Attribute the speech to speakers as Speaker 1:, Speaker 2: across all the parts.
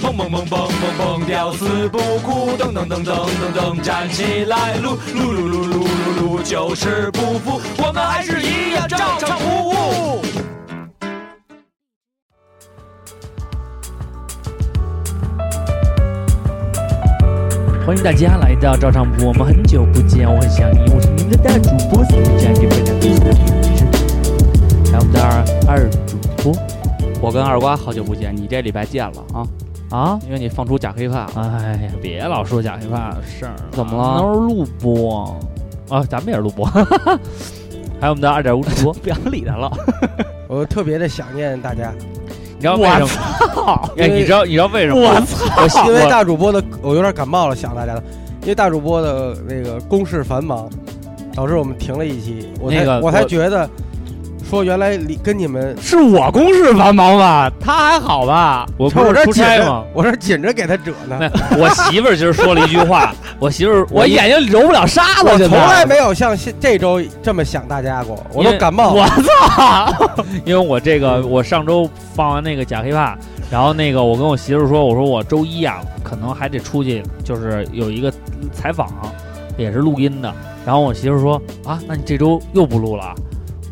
Speaker 1: 蹦蹦蹦蹦蹦蹦，吊死不哭，噔噔噔噔噔噔，站起来，撸撸撸撸撸撸撸，就是不服，我们还是一样照常服务。
Speaker 2: 欢迎大家来到照常播，我们很久不见，我很想你，我是你们的大主播苏佳，这边的一还有我们的二二主播
Speaker 3: 我跟二瓜好久不见，你这礼拜见了啊，
Speaker 2: 啊，
Speaker 3: 因为你放出假黑怕了。
Speaker 2: 哎呀，别老说假黑怕的事儿，啊
Speaker 3: 怎么
Speaker 2: 那
Speaker 3: 了
Speaker 2: 是录播啊，咱们也是录播，还有我们的二点五主播，
Speaker 3: 不要理他了。
Speaker 4: 我特别的想念 大家，
Speaker 2: 你知道为什么？哎，你知道你知道为什么？
Speaker 3: 我
Speaker 2: 操
Speaker 4: 因为大主播的我有点感冒了，想大家了，因为大主播的那个公事繁忙，导致我们停了一期，我才、
Speaker 2: 那个
Speaker 4: 我才
Speaker 2: 我
Speaker 4: 觉得说原来离跟你们，
Speaker 3: 是我公事繁忙吧？他还好吧？
Speaker 2: 我
Speaker 4: 看
Speaker 2: 不
Speaker 4: 我这
Speaker 2: 是
Speaker 4: 儿
Speaker 2: 出
Speaker 4: 紧
Speaker 2: 差吗
Speaker 4: 着？， 我这儿紧着给他褶 呢，
Speaker 2: 没有我媳妇儿今儿说了一句话，我媳妇儿
Speaker 3: 我眼睛揉不了沙
Speaker 4: 我
Speaker 3: 子，
Speaker 4: 从来没有像现这周这么想大家过，我
Speaker 2: 因
Speaker 4: 都
Speaker 2: 为
Speaker 4: 感冒了
Speaker 2: 我操！ 因为我这个我上周放完那个假黑怕，然后那个我跟我媳妇说，我说我周一啊，可能还得出去，就是有一个采访，也是录音的。然后我媳妇说啊，那你这周又不录了啊？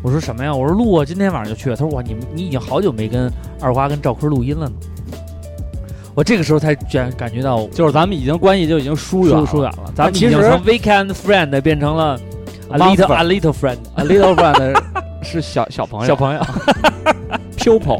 Speaker 2: 我说什么呀？我说录啊，今天晚上就去。她说哇，你们你已经好久没跟二瓜跟赵坤录音了呢。我这个时候才感感觉到
Speaker 3: 就是咱们已经关系就已经疏远
Speaker 2: 疏
Speaker 3: 了，
Speaker 2: 疏远了，咱们已
Speaker 4: 其
Speaker 2: 经
Speaker 4: 实
Speaker 2: 从 weekend friend 变成了 a little a little friend
Speaker 3: A 啊 little friend 是小小朋友，
Speaker 2: 小朋 友。
Speaker 3: pupil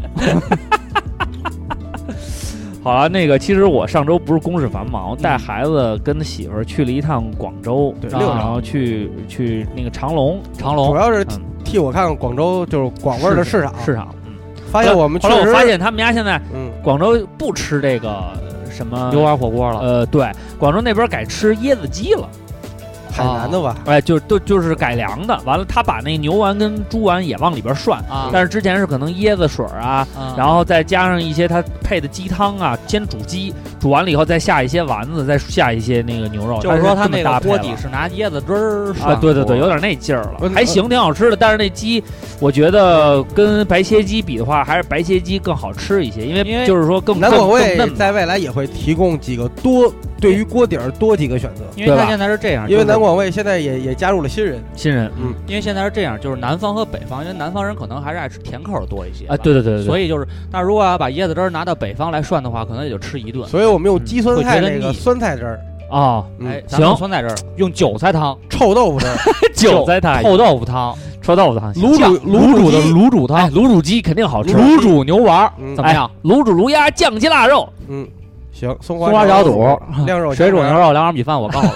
Speaker 2: 好了，那个其实我上周不是公事繁忙，带孩子跟媳妇儿去了一趟广州，
Speaker 4: 嗯对
Speaker 2: 然
Speaker 4: 溜
Speaker 2: 后
Speaker 4: 达
Speaker 2: 然后去去那个长隆
Speaker 3: 长
Speaker 4: 主
Speaker 3: 隆。
Speaker 4: 要是
Speaker 2: 嗯
Speaker 4: 替我看看广州就是广味儿的市场，
Speaker 2: 市场。嗯，
Speaker 4: 发现哎我们
Speaker 2: 后
Speaker 4: 确
Speaker 2: 来我
Speaker 4: 实，
Speaker 2: 发现他们家现在
Speaker 4: 嗯，
Speaker 2: 广州不吃这个呃什么
Speaker 3: 牛蛙火锅了，
Speaker 2: 呃，对，广州那边改吃椰子鸡了，
Speaker 4: 海南的吧，
Speaker 2: 哎，就都就是改良的。完了，他把那牛丸跟猪丸也往里边涮，
Speaker 3: 啊
Speaker 2: 但是之前是可能椰子水儿啊，然后再加上一些它配的鸡汤啊，先煮鸡，煮完了以后再下一些丸子，再下一些那个牛肉，
Speaker 3: 就是说
Speaker 2: 它
Speaker 3: 他
Speaker 2: 是这么
Speaker 3: 那
Speaker 2: 搭
Speaker 3: 个
Speaker 2: 配
Speaker 3: 锅
Speaker 2: 了
Speaker 3: 底是拿椰子汁儿涮
Speaker 2: 啊，对对对，有
Speaker 3: 点
Speaker 2: 点那劲儿了
Speaker 4: 嗯，
Speaker 2: 还行，挺好吃的。但是那鸡，我觉得跟白切鸡比的话，还是白切鸡更好吃一些，因
Speaker 3: 因
Speaker 2: 为
Speaker 3: 为
Speaker 2: 就是说更
Speaker 4: 南广
Speaker 2: 更
Speaker 4: 味
Speaker 2: 更嫩嘛。
Speaker 4: 在未来也会提供几个多对于锅底儿多几个选择，
Speaker 3: 因为
Speaker 2: 对
Speaker 3: 他
Speaker 2: 吧
Speaker 3: 现在是这
Speaker 2: 啊
Speaker 3: 样，
Speaker 4: 因
Speaker 3: 就
Speaker 4: 为
Speaker 3: 是
Speaker 4: 南广味现在也也加入了新人，
Speaker 2: 新人
Speaker 3: 因为现在是这样，就是南方和北方，因为南方人可能还是爱吃甜口儿多一些
Speaker 2: 啊，
Speaker 3: 吧
Speaker 2: 对对对对
Speaker 3: 所
Speaker 2: 对，
Speaker 3: 以就是，那如果要把椰子汁儿拿到北方来涮的话，可能也就吃一顿。
Speaker 4: 所以我们用鸡酸
Speaker 3: 嗯
Speaker 4: 菜
Speaker 3: 会觉得
Speaker 4: 那个
Speaker 3: 腻
Speaker 4: 酸菜汁儿，
Speaker 2: 哦，
Speaker 4: 嗯
Speaker 3: 哎，咱们
Speaker 2: 行
Speaker 3: 酸菜汁儿，用韭菜汤、
Speaker 4: 臭豆腐汁儿，
Speaker 2: 韭菜汤、
Speaker 3: 臭豆腐汤、
Speaker 2: 臭豆腐汤，
Speaker 4: 卤
Speaker 3: 酱
Speaker 4: 煮卤
Speaker 3: 卤
Speaker 4: 煮
Speaker 3: 的
Speaker 4: 鸡
Speaker 3: 卤煮
Speaker 2: 哎，
Speaker 3: 汤、
Speaker 2: 卤煮鸡肯定好吃，
Speaker 3: 卤煮牛丸儿，
Speaker 4: 嗯
Speaker 3: 怎么样？
Speaker 2: 卤煮卤鸭、酱鸡腊肉、
Speaker 4: 嗯，行，松
Speaker 3: 松花
Speaker 4: 小
Speaker 3: 小肚、
Speaker 4: 晾肉
Speaker 3: 水煮
Speaker 4: 酱
Speaker 3: 牛肉、两碗米饭，我告诉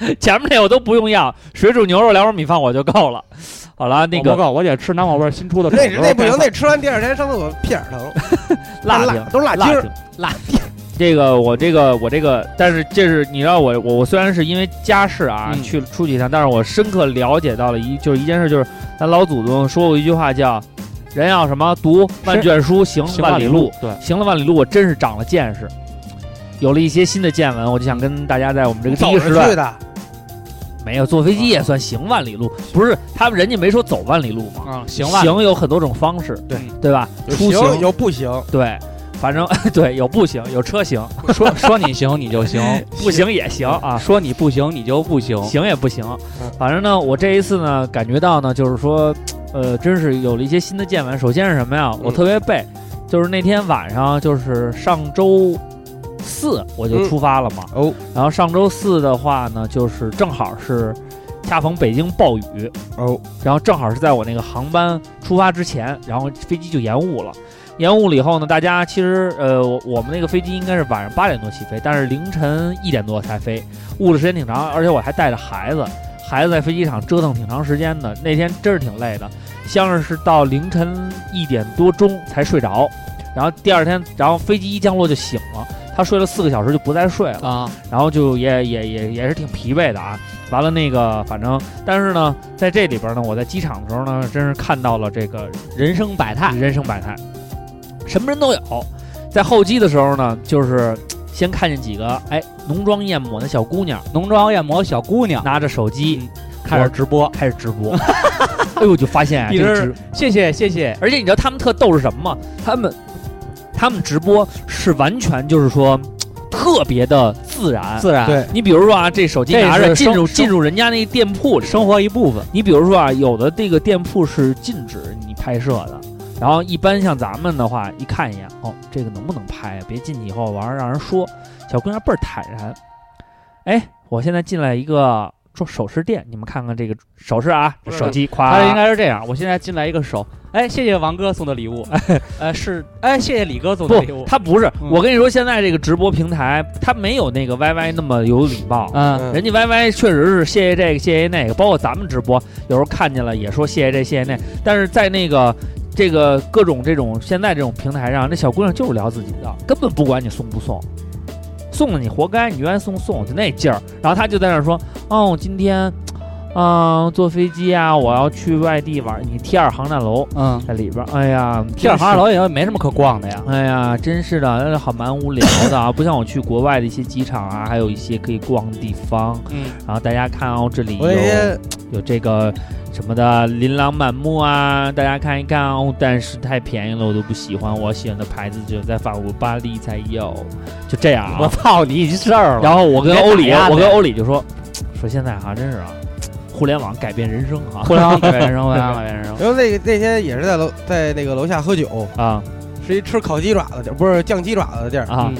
Speaker 3: 你，
Speaker 2: 前面那我都不用要，水煮牛肉、两碗米饭我就够了。 好了，那
Speaker 3: 我
Speaker 2: 个
Speaker 3: 告诉我得吃南广味儿新出的
Speaker 4: 那
Speaker 3: 肘子
Speaker 4: 那 不行，那吃完第二天上厕所屁眼儿疼，
Speaker 2: 辣
Speaker 4: 辣
Speaker 2: 椒
Speaker 4: 都是辣筋
Speaker 2: 辣
Speaker 4: 儿
Speaker 2: 椒，辣椒。 这个我这个我这个，但是这是你知道我我我虽然是因为家事啊、
Speaker 3: 嗯
Speaker 2: 去出去一趟，但是我深刻了解到了一就是一件事，就是咱老祖宗说过一句话叫“人要什么读万卷书，行
Speaker 3: 行
Speaker 2: 万
Speaker 3: 万
Speaker 2: 里
Speaker 3: 里
Speaker 2: 路
Speaker 3: 路，对”，
Speaker 2: 行了万里路，我真是长了见识，有了一些新的见闻，我就想跟大家在我们这个第一
Speaker 4: 走
Speaker 2: 时
Speaker 4: 着
Speaker 2: 段
Speaker 4: 去的，
Speaker 2: 没有坐飞机也算行万里路，不是他们人家没说走万里路吗？
Speaker 3: 啊，行吧，
Speaker 2: 行有很多种方式，
Speaker 3: 啊
Speaker 4: 对
Speaker 3: 嗯
Speaker 2: 对吧？
Speaker 4: 有
Speaker 2: 出
Speaker 4: 行
Speaker 2: 行
Speaker 4: 有不行，
Speaker 2: 对，反正 对有步行，有车行，
Speaker 3: 说说你行你就 行，
Speaker 2: 不行也行啊，
Speaker 3: 说你不行你就不行，
Speaker 2: 行也不行
Speaker 4: 嗯。
Speaker 2: 反正呢，我这一次呢，感觉到呢，就是说，呃，真是有了一些新的见闻。首先是什么呀？我特别背，就是那天晚上，就是上周四我就
Speaker 4: 嗯
Speaker 2: 出发了嘛。
Speaker 4: 哦，
Speaker 2: 然后上周四的话呢，就是正好是恰逢北京暴雨，
Speaker 4: 哦，
Speaker 2: 然后正好是在我那个航班出发之前，然后飞机就延误了。延误了以后呢，大家其实呃，我我们那个飞机应该是晚上八点多起飞，但是凌晨一点多才飞，误了时间挺长，而且我还带着孩子，孩子在飞机场折腾挺长时间的，那天真是挺累的，像是到凌晨一点多钟才睡着，然后第二天，然后飞机一降落就醒了，他睡了四个小时就不再睡了。
Speaker 3: 啊，
Speaker 2: 然后就也也也也是挺疲惫的啊。完了那个，反正但是呢，在这里边呢，我在机场的时候呢，真是看到了这个
Speaker 3: 人生百态，
Speaker 2: 人生百态，什么人都有。在候机的时候呢，就是先看见几个哎浓妆艳抹的小姑娘，
Speaker 3: 浓妆艳抹小姑娘
Speaker 2: 拿着手机
Speaker 3: 嗯开始直播，
Speaker 2: 开始直播。 哎呦，我就发现啊，
Speaker 3: 一
Speaker 2: 这个
Speaker 3: 直
Speaker 2: 直，
Speaker 3: 谢谢谢谢，
Speaker 2: 而且你知道他们特逗是什么吗？他们他们直播是完全就是说特别的自然。
Speaker 3: 自然
Speaker 4: 对
Speaker 2: 你比如说啊，这手机
Speaker 3: 这
Speaker 2: 拿着
Speaker 3: 是
Speaker 2: 进入
Speaker 3: 生
Speaker 2: 进入人家那个店铺里，
Speaker 3: 生活一部分。
Speaker 2: 你比如说啊，有的这个店铺是禁止你拍摄的，然后一般像咱们的话，一看一眼，哦，这个能不能拍？别进去以后完了让人说。小姑娘倍儿坦然，哎，我现在进来一个做首饰店，你们看看这个首饰啊，
Speaker 3: 不是
Speaker 2: 手机夸，
Speaker 3: 他应该是这样，我现在进来一个手，哎，谢谢王哥送的礼物，呃是，哎谢谢李哥送的礼
Speaker 2: 不，
Speaker 3: 物，
Speaker 2: 他不是。
Speaker 3: 嗯
Speaker 2: 我跟你说，现在这个直播平台，他没有那个 YY 那么有礼貌。
Speaker 3: 嗯，
Speaker 2: 人家 YY 确实是谢谢这个谢谢那个，包括咱们直播有时候看见了也说谢谢这谢谢那，但是在那个这个各种这种现在这种平台上，那小姑娘就是聊自己的，根本不管你送不送，送了你活该，你愿意送送就那劲儿。然后她就在那儿说，哦，今天，嗯、坐飞机啊，我要去外地玩，你 T 二航站楼
Speaker 3: 嗯，
Speaker 2: 在里边儿，哎呀
Speaker 3: 第二航站楼也没什么可逛的呀，
Speaker 2: 哎呀，真是的，那好蛮无聊的啊，不像我去国外的一些机场啊，还有一些可以逛的地方。
Speaker 3: 嗯，
Speaker 2: 然后大家看哦，这里
Speaker 4: 我
Speaker 2: 有
Speaker 4: 那天
Speaker 2: 有这个什么的琳琅满目啊，大家看一看哦。但是太便宜了，我都不喜欢。我喜欢的牌子只有在法国巴黎才有，就这样
Speaker 3: 我
Speaker 2: 啊。
Speaker 3: 操你一事儿了，
Speaker 2: 然后我跟
Speaker 3: 别
Speaker 2: 欧里，
Speaker 3: 打压呗
Speaker 2: 我跟欧里就说说现在哈、真是啊，互联网改变人生啊哈、
Speaker 3: 互联网改变人生，互联网改变人生，
Speaker 4: 然后那个那天也是在楼在那个楼下喝酒，
Speaker 2: 啊
Speaker 4: 是一吃烤鸡爪的地儿，不是酱鸡爪子的地儿，
Speaker 2: 啊
Speaker 3: 嗯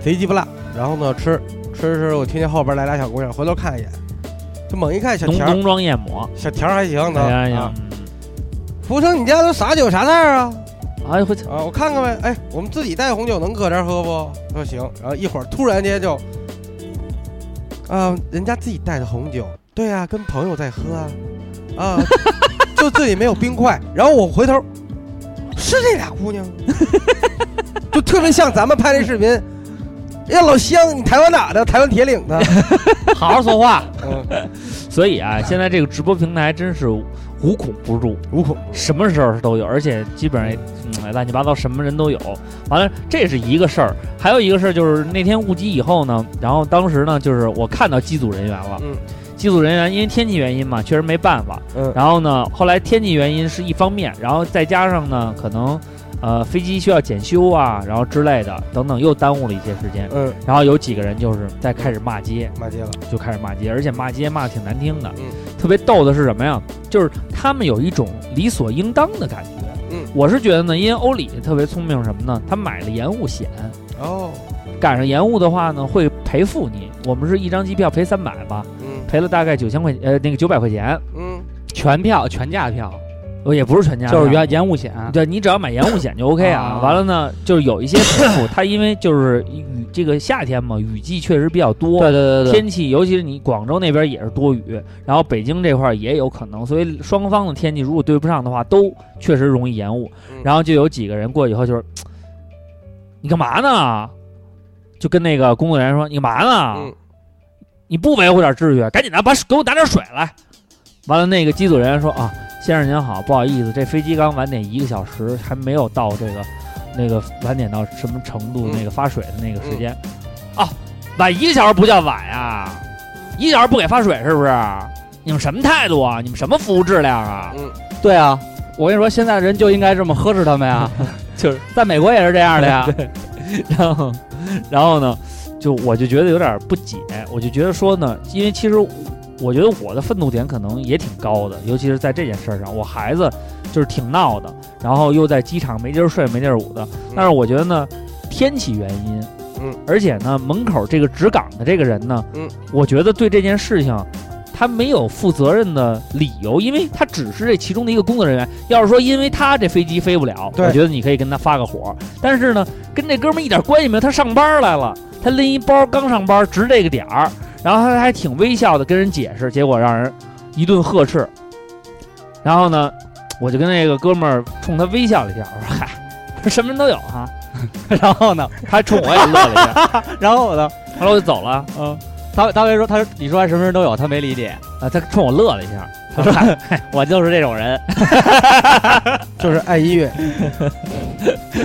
Speaker 4: 贼鸡巴辣。然后呢，吃吃吃，我听见后边来俩小姑娘，回头看一眼，就猛一看小
Speaker 2: 浓
Speaker 4: 田儿，
Speaker 2: 浓妆艳抹，
Speaker 4: 小田儿还行
Speaker 3: 嗯
Speaker 4: 呢。
Speaker 2: 大家
Speaker 4: 啊
Speaker 2: 哎呀，嗯
Speaker 4: 福生，你家都啥酒啥菜儿啊？
Speaker 2: 哎呦，
Speaker 4: 啊，我看看呗。哎，我们自己带红酒能搁这儿喝不？我说行。然后一会儿突然间就，啊，人家自己带的红酒，对啊，跟朋友在喝啊，啊， 就自己没有冰块。然后我回头，是这俩姑娘吗，就特别像咱们拍那视频。哎呀，老乡，你台湾哪的？台湾铁岭的。
Speaker 3: 好好说话，
Speaker 4: 嗯，
Speaker 2: 所以啊，现在这个直播平台真是无孔不入。
Speaker 4: 无孔
Speaker 2: 什么事儿都有，而且基本上嗯乱七八糟什么人都有。完了，这是一个事儿，还有一个事儿就是那天误机以后呢，然后当时呢就是我看到机组人员了，
Speaker 4: 嗯，
Speaker 2: 机组人员因为天气原因嘛，确实没办法。
Speaker 4: 嗯
Speaker 2: 然后呢，后来天气原因是一方面，然后再加上呢可能。呃，飞机需要检修啊，然后之类的，等等，又耽误了一些时间。
Speaker 4: 嗯，
Speaker 2: 然后有几个人就是在开始骂街，
Speaker 4: 骂街了。
Speaker 2: 就开始骂街，而且骂街骂的挺难听的。
Speaker 4: 嗯
Speaker 2: 特别逗的是什么呀？就是他们有一种理所应当的感觉。
Speaker 4: 嗯
Speaker 2: 我是觉得呢，因为欧里特别聪明，什么呢？他买了延误险，
Speaker 4: 哦，
Speaker 2: 赶上延误的话呢，会赔付你。我们是一张机票赔三百吧，
Speaker 4: 嗯
Speaker 2: 赔了大概九千块，呃，那个九百块钱，
Speaker 4: 嗯
Speaker 3: 全票全价票，
Speaker 2: 呃，也不是全家，
Speaker 3: 就是延延误险，
Speaker 2: 对你只要买延误险就 OK
Speaker 3: 啊。
Speaker 2: 啊完了呢，就是有一些赔付，它因为就是雨这个夏天嘛，雨季确实比较多，
Speaker 3: 对对对对，
Speaker 2: 天气，尤其是你广州那边也是多雨，然后北京这块儿也有可能，所以双方的天气如果对不上的话，都确实容易延误
Speaker 4: 嗯。
Speaker 2: 然后就有几个人过去以后就是，你干嘛呢？就跟那个工作人员说：“你干嘛呢？
Speaker 4: 嗯
Speaker 2: 你不维护点秩序，赶紧拿把水给我拿点水来。”完了，那个机组人员说：“啊，先生您好，不好意思，这飞机刚晚点一个小时，还没有到这个那个晚点到什么程度
Speaker 4: 嗯
Speaker 2: 那个发水的那个时间。哦，晚一个小时不叫晚啊，一个小时不给发水是不是？你们什么态度啊？你们什么服务质量啊？
Speaker 4: 嗯，
Speaker 3: 对啊，我跟你说，现在人就应该这么呵斥他们 呀，
Speaker 2: 就是
Speaker 3: 在美国也是这样的 呀，
Speaker 2: 然后，然后呢，就我就觉得有点不解，我就觉得说呢，因为其实我觉得我的愤怒点可能也挺高的，尤其是在这件事儿上，我孩子就是挺闹的，然后又在机场没地儿睡没地儿捂的，但是我觉得呢，天气原因，
Speaker 4: 嗯，
Speaker 2: 而且呢，门口这个值岗的这个人呢，
Speaker 4: 嗯，
Speaker 2: 我觉得对这件事情。他没有负责任的理由，因为他只是这其中的一个工作人员。要是说因为他这飞机飞不了，
Speaker 4: 对
Speaker 2: 我觉得你可以跟他发个火。但是呢，跟这哥们儿一点关系没有，他上班来了，他拎一包刚上班，值这个点儿，然后他还挺微笑的跟人解释，结果让人一顿呵斥。然后呢，我就跟那个哥们儿冲他微笑了一下，我说：“嗨，我说什么人都有哈。
Speaker 3: 然后呢，”
Speaker 2: 他还冲我也乐了一下，
Speaker 3: 然后呢，
Speaker 2: 后来我就走了。
Speaker 3: 嗯，他他没说，他说你说什么人都有，他没理解，
Speaker 2: 啊，他冲我乐了一下，
Speaker 3: 他说我就是这种人，
Speaker 4: 就是爱音乐，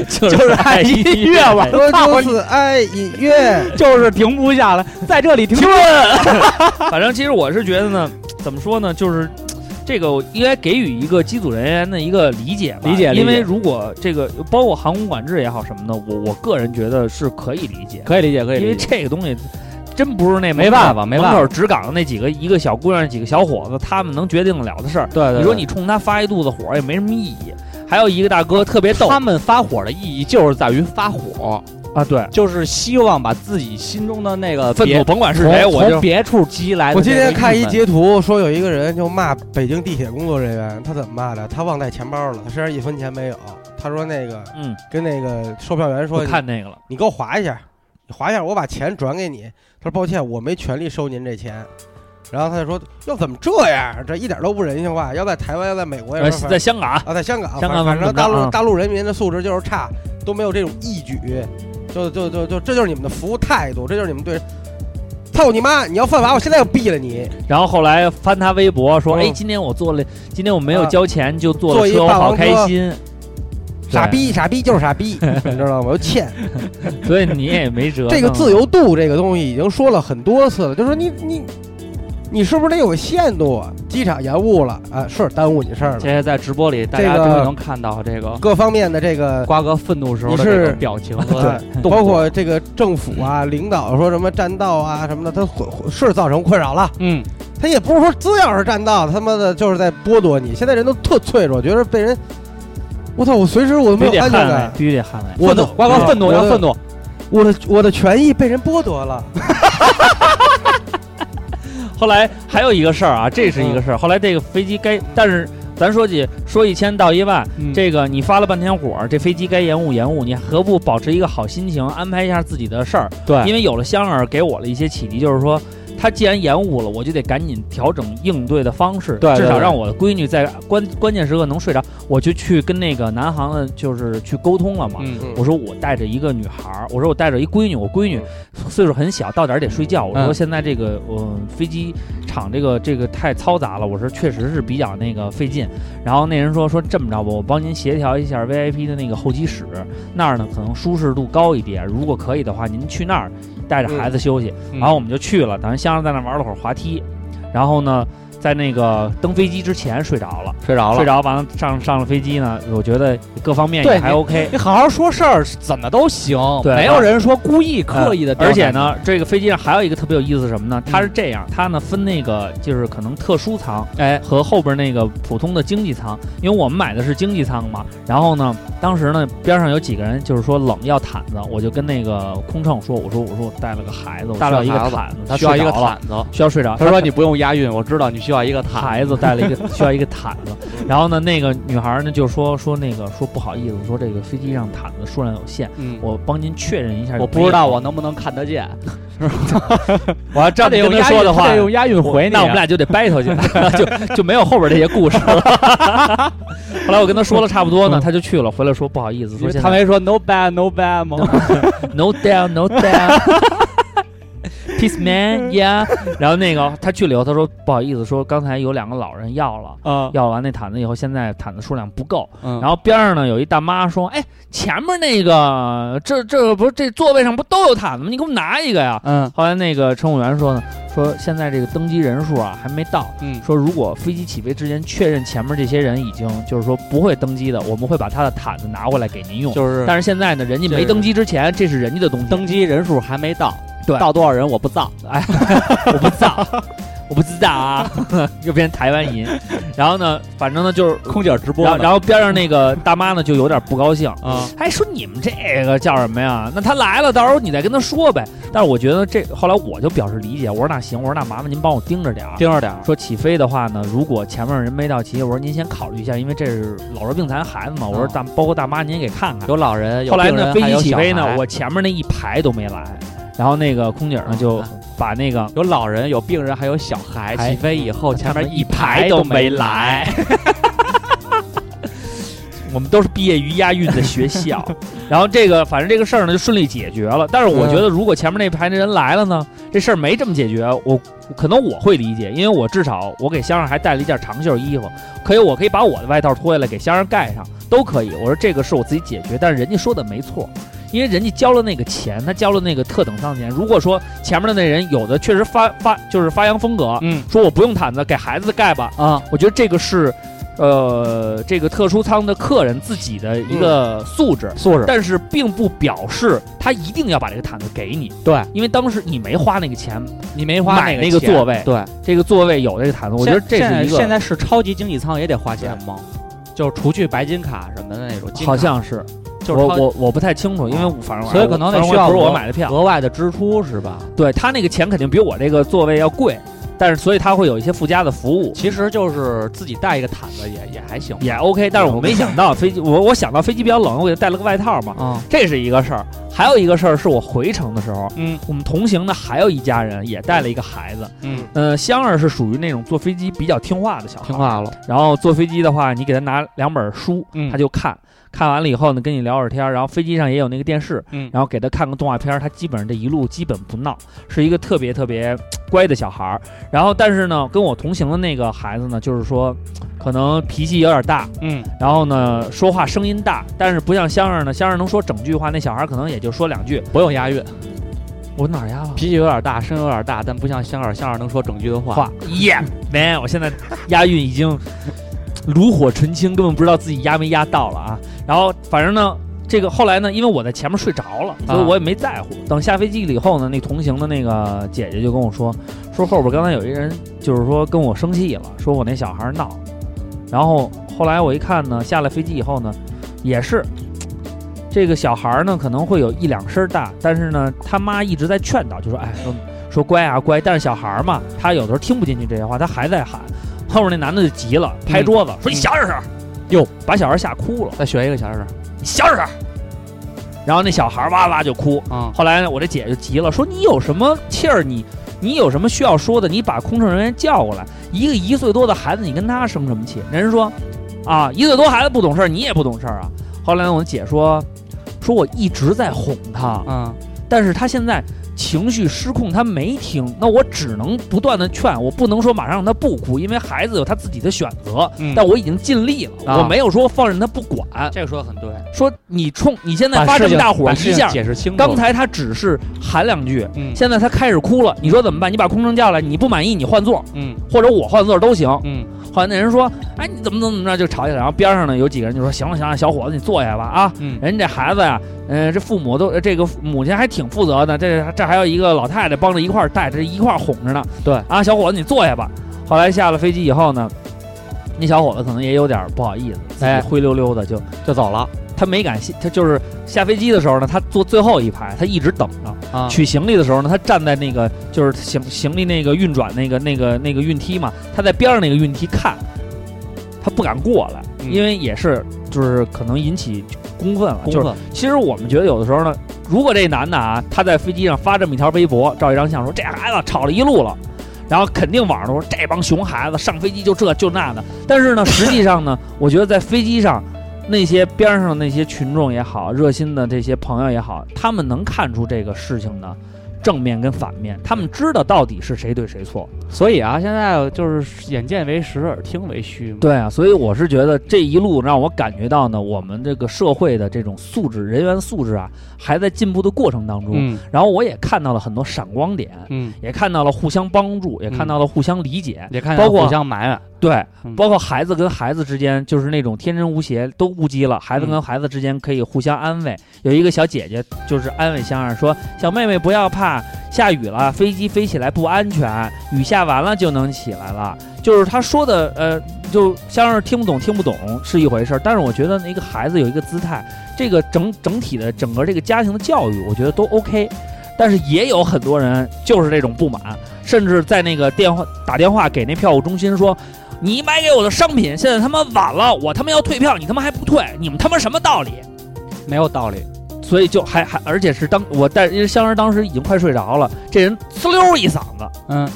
Speaker 2: 就
Speaker 3: 就是爱音乐吧
Speaker 2: 哎
Speaker 4: 我就是爱音乐。
Speaker 3: 就是停不下来，在这里停
Speaker 2: 反正其实我是觉得呢，怎么说呢，就是这个我应该给予一个机组人员的一个理解吧，
Speaker 3: 理解理
Speaker 2: 因为
Speaker 3: 解
Speaker 2: 如果这个包括航空管制也好什么的，我我个人觉得是可以理解，
Speaker 3: 可以理解，可以
Speaker 2: 因为
Speaker 3: 理解。
Speaker 2: 这个东西真不是那
Speaker 3: 没办法没办法
Speaker 2: 门口值岗的那几个一个小姑娘几个小伙子他们能决定得了的事儿。
Speaker 3: 对对对，
Speaker 2: 你说你冲他发一肚子火也没什么意义。还有一个大哥特别逗
Speaker 3: 他们发火的意义就是在于发火，
Speaker 2: 啊，对，
Speaker 3: 就是希望把自己心中的那个
Speaker 2: 愤
Speaker 3: 别
Speaker 2: 怒甭管是
Speaker 3: 从
Speaker 2: 谁，我
Speaker 3: 从
Speaker 2: 就
Speaker 3: 别处激来的
Speaker 4: 我今
Speaker 3: 那个
Speaker 4: 天看
Speaker 3: 郁
Speaker 4: 一
Speaker 3: 闷
Speaker 4: 截图，说有一个人就骂北京地铁工作人员，他怎么骂的？他忘带钱包了，他身上一分钱没有。他说那个
Speaker 2: 嗯，
Speaker 4: 跟那个售票员
Speaker 2: 我
Speaker 4: 说，
Speaker 2: 看那个了，
Speaker 4: 你给我划一下，你划一下，我把钱转给你。他说抱歉，我没权利收您这钱。然后他就说，要怎么这样？这一点都不人性化。要在台湾，要在美国，
Speaker 2: 呃
Speaker 4: 要
Speaker 2: 在香港啊，
Speaker 4: 啊，在香港，
Speaker 2: 香港
Speaker 4: 反
Speaker 2: 怎么
Speaker 4: 正大
Speaker 2: 着啊
Speaker 4: 陆大陆人民的素质就是差，都没有这种义举，就就就就这就是你们的服务态度，这就是你们对。操你妈！你要犯法，我现在就毙了你！
Speaker 2: 然后后来翻他微博说，
Speaker 4: 嗯
Speaker 2: 哎，今天我做了，今天我没有
Speaker 4: 啊
Speaker 2: 交钱就坐了
Speaker 4: 坐一
Speaker 2: 车，我
Speaker 4: 霸王
Speaker 2: 好开
Speaker 4: 车
Speaker 2: 心。
Speaker 4: 傻
Speaker 2: 对，
Speaker 4: 逼，傻逼就是 傻逼，你知道吗？我就欠
Speaker 2: 所以你也没辙。
Speaker 4: 这个自由度，这个东西已经说了很多次了，就说你你你是不是得有个限度啊？机场延误了啊，是耽误你事儿
Speaker 3: 这
Speaker 4: 了，
Speaker 3: 些在直播里，大
Speaker 4: 这
Speaker 3: 家
Speaker 4: 个
Speaker 3: 终于能看到这个
Speaker 4: 各方面的这个
Speaker 3: 瓜哥愤怒时候的
Speaker 4: 你
Speaker 3: 这个
Speaker 4: 是
Speaker 3: 表情 和
Speaker 4: 对
Speaker 3: 动作
Speaker 4: 包括这个政府啊、领导说什么占道啊什么的，他混混是造成困扰了。
Speaker 3: 嗯，
Speaker 4: 他也不是说只要是占道，他妈的就是在剥夺你。现在人都特脆弱，觉得被人，我操，我随时我都
Speaker 2: 必须
Speaker 4: 没
Speaker 2: 得
Speaker 4: 有安
Speaker 2: 捍
Speaker 4: 全
Speaker 2: 卫
Speaker 4: 感，，
Speaker 2: 必须得捍卫。
Speaker 4: 我的
Speaker 3: 瓜哥愤怒
Speaker 4: 我
Speaker 3: 要
Speaker 4: 的
Speaker 3: 愤怒，
Speaker 4: 我的我的权益被人剥夺了。
Speaker 2: 后来还有一个事儿
Speaker 3: 嗯
Speaker 2: 啊，这是一个事儿。后来这个飞机该，但是咱说起说一千道一万，
Speaker 3: 嗯
Speaker 2: 这个你发了半天火，这飞机该延误延误，你何不保持一个好心情，安排一下自己的事儿？
Speaker 3: 对
Speaker 2: 因为有了香儿给我了一些启迪，就是说。他既然延误了，我就得赶紧调整应对的方式，
Speaker 3: 对对
Speaker 2: 至少
Speaker 3: 对
Speaker 2: 让我的闺女在关关键时刻能睡着。我就去跟那个南航的，就是去沟通了嘛。
Speaker 3: 嗯
Speaker 2: 我说我带着一个女孩儿，我说我带着一闺女，我闺女岁数很小，到点儿得睡觉。我说
Speaker 3: 嗯
Speaker 2: 现在这个呃飞机场这个这个太嘈杂了，我说确实是比较那个费劲。然后那人说说这么着吧，我帮您协调一下 VIP 的那个候机室那儿呢，可能舒适度高一点，如果可以的话，您去那儿带着孩子休息。
Speaker 3: 嗯
Speaker 2: 然后我们就去了，等香儿在那儿玩了会儿滑梯，然后呢，在那个登飞机之前睡着了。
Speaker 3: 睡着
Speaker 2: 睡
Speaker 3: 了。
Speaker 2: 着完了上上了飞机呢，我觉得各方面
Speaker 3: 对
Speaker 2: 也还
Speaker 3: 哎你
Speaker 2: OK。
Speaker 3: 你好好说事儿，怎么都行，
Speaker 2: 对
Speaker 3: 没有人说故意刻意的。
Speaker 2: 而且，呢，这个飞机上还有一个特别有意思是什么
Speaker 3: 嗯
Speaker 2: 呢？它是这样，它呢分那个就是可能特殊舱
Speaker 3: 哎，
Speaker 2: 和后边那个普通的经济舱，因为我们买的是经济舱嘛。然后呢，当时呢边上有几个人就是说冷要毯子，我就跟那个空乘说，我说我说我带了个孩子，我需
Speaker 3: 带了
Speaker 2: 要一个
Speaker 3: 孩子
Speaker 2: 毯子，
Speaker 3: 他需要一个
Speaker 2: 睡着了，
Speaker 3: 毯子。
Speaker 2: 需要睡着。
Speaker 3: 他说你不用押韵，我知道你需要一个毯。
Speaker 2: 孩子带了一个 需要一个毯子，然后呢，那个女孩呢就说说那个说不好意思，说这个飞机上毯子数量有限，
Speaker 3: 嗯，
Speaker 2: 我帮您确认一下有没有。
Speaker 3: 我不知道我能不能看得见。
Speaker 2: 我要
Speaker 3: 他
Speaker 2: 这样
Speaker 3: 得
Speaker 2: 跟
Speaker 3: 用押
Speaker 2: 他
Speaker 3: 韵
Speaker 2: 说的话，
Speaker 3: 他得用押韵回你。啊
Speaker 2: 那我们俩就得 battle 去 了，就就没有后边这些故事了。 后来我跟他说了差不多呢，他就去了，回来说不好意思，说现
Speaker 3: 他
Speaker 2: 在
Speaker 3: 没说 no bad no bad 吗？
Speaker 2: no down no down 。Peace man, yeah。然后那个他去了以后，他说不好意思，说刚才有两个老人要了，
Speaker 3: 啊，
Speaker 2: 要完那毯子以后，现在毯子数量不够。
Speaker 3: 然
Speaker 5: 嗯
Speaker 2: 然后边上呢有一大妈说，哎，前面那个这这不是这座位上不都有毯子吗？你给我们拿一个呀。
Speaker 3: 嗯
Speaker 2: 后来那个乘务员说呢，说现在这个登机人数啊还没到，
Speaker 3: 嗯
Speaker 2: 说如果飞机起飞之前确认前面这些人已经就是说不会登机的，我们会把他的毯子拿回来给您用。
Speaker 3: 就是
Speaker 2: 但是现在呢，人家
Speaker 3: 就是
Speaker 2: 没登机之前，这是人家的东西，
Speaker 3: 登机人数还没到，
Speaker 2: 对
Speaker 3: 到多少人我不造。
Speaker 2: 哎，我不知道，我不知 道啊，又变成台湾音。然后呢，反正呢就是，
Speaker 3: 空姐直播
Speaker 2: 然后
Speaker 3: 呢，
Speaker 2: 然后边上那个大妈呢就有点不高兴，
Speaker 3: 啊，
Speaker 2: 哎，说你们这个叫什么呀？那他来了，到时候你再跟他说呗。但是我觉得这后来我就表示理解，我说那行，我说那麻烦您帮我盯着点儿。啊
Speaker 3: 盯着点儿。
Speaker 2: 说起飞的话呢，如果前面人没到齐，我说您先考虑一下，因为这是老弱病残孩子嘛。我说
Speaker 3: 嗯
Speaker 2: 大，包括大妈，您也给看看。
Speaker 3: 有老人，有
Speaker 2: 后来
Speaker 3: 病
Speaker 2: 呢，
Speaker 3: 人
Speaker 2: 飞
Speaker 3: 还
Speaker 2: 机
Speaker 3: 有
Speaker 2: 起
Speaker 3: 小
Speaker 2: 飞呢
Speaker 3: 孩，
Speaker 2: 我前面那一排都没来，然后那个空姐呢
Speaker 3: 嗯
Speaker 2: 就
Speaker 3: 嗯
Speaker 2: 把那个
Speaker 3: 有老人，有病人，还有小孩。
Speaker 2: 哎
Speaker 3: 起飞以后，前面一
Speaker 2: 排
Speaker 3: 都
Speaker 2: 没
Speaker 3: 来。。
Speaker 2: 我们都是毕业于押韵的学校，然后这个反正这个事儿呢就顺利解决了。但是我觉得，如果前面那排那人来了呢，这事儿没这么解决，我可能我会理解，因为我至少我给香儿还带了一件长袖衣服，可以我可以把我的外套脱下来给香儿盖上，都可以。我说这个是我自己解决，但是人家说的没错，因为人家交了那个钱，他交了那个特等舱钱。如果说前面的那人有的确实发发就是发扬风格，
Speaker 3: 嗯
Speaker 2: 说我不用毯子，给孩子盖吧，
Speaker 3: 啊，
Speaker 2: 我觉得这个是，呃，这个特殊舱的客人自己的一个素质。
Speaker 3: 素质
Speaker 2: 但是并不表示他一定要把这个毯子给你，
Speaker 3: 对，
Speaker 2: 因为当时你没花那个钱，
Speaker 3: 你没花
Speaker 2: 买那
Speaker 3: 个
Speaker 2: 个
Speaker 3: 钱
Speaker 2: 座位
Speaker 3: 对，
Speaker 2: 这个座位有这个毯子，我觉得这
Speaker 3: 现在
Speaker 2: 是一
Speaker 3: 现
Speaker 2: 个，
Speaker 3: 在是超级经济舱也得花钱吗？就是除去白金卡什么的那种，金卡
Speaker 2: 好像是，哦
Speaker 3: 就是
Speaker 2: 我
Speaker 3: 超
Speaker 2: 我我不太清楚，因为我反正我
Speaker 3: 所以可能得
Speaker 2: 反正
Speaker 3: 需要
Speaker 2: 我不是我
Speaker 3: 额
Speaker 2: 买的票，
Speaker 3: 额外的支出是吧？
Speaker 2: 对他那个钱肯定比我这个座位要贵，但是所以他会有一些附加的服务。
Speaker 3: 其实就是自己带一个毯子也也还行
Speaker 2: 也 OK，但是我没想到飞机，我我想到飞机比较冷，我给他带了个外套嘛，
Speaker 3: 啊，
Speaker 2: 这是一个事儿。还有一个事儿是我回程的时候，
Speaker 3: 嗯
Speaker 2: 我们同行的还有一家人也带了一个孩子。
Speaker 3: 嗯，
Speaker 2: 呃，香儿是属于那种坐飞机比较听话的小孩，
Speaker 3: 听。话了，
Speaker 2: 然后坐飞机的话，你给他拿两本书，
Speaker 3: 嗯
Speaker 2: 他就看。看完了以后呢，跟你聊会儿天儿，然后飞机上也有那个电视，
Speaker 3: 嗯
Speaker 2: 然后给他看个动画片儿，他基本上这一路基本不闹，是一个特别特别乖的小孩儿。然后但是呢，跟我同行的那个孩子呢，就是说，可能脾气有点大，
Speaker 3: 嗯
Speaker 2: 然后呢，说话声音大，但是不像香儿呢，香儿能说整句话，那小孩儿可能也就说两句。
Speaker 3: 不用押韵，
Speaker 2: 我哪儿压了？
Speaker 3: 脾气有点大，声音有点大，但不像香儿，香儿能说整句的话。
Speaker 2: 话耶 man，我现在押韵已经炉火纯青，根本不知道自己押没押到了啊。然后反正呢，这个后来呢，因为我在前面睡着了，所以我也没在乎。等下飞机了以后呢，那同行的那个姐姐就跟我说，说后边刚才有一人就是说跟我生气了，说我那小孩闹。然后后来我一看呢，下了飞机以后呢，也是。这个小孩呢，可能会有一两声大，但是呢，他妈一直在劝导，就说：“哎，说说乖啊乖，但是小孩儿嘛，他有的时候听不进去这些话，他还在喊。后面那男的就急了，拍桌子、说：“你小点声儿！”哟，把小孩儿吓哭了，
Speaker 3: 再学一个小声
Speaker 2: 你小点声儿。然后那小孩儿哇哇就哭。
Speaker 3: 啊，
Speaker 2: 后来呢，我这姐就急了，说：“你有什么气儿？你你有什么需要说的？你把空乘人员叫过来，一个一岁多的孩子，你跟他生什么气？”人家说：“啊，一岁多孩子不懂事儿，你也不懂事儿啊。”后来呢，我姐说：“说我一直在哄他。”
Speaker 3: 嗯
Speaker 2: 但是他现在情绪失控，他没听，那我只能不断的劝，我不能说马上让他不哭，因为孩子有他自己的选择。
Speaker 3: 嗯
Speaker 2: 但我已经尽力了，
Speaker 3: 啊
Speaker 2: 我没有说放任他不管，
Speaker 3: 这个说的很对，
Speaker 2: 说你冲你现在
Speaker 3: 把
Speaker 2: 发
Speaker 3: 事
Speaker 2: 这
Speaker 3: 情
Speaker 2: 么大火
Speaker 3: 把
Speaker 2: 一
Speaker 3: 事情
Speaker 2: 下，
Speaker 3: 解释清楚。
Speaker 2: 刚才他只是喊两句，
Speaker 3: 嗯
Speaker 2: 现在他开始哭了，你说怎么办？你把空乘叫来，你不满意你换座，
Speaker 3: 嗯
Speaker 2: 或者我换座都行。
Speaker 3: 嗯
Speaker 2: 后来那人说，哎，你怎么怎么怎么着就吵起来，然后边上呢有几个人就说，行了行了，小伙子你坐下吧啊，
Speaker 3: 嗯
Speaker 2: 人这孩子呀、嗯、这父母都这个母亲还挺负责的，这这还有一个老太太帮着一块儿带，这一块儿哄着呢。
Speaker 3: 对
Speaker 2: 啊，小伙子你坐下吧。后来下了飞机以后呢，那小伙子可能也有点不好意思，自己
Speaker 3: 哎
Speaker 2: 灰溜溜的就
Speaker 3: 就走了
Speaker 2: 他没敢下，他就是下飞机的时候呢，他坐最后一排，他一直等着。
Speaker 3: 啊，
Speaker 2: 取行李的时候呢，他站在那个就是行行李那个运转那个那个那个运梯嘛，他在边上那个运梯看，他不敢过来，
Speaker 3: 嗯
Speaker 2: 因为也是就是可能引起公愤了，
Speaker 3: 公
Speaker 2: 就是
Speaker 3: 分
Speaker 2: 其实我们觉得有的时候呢，如果这男的啊，他在飞机上发这么一条微博，照一张相说这孩子吵了一路了，然后肯定网上都说这帮熊孩子上飞机就这就那的。但是呢，实际上呢，我觉得在飞机上，那些边上那些群众也好，热心的这些朋友也好，他们能看出这个事情的正面跟反面，他们知道到底是谁对谁错。
Speaker 3: 所以啊，现在就是眼见为实，耳听为虚嘛。
Speaker 2: 对啊，所以我是觉得这一路让我感觉到呢，我们这个社会的这种素质、人员素质啊，还在进步的过程当中。
Speaker 3: 嗯
Speaker 2: 然后我也看到了很多闪光点，
Speaker 3: 嗯，
Speaker 2: 也看到了互相帮助，也
Speaker 3: 嗯
Speaker 2: 看到了互相理解，
Speaker 3: 也看
Speaker 2: 包括
Speaker 3: 互相埋怨，
Speaker 2: 对
Speaker 3: 嗯，
Speaker 2: 包括孩子跟孩子之间，就是那种天真无邪都不羁了，孩子跟孩子之间可以互相安慰。有一个小姐姐就是安慰香儿说：“小妹妹不要怕，下雨了，飞机飞起来不安全，雨下完了就能起来了。”就是她说的，呃，就香儿听不懂听不懂是一回事儿，但是我觉得那个孩子有一个姿态，这个整整体的整个这个家庭的教育，我觉得都 OK。但是也有很多人就是这种不满，甚至在那个电话打电话给那票务中心说，你买给我的商品现在他妈晚了，我他妈要退票，你他妈还不退，你们他妈什么道理？
Speaker 3: 没有道理。
Speaker 2: 所以就还还，而且是当我带，因为香儿当时已经快睡着了，这人呲溜一嗓子，
Speaker 3: 嗯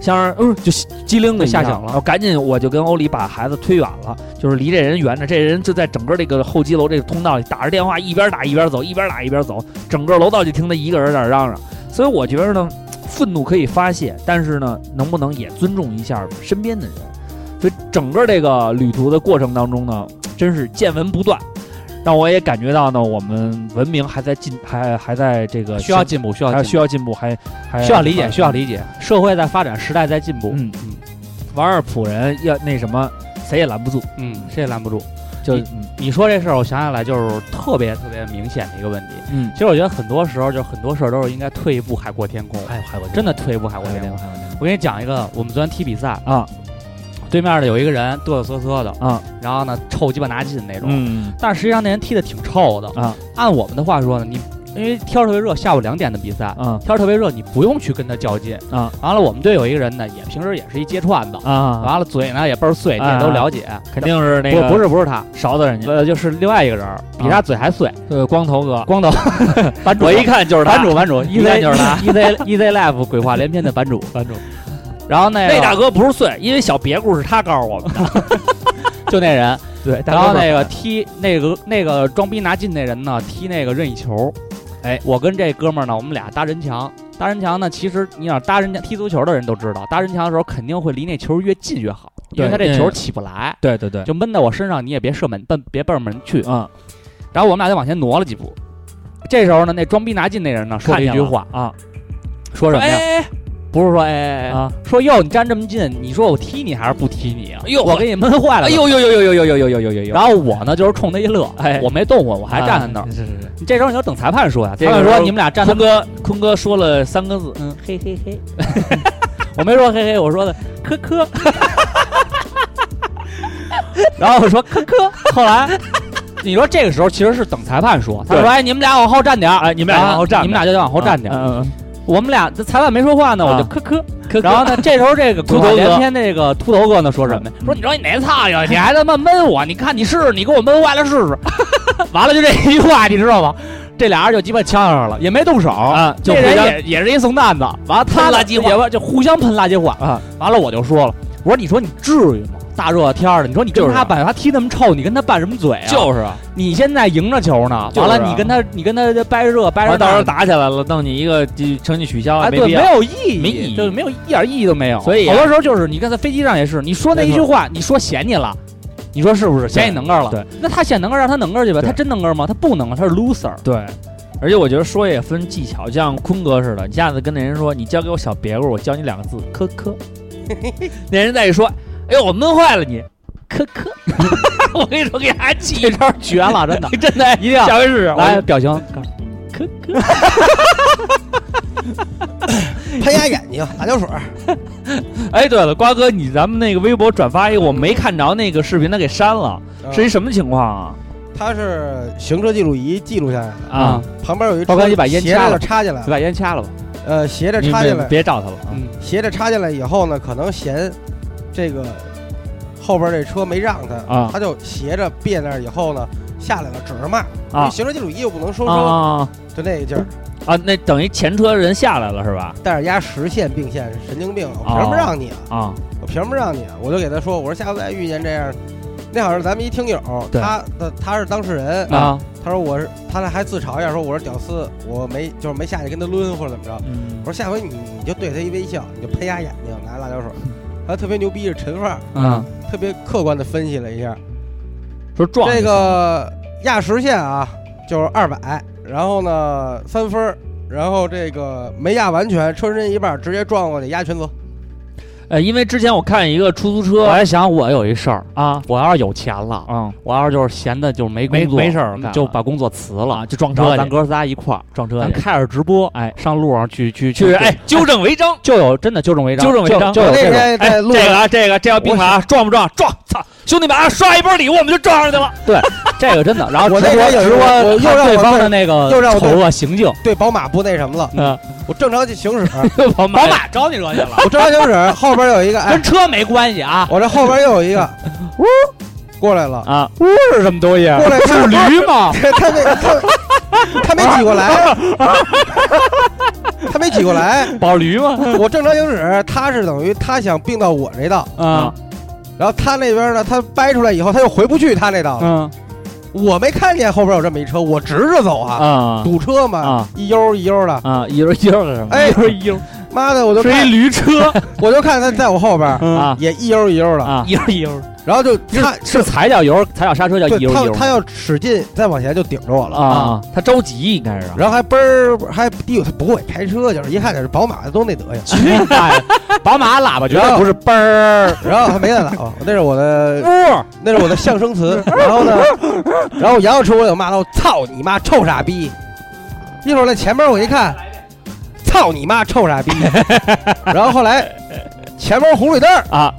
Speaker 2: 香儿嗯就机灵的
Speaker 3: 就吓醒了
Speaker 2: 然后赶紧我就跟欧里把孩子推远了，就是离这人远着，这人就在整个这个候机楼这个通道里打着电话，一边打一边走，一边打一边走，整个楼道就听他一个人在那儿嚷嚷。所以我觉得呢，愤怒可以发泄，但是呢，能不能也尊重一下身边的人？所以整个这个旅途的过程当中呢，真是见闻不断。但我也感觉到呢，我们文明还在进，还还在这个
Speaker 5: 呃需要进步，需要
Speaker 2: 还
Speaker 5: 进
Speaker 2: 需要进步，还还
Speaker 5: 步需要理解，需要
Speaker 2: 理。
Speaker 5: 理解，社会在发展，时代在进步，
Speaker 2: 嗯嗯，王二仆人要那什么，谁也拦不住，
Speaker 5: 嗯，谁也拦不住。
Speaker 2: 就
Speaker 5: 你
Speaker 2: 嗯
Speaker 5: 你说这事儿，我想起来就是特别特别明显的一个问题。
Speaker 2: 嗯，
Speaker 5: 其实我觉得很多时候，就很多事儿都是应该退一步海阔天空，哎
Speaker 2: 哎，海国
Speaker 5: 真的退一步海
Speaker 2: 海
Speaker 5: 阔
Speaker 2: 国
Speaker 5: 天
Speaker 2: 天
Speaker 5: 空。
Speaker 2: 海国天
Speaker 5: 我给你讲一个，我们昨天踢比赛，
Speaker 2: 啊
Speaker 5: 对面的有一个人嘚嘚瑟瑟的，
Speaker 2: 啊
Speaker 5: 然后呢臭鸡巴拿劲那种，
Speaker 2: 嗯
Speaker 5: 但实际上那人踢的挺臭的
Speaker 2: 啊。
Speaker 5: 按我们的话说呢，你因为天儿特别热，下午两点的比赛，
Speaker 2: 啊
Speaker 5: 天儿特别热，你不用去跟他较劲
Speaker 2: 啊。
Speaker 5: 完了，我们队有一个人呢，也平时也是一揭串的，
Speaker 2: 啊，
Speaker 5: 完了嘴呢也倍儿碎，你
Speaker 2: 啊
Speaker 5: 也都了解，
Speaker 2: 肯定是那
Speaker 5: 不
Speaker 2: 个
Speaker 5: 不是不是他，
Speaker 2: 勺子人家，
Speaker 5: 呃，就是另外一个人儿比他嘴还碎，
Speaker 2: 呃，光头哥，
Speaker 5: 光 头版主，
Speaker 2: 我一看就是他，
Speaker 5: 版主版 主，E
Speaker 2: 一
Speaker 5: Z
Speaker 2: 看就是他
Speaker 5: E Z E Z Live 鬼话连篇的 版主版主。然后那
Speaker 2: 那
Speaker 5: 个
Speaker 2: 大哥不是碎，因为小别故是他告诉我们的。
Speaker 5: 就那人，
Speaker 2: 对，大
Speaker 5: 然
Speaker 2: 哥
Speaker 5: 后
Speaker 2: 们儿
Speaker 5: 那个踢那个那个装逼拿进那人呢，踢那个任意球。哎，我跟这哥们儿呢，我们俩搭人墙。搭人墙呢，其实你想搭人墙踢足球的人都知道，搭人墙的时候肯定会离那球越近越好，因
Speaker 2: 对
Speaker 5: 为他
Speaker 2: 嗯
Speaker 5: 这球起不来，
Speaker 2: 对对对，
Speaker 5: 就闷在我身上，你也别射门，奔别奔门去。
Speaker 2: 啊，
Speaker 5: 然后我们俩就往前挪了几步。这时候呢，那装逼拿进那人呢说了
Speaker 2: 看
Speaker 5: 一
Speaker 2: 见
Speaker 5: 句
Speaker 2: 了
Speaker 5: 话，
Speaker 2: 啊
Speaker 5: 说
Speaker 2: 什么呀
Speaker 5: 哎，不是说哎哎哎，
Speaker 2: 啊，
Speaker 5: 说哟，你站这么近，你说我踢你还是不踢你啊？
Speaker 2: 哎呦
Speaker 5: 我给你闷坏了。
Speaker 2: 哎呦呦呦呦呦呦呦呦呦呦呦呦，
Speaker 5: 然后我呢就是冲他一乐，
Speaker 2: 哎
Speaker 5: 我没动过，我还站在那儿。
Speaker 2: 是是是。
Speaker 5: 你这时候你就等裁判说呀，
Speaker 2: 这
Speaker 5: 裁
Speaker 2: 个
Speaker 5: 判
Speaker 2: 时
Speaker 5: 说
Speaker 2: 候
Speaker 5: 你们俩站他
Speaker 2: 坤
Speaker 5: 们，
Speaker 2: 哥，坤哥说了三个字，
Speaker 5: 嗯，嘿嘿嘿，我没说嘿嘿，我说的科科，然后我说科科，后来。你说这个时候其实是等裁判说，他说：“
Speaker 2: 对
Speaker 5: 哎，你们俩往后站点儿，哎，你
Speaker 2: 们俩往后站
Speaker 5: 你们俩就得往后站点儿。
Speaker 2: 嗯，嗯
Speaker 5: 我们俩这裁判没说话呢，我就
Speaker 2: 啊
Speaker 5: 科科。
Speaker 2: 科
Speaker 5: 然后呢，这时候这个
Speaker 2: 秃头
Speaker 5: 鬼话
Speaker 2: 哥
Speaker 5: 连篇那个秃头哥呢说什么呀？
Speaker 2: 嗯
Speaker 5: 说你说你哪操呀？你 还他妈闷我？你看你试试，你给我闷坏了试 试。完了就这一句话，你知道吗？这俩人就鸡巴呛上了，也没动手
Speaker 2: 啊就
Speaker 5: 这
Speaker 2: 互
Speaker 5: 人
Speaker 2: 相
Speaker 5: 也也是一怂蛋子。完了他
Speaker 2: 喷
Speaker 5: 呢
Speaker 2: 垃圾话
Speaker 5: 也不就互相喷垃圾话
Speaker 2: 啊。
Speaker 5: 完了我就说了，我说你说你至于吗？大热天儿的，你说你跟
Speaker 2: 就是
Speaker 5: 他
Speaker 2: 啊
Speaker 5: 拌，他踢那么臭，你跟他拌什么嘴啊？
Speaker 2: 就是啊，
Speaker 5: 你现在赢着球呢，
Speaker 2: 就是
Speaker 5: 完
Speaker 2: 啊
Speaker 5: 了你跟他你跟他掰热掰
Speaker 2: 完了
Speaker 5: 热那，
Speaker 2: 到时候打起来了，弄你一个就成绩取消，
Speaker 5: 哎，
Speaker 2: 啊没
Speaker 5: 对，
Speaker 2: 必
Speaker 5: 没
Speaker 2: 要。
Speaker 5: 有意义，
Speaker 2: 没意义
Speaker 5: 对，没有一点意义都没有。
Speaker 2: 所以啊
Speaker 5: 好多时候就是你看在飞机上也是，你说那一句话，你说嫌你了，你说是不是？嫌你能干了？
Speaker 2: 对，
Speaker 5: 那他嫌能干，让他能干去吧。
Speaker 2: 对
Speaker 5: 他真能干吗？他不能，他是 loser。
Speaker 2: 对，而且我觉得说也分技巧，就像坤哥似的，你下次跟那人说，你教给我小别故，我教你两个字，科 科。那人再一说，哎呦，我闷坏了你，科 科。我跟你说，给他气，
Speaker 5: 这招绝了， 真的，
Speaker 2: 真的，
Speaker 5: 一定要
Speaker 2: 下回试试。
Speaker 5: 来表情，
Speaker 2: 科科，
Speaker 4: 喷俩眼睛，打胶水儿，
Speaker 2: 哎，对了，瓜哥，你咱们那个微博转发一个，我没看着那个视频，他给删了，
Speaker 4: 嗯
Speaker 2: 是一什么情况啊？
Speaker 4: 他是行车记录仪记录下来的，
Speaker 2: 啊，
Speaker 4: 旁边有一
Speaker 5: 包括
Speaker 4: 车
Speaker 5: 你把烟
Speaker 4: 斜
Speaker 5: 掐
Speaker 4: 着
Speaker 5: 了
Speaker 4: 插进来
Speaker 5: 你，把烟掐了吧。
Speaker 4: 呃，斜着
Speaker 2: 你
Speaker 4: 插进
Speaker 2: 别，
Speaker 4: 来
Speaker 2: 别找他了啊。
Speaker 5: 嗯
Speaker 4: 斜着插进来以后呢，可能嫌这个后边这车没让他，
Speaker 2: 啊
Speaker 4: 他就斜着别那儿以后呢，下来了指着骂，
Speaker 2: 啊
Speaker 4: 因为行车记录仪又不能收声，
Speaker 2: 啊
Speaker 4: 就那个劲儿。
Speaker 2: 啊！那等于前车人下来了是吧？
Speaker 4: 但是压实线并线是神经病，我凭什么让你啊？
Speaker 2: 啊
Speaker 4: 我凭什么让你啊？我就给他说，我说下次再遇见这样，那好像是咱们一听友，
Speaker 2: 对
Speaker 4: 他的他是当事人，
Speaker 2: 啊，
Speaker 4: 他说我是，他还自嘲一下说我是屌丝，我没就是没下去跟他抡或者怎么着。
Speaker 2: 嗯
Speaker 4: 我说下回你你就对他一微笑，你就喷他眼睛，拿辣椒水。他特别牛逼是陈范儿，
Speaker 2: 嗯，
Speaker 4: 特别客观的分析了一下
Speaker 2: 说撞
Speaker 4: 这个压实线啊，就是二百，然后呢三分儿，然后这个没压完全，车身一半儿直接撞过去压全责。
Speaker 2: 呃，因为之前我看一个出租
Speaker 5: 我
Speaker 2: 车
Speaker 5: 还想我有一事儿，
Speaker 2: 啊，
Speaker 5: 我要是有钱了，
Speaker 2: 嗯
Speaker 5: 我要是就是闲的就是没
Speaker 2: 没
Speaker 5: 工作，
Speaker 2: 没事儿干
Speaker 5: 就
Speaker 2: 了
Speaker 5: 把工作辞了
Speaker 2: 啊，，就撞
Speaker 5: 然后
Speaker 2: 车
Speaker 5: 咱
Speaker 2: 去，
Speaker 5: 哥仨一块儿，
Speaker 2: 撞车
Speaker 5: 咱
Speaker 2: 去，
Speaker 5: 开着直播，
Speaker 2: 哎，
Speaker 5: 上路上去去
Speaker 2: 去哎，纠正违章，
Speaker 5: 就有真的纠正违章，
Speaker 2: 纠正违章
Speaker 5: 就有
Speaker 4: 我
Speaker 5: 这
Speaker 4: 那
Speaker 5: 种。
Speaker 4: 天
Speaker 2: 哎，
Speaker 4: 在
Speaker 2: 这
Speaker 4: 路上，
Speaker 2: 个啊，这个这要并了啊，撞不撞？撞！操，兄弟们啊，刷一波礼物我们就撞上去了。
Speaker 5: 这个真 的。然后
Speaker 4: 我
Speaker 5: 直
Speaker 4: 那
Speaker 5: 播
Speaker 4: 天有一
Speaker 5: 直
Speaker 4: 个我
Speaker 5: 播看
Speaker 4: 又让我
Speaker 5: 对
Speaker 4: 对
Speaker 5: 方的那个
Speaker 4: 又让我
Speaker 5: 丑
Speaker 4: 对
Speaker 5: 恶行径，
Speaker 4: 对宝马不那什么了，
Speaker 5: 嗯，
Speaker 4: 我正常行驶，
Speaker 2: 宝
Speaker 5: 宝马招你惹去了，
Speaker 4: 我正常行驶，后边有一个哎
Speaker 5: 跟，车没关系啊。
Speaker 4: 我这后边又有一个呜过来了，
Speaker 2: 啊，
Speaker 5: 这是什么东西？
Speaker 4: 过来看
Speaker 5: 驴 吗？
Speaker 4: 他没他他没挤过来，他没挤过来。
Speaker 5: 宝驴吗？
Speaker 4: 我正常行驶，他是等于他想并到我这道，
Speaker 5: 啊
Speaker 4: 然后他那边呢，他掰出来以后他又回不去他那
Speaker 2: 啊
Speaker 4: 道了。
Speaker 5: 嗯
Speaker 4: 我没看见后边有这么一车，我直着走啊，
Speaker 2: 啊
Speaker 3: 嗯
Speaker 4: 堵车嘛，
Speaker 2: 啊
Speaker 4: 一悠一悠的。
Speaker 2: 啊，一溜一溜的什么？
Speaker 4: 哎
Speaker 2: 一溜一溜，
Speaker 4: 妈妈的，我就
Speaker 2: 追
Speaker 4: 看，
Speaker 2: 驴车
Speaker 4: 我就看他在我后边儿，
Speaker 3: 嗯
Speaker 2: 啊
Speaker 4: 也一悠一悠的，
Speaker 3: 啊，
Speaker 2: 一悠一悠，
Speaker 4: 然后就他
Speaker 3: 是是踩脚油，踩脚刹车叫
Speaker 4: 对
Speaker 3: 一油一
Speaker 4: 他
Speaker 3: 油
Speaker 4: 他要使劲再往前就顶着我了，
Speaker 3: 啊，
Speaker 2: 他着急应该是啊。
Speaker 4: 然后还嘣儿还低，他不会开车，就是一看就是宝马的都那德 行，
Speaker 3: 去你大爷！
Speaker 2: 嗯
Speaker 3: 宝哎马喇叭绝对不是嘣儿，
Speaker 4: 然后还没带喇叭，那是我的
Speaker 2: 嗯
Speaker 3: 呜，
Speaker 4: 那是我的象声词。然后呢，然后杨洋出我就骂了，我操你妈臭傻逼！一会儿在前面我一看，操你妈 臭傻逼！然后后来前面红绿灯儿
Speaker 3: 啊，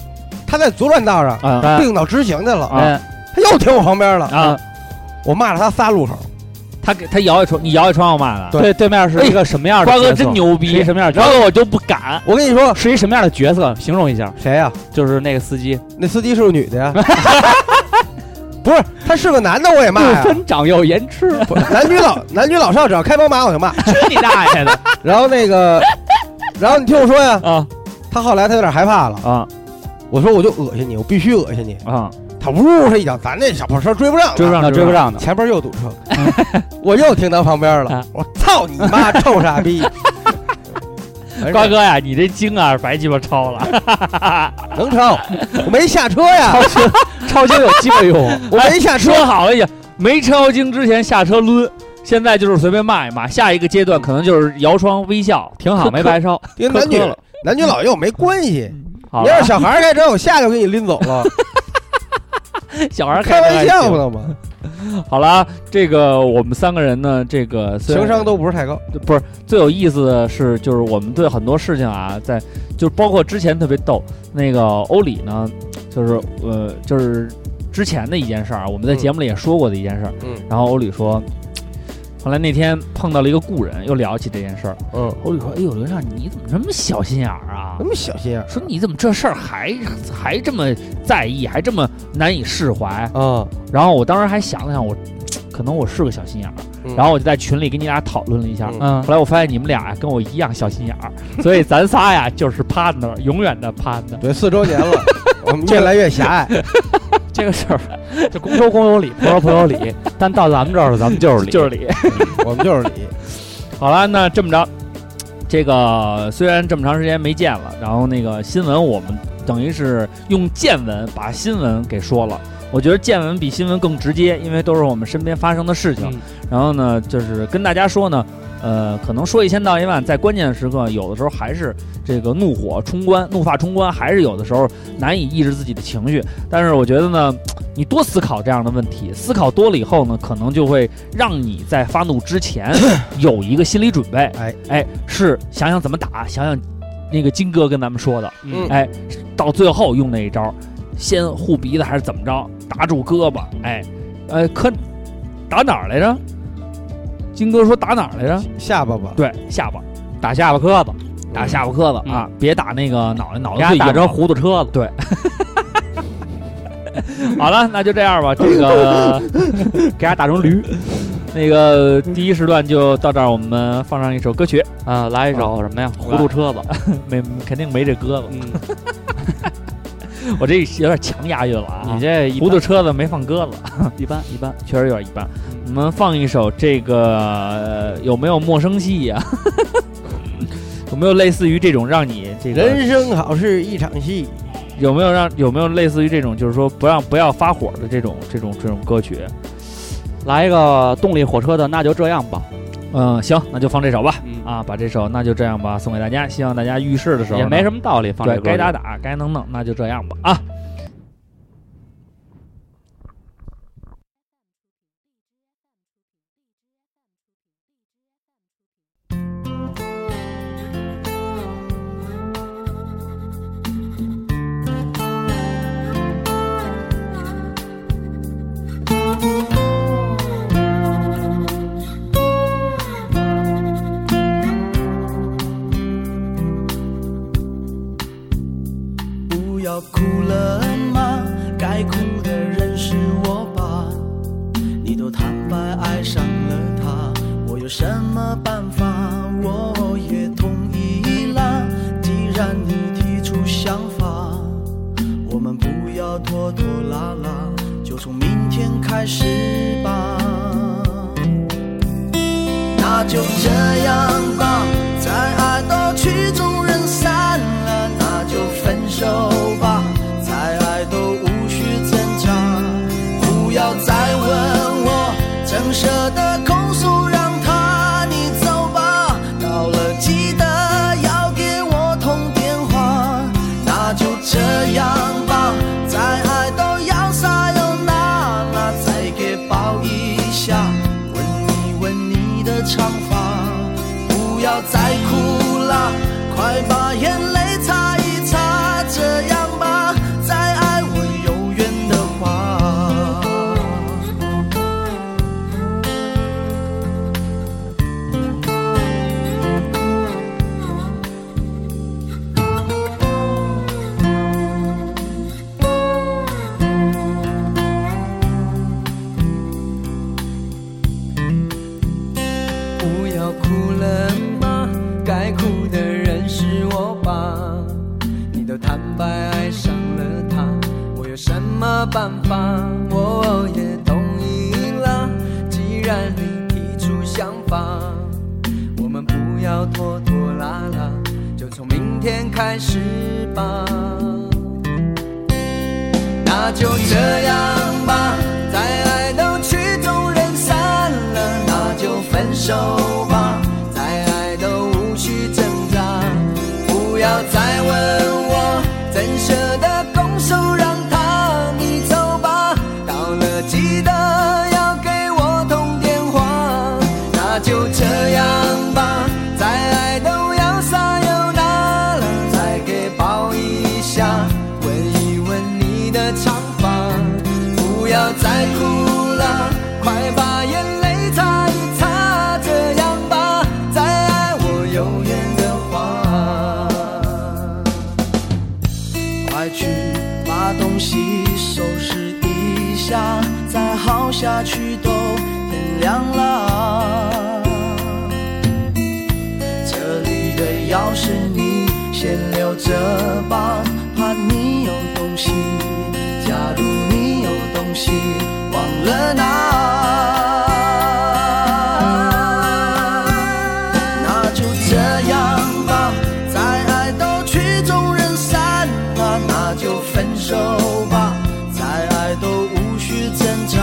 Speaker 4: 他在左转道上
Speaker 3: 啊
Speaker 4: 并道直行去了，
Speaker 3: 啊
Speaker 4: 他又停我旁边了，
Speaker 3: 啊！
Speaker 4: 我骂了他仨路口。
Speaker 2: 嗯他给他摇一窗，你摇一窗户骂的。
Speaker 4: 对
Speaker 3: 对，对面是一
Speaker 5: 哎
Speaker 3: 个什么样的角
Speaker 2: 瓜
Speaker 3: 色？
Speaker 2: 哥真牛
Speaker 3: 是一
Speaker 2: 逼，
Speaker 3: 什么样的角
Speaker 2: 然
Speaker 3: 色？
Speaker 2: 后我就不敢。
Speaker 4: 我跟你说，
Speaker 3: 是一什么样的角色？形容一下，
Speaker 4: 谁呀、
Speaker 3: 就是那个司机，
Speaker 4: 那司机是个女的 呀？不是，他是个男的，我也骂
Speaker 2: 啊
Speaker 4: 呀
Speaker 3: 不。分长幼延迟，
Speaker 4: 不男女老男女老少，只要开宝马我就骂。
Speaker 2: 去你大爷的！
Speaker 4: 然后那个，然后你听我说呀，
Speaker 3: 啊
Speaker 4: 他后来他有点害怕了。
Speaker 3: 啊
Speaker 4: 我说我就恶心你，我必须恶心你。
Speaker 3: 啊！
Speaker 2: 嗯
Speaker 4: 他呜他一脚，咱那小破车追不上，
Speaker 3: 追不上，追不。上的，
Speaker 4: 前边又堵车，我又停到旁边了
Speaker 3: 啊。
Speaker 4: 我操你妈，臭傻逼！哎
Speaker 2: 瓜哥呀，你这经啊，白鸡巴抄了。
Speaker 4: 能超，我没下车 呀，
Speaker 3: 超级有机会用。
Speaker 4: 我没下车。
Speaker 2: 说好了也没抄经之前下车抡，现在就是随便骂一骂。下一个阶段可能就是摇窗微笑，挺好，没白 烧。
Speaker 4: 因为男女
Speaker 2: 磕磕了
Speaker 4: 男女老幼没关系，
Speaker 3: 好
Speaker 4: 你
Speaker 3: 了
Speaker 4: 要是小孩儿开车，我下去我给你拎走了，
Speaker 2: 小孩儿
Speaker 4: 开玩笑不
Speaker 2: 呢。
Speaker 4: 能吗？
Speaker 2: 好了啊，这个我们三个人呢，这个虽然
Speaker 4: 情商都不是太高。
Speaker 2: 不是最有意思的是，就是我们对很多事情啊，在就是包括之前特别逗，那个欧里呢，就是呃，就是之前的一件事儿啊，我们在
Speaker 4: 嗯
Speaker 2: 节目里也说过的一件事儿。
Speaker 4: 嗯
Speaker 2: 然后欧里说，后来那天碰到了一个故人，又聊起这件事儿。
Speaker 4: 嗯，
Speaker 2: 欧里说：“哎呦，刘畅，你怎么这么小心眼儿啊
Speaker 4: 那？么小心眼
Speaker 2: 说你怎么这事儿还还这么在意，还这么难以释怀？”
Speaker 4: 啊？
Speaker 2: 然后我当时还想了想，我可能我是个小心眼儿。
Speaker 4: 嗯
Speaker 2: 然后我就在群里跟你俩讨论了一下。
Speaker 4: 嗯
Speaker 3: 嗯
Speaker 2: 后来我发现你们俩跟我一样小心眼儿，所以咱仨呀就是 partner，永远的 partner。
Speaker 4: 对，四周年 了，我们越来越狭隘。
Speaker 3: 这个事儿，就公说公有理，婆说婆有理，但到咱们这儿了，咱们 就是理，
Speaker 2: 就是你。
Speaker 4: 我们就是你，
Speaker 2: 好了，那这么着，这个虽然这么长时间没见了，然后那个新闻我们等于是用见闻把新闻给说了。我觉得见闻比新闻更直接，因为都是我们身边发生的事情。
Speaker 3: 嗯
Speaker 2: 然后呢，就是跟大家说呢，呃，可能说一千道一万，在关键时刻，有的时候还是这个怒火冲冠、怒发冲冠，还是有的时候难以抑制自己的情绪。但是我觉得呢，你多思考这样的问题，思考多了以后呢，可能就会让你在发怒之前有一个心理准备。
Speaker 4: 哎
Speaker 2: 哎，是想想怎么打，想想那个金哥跟咱们说的，
Speaker 4: 嗯
Speaker 2: 哎，到最后用那一招，先护鼻子还是怎么着，打住胳膊，哎，呃，可打哪儿来着？金哥说打哪儿来着？
Speaker 4: 下巴吧。
Speaker 2: 对，下巴，
Speaker 3: 打下巴磕子，
Speaker 2: 打下巴磕子
Speaker 3: 嗯
Speaker 2: 啊，别打那个脑袋，脑袋
Speaker 3: 丫
Speaker 2: 最
Speaker 3: 打
Speaker 2: 硬
Speaker 3: 成
Speaker 2: 了
Speaker 3: 糊涂车了。
Speaker 2: 哦 好了，那就这样吧，这 个给他打成驴。那个第一时段就到这儿，我们放上一首歌曲，
Speaker 3: 啊，来一首什么呀？糊涂车 子。
Speaker 2: 没肯定没这歌了，
Speaker 3: 嗯，
Speaker 2: 我这有点强押韵了啊。
Speaker 3: 你这一
Speaker 2: 糊
Speaker 3: 般
Speaker 2: 涂车子没放歌了，
Speaker 3: 一般一般。
Speaker 2: 确实有点一般。我
Speaker 3: 嗯
Speaker 2: 们放一首这个、呃有没有陌生戏呀、有没有类似于这种让你这个
Speaker 4: 人生好是一场戏，
Speaker 2: 有没有让有没有类似于这种就是说不让不要发火的这种这种这种歌曲？
Speaker 3: 来一个动力火车的，那就这样吧。
Speaker 2: 嗯，行，那就放这首吧。
Speaker 3: 嗯啊，
Speaker 2: 啊，把这首那就这样吧送给大家，希望大家遇事的时候
Speaker 3: 也没什
Speaker 2: 么，
Speaker 3: 么道理，放这
Speaker 2: 对
Speaker 3: 歌
Speaker 2: 该打
Speaker 3: 里
Speaker 2: 打，该弄弄，那就这样吧啊。
Speaker 6: 不要哭了吗？该哭的人是我吧？你都坦白爱上了他，我有什么办法？我也同意啦。既然你提出想法，我们不要拖拖拉拉，就从明天开始吧。那就这样吧，再爱到曲终人吧，快把眼泪擦一擦，这样吧，再爱我永远的话。不要哭了吗？该哭的人是我吧？你都坦白爱上了他，我有什么办法？我也同意了。既然你提出想法，我们不要拖拖拉拉，就从明天开始吧。那就这样吧，再爱都曲终人散了，那就分手吧，再爱都无需挣扎，不要再问我怎舍得拱手让他，你走吧，到了记得要给我通电话，那就这样吧，再爱都要撒又那了，再给抱一下，吻一吻你的长发，不要再哭了，快把眼泪擦一擦，这样吧，再爱我永远的话。快去把东西收拾一下，再耗下去都天亮了。这里的钥匙你先留着吧，怕你有东西，假如你有东西忘了拿。那就这样吧，再爱都曲终人散了，那就分手吧，再爱都无需挣扎，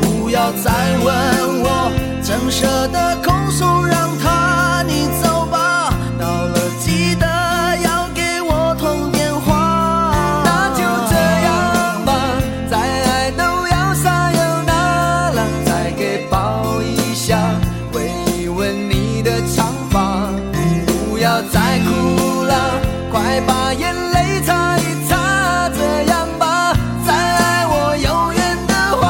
Speaker 6: 不要再问我怎舍得空手让他你走吧，到了记得要给我通电话。那就这样吧，再爱都要撒又那拉，再给抱一下，吻一吻你的长发，不要再哭了，快把眼泪擦一擦，这样吧，再爱我永远的话。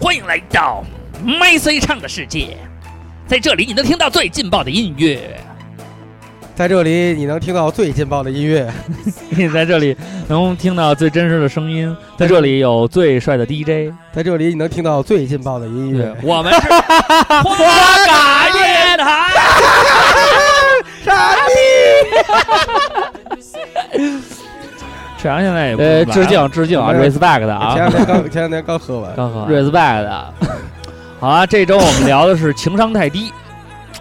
Speaker 7: 欢迎来到 My C 唱的世界，在这里你能听到最劲爆的音乐。
Speaker 4: 在这里你能听到最劲爆的音乐，
Speaker 2: 在这里能听到最真实的声音，在这里有最帅的 DJ。
Speaker 4: 在这里你能听到最劲爆的音乐。
Speaker 7: 我 们是花嘎电台，
Speaker 2: 沈阳现在也不
Speaker 3: 呃，
Speaker 2: 晚
Speaker 3: 致敬致敬啊
Speaker 4: 没有
Speaker 3: ，respect
Speaker 4: 前两
Speaker 3: 啊
Speaker 4: 天刚前两天刚喝完，
Speaker 2: 刚好。
Speaker 3: ，respect 啊。
Speaker 2: 好啊，这周我们聊的是情商太低，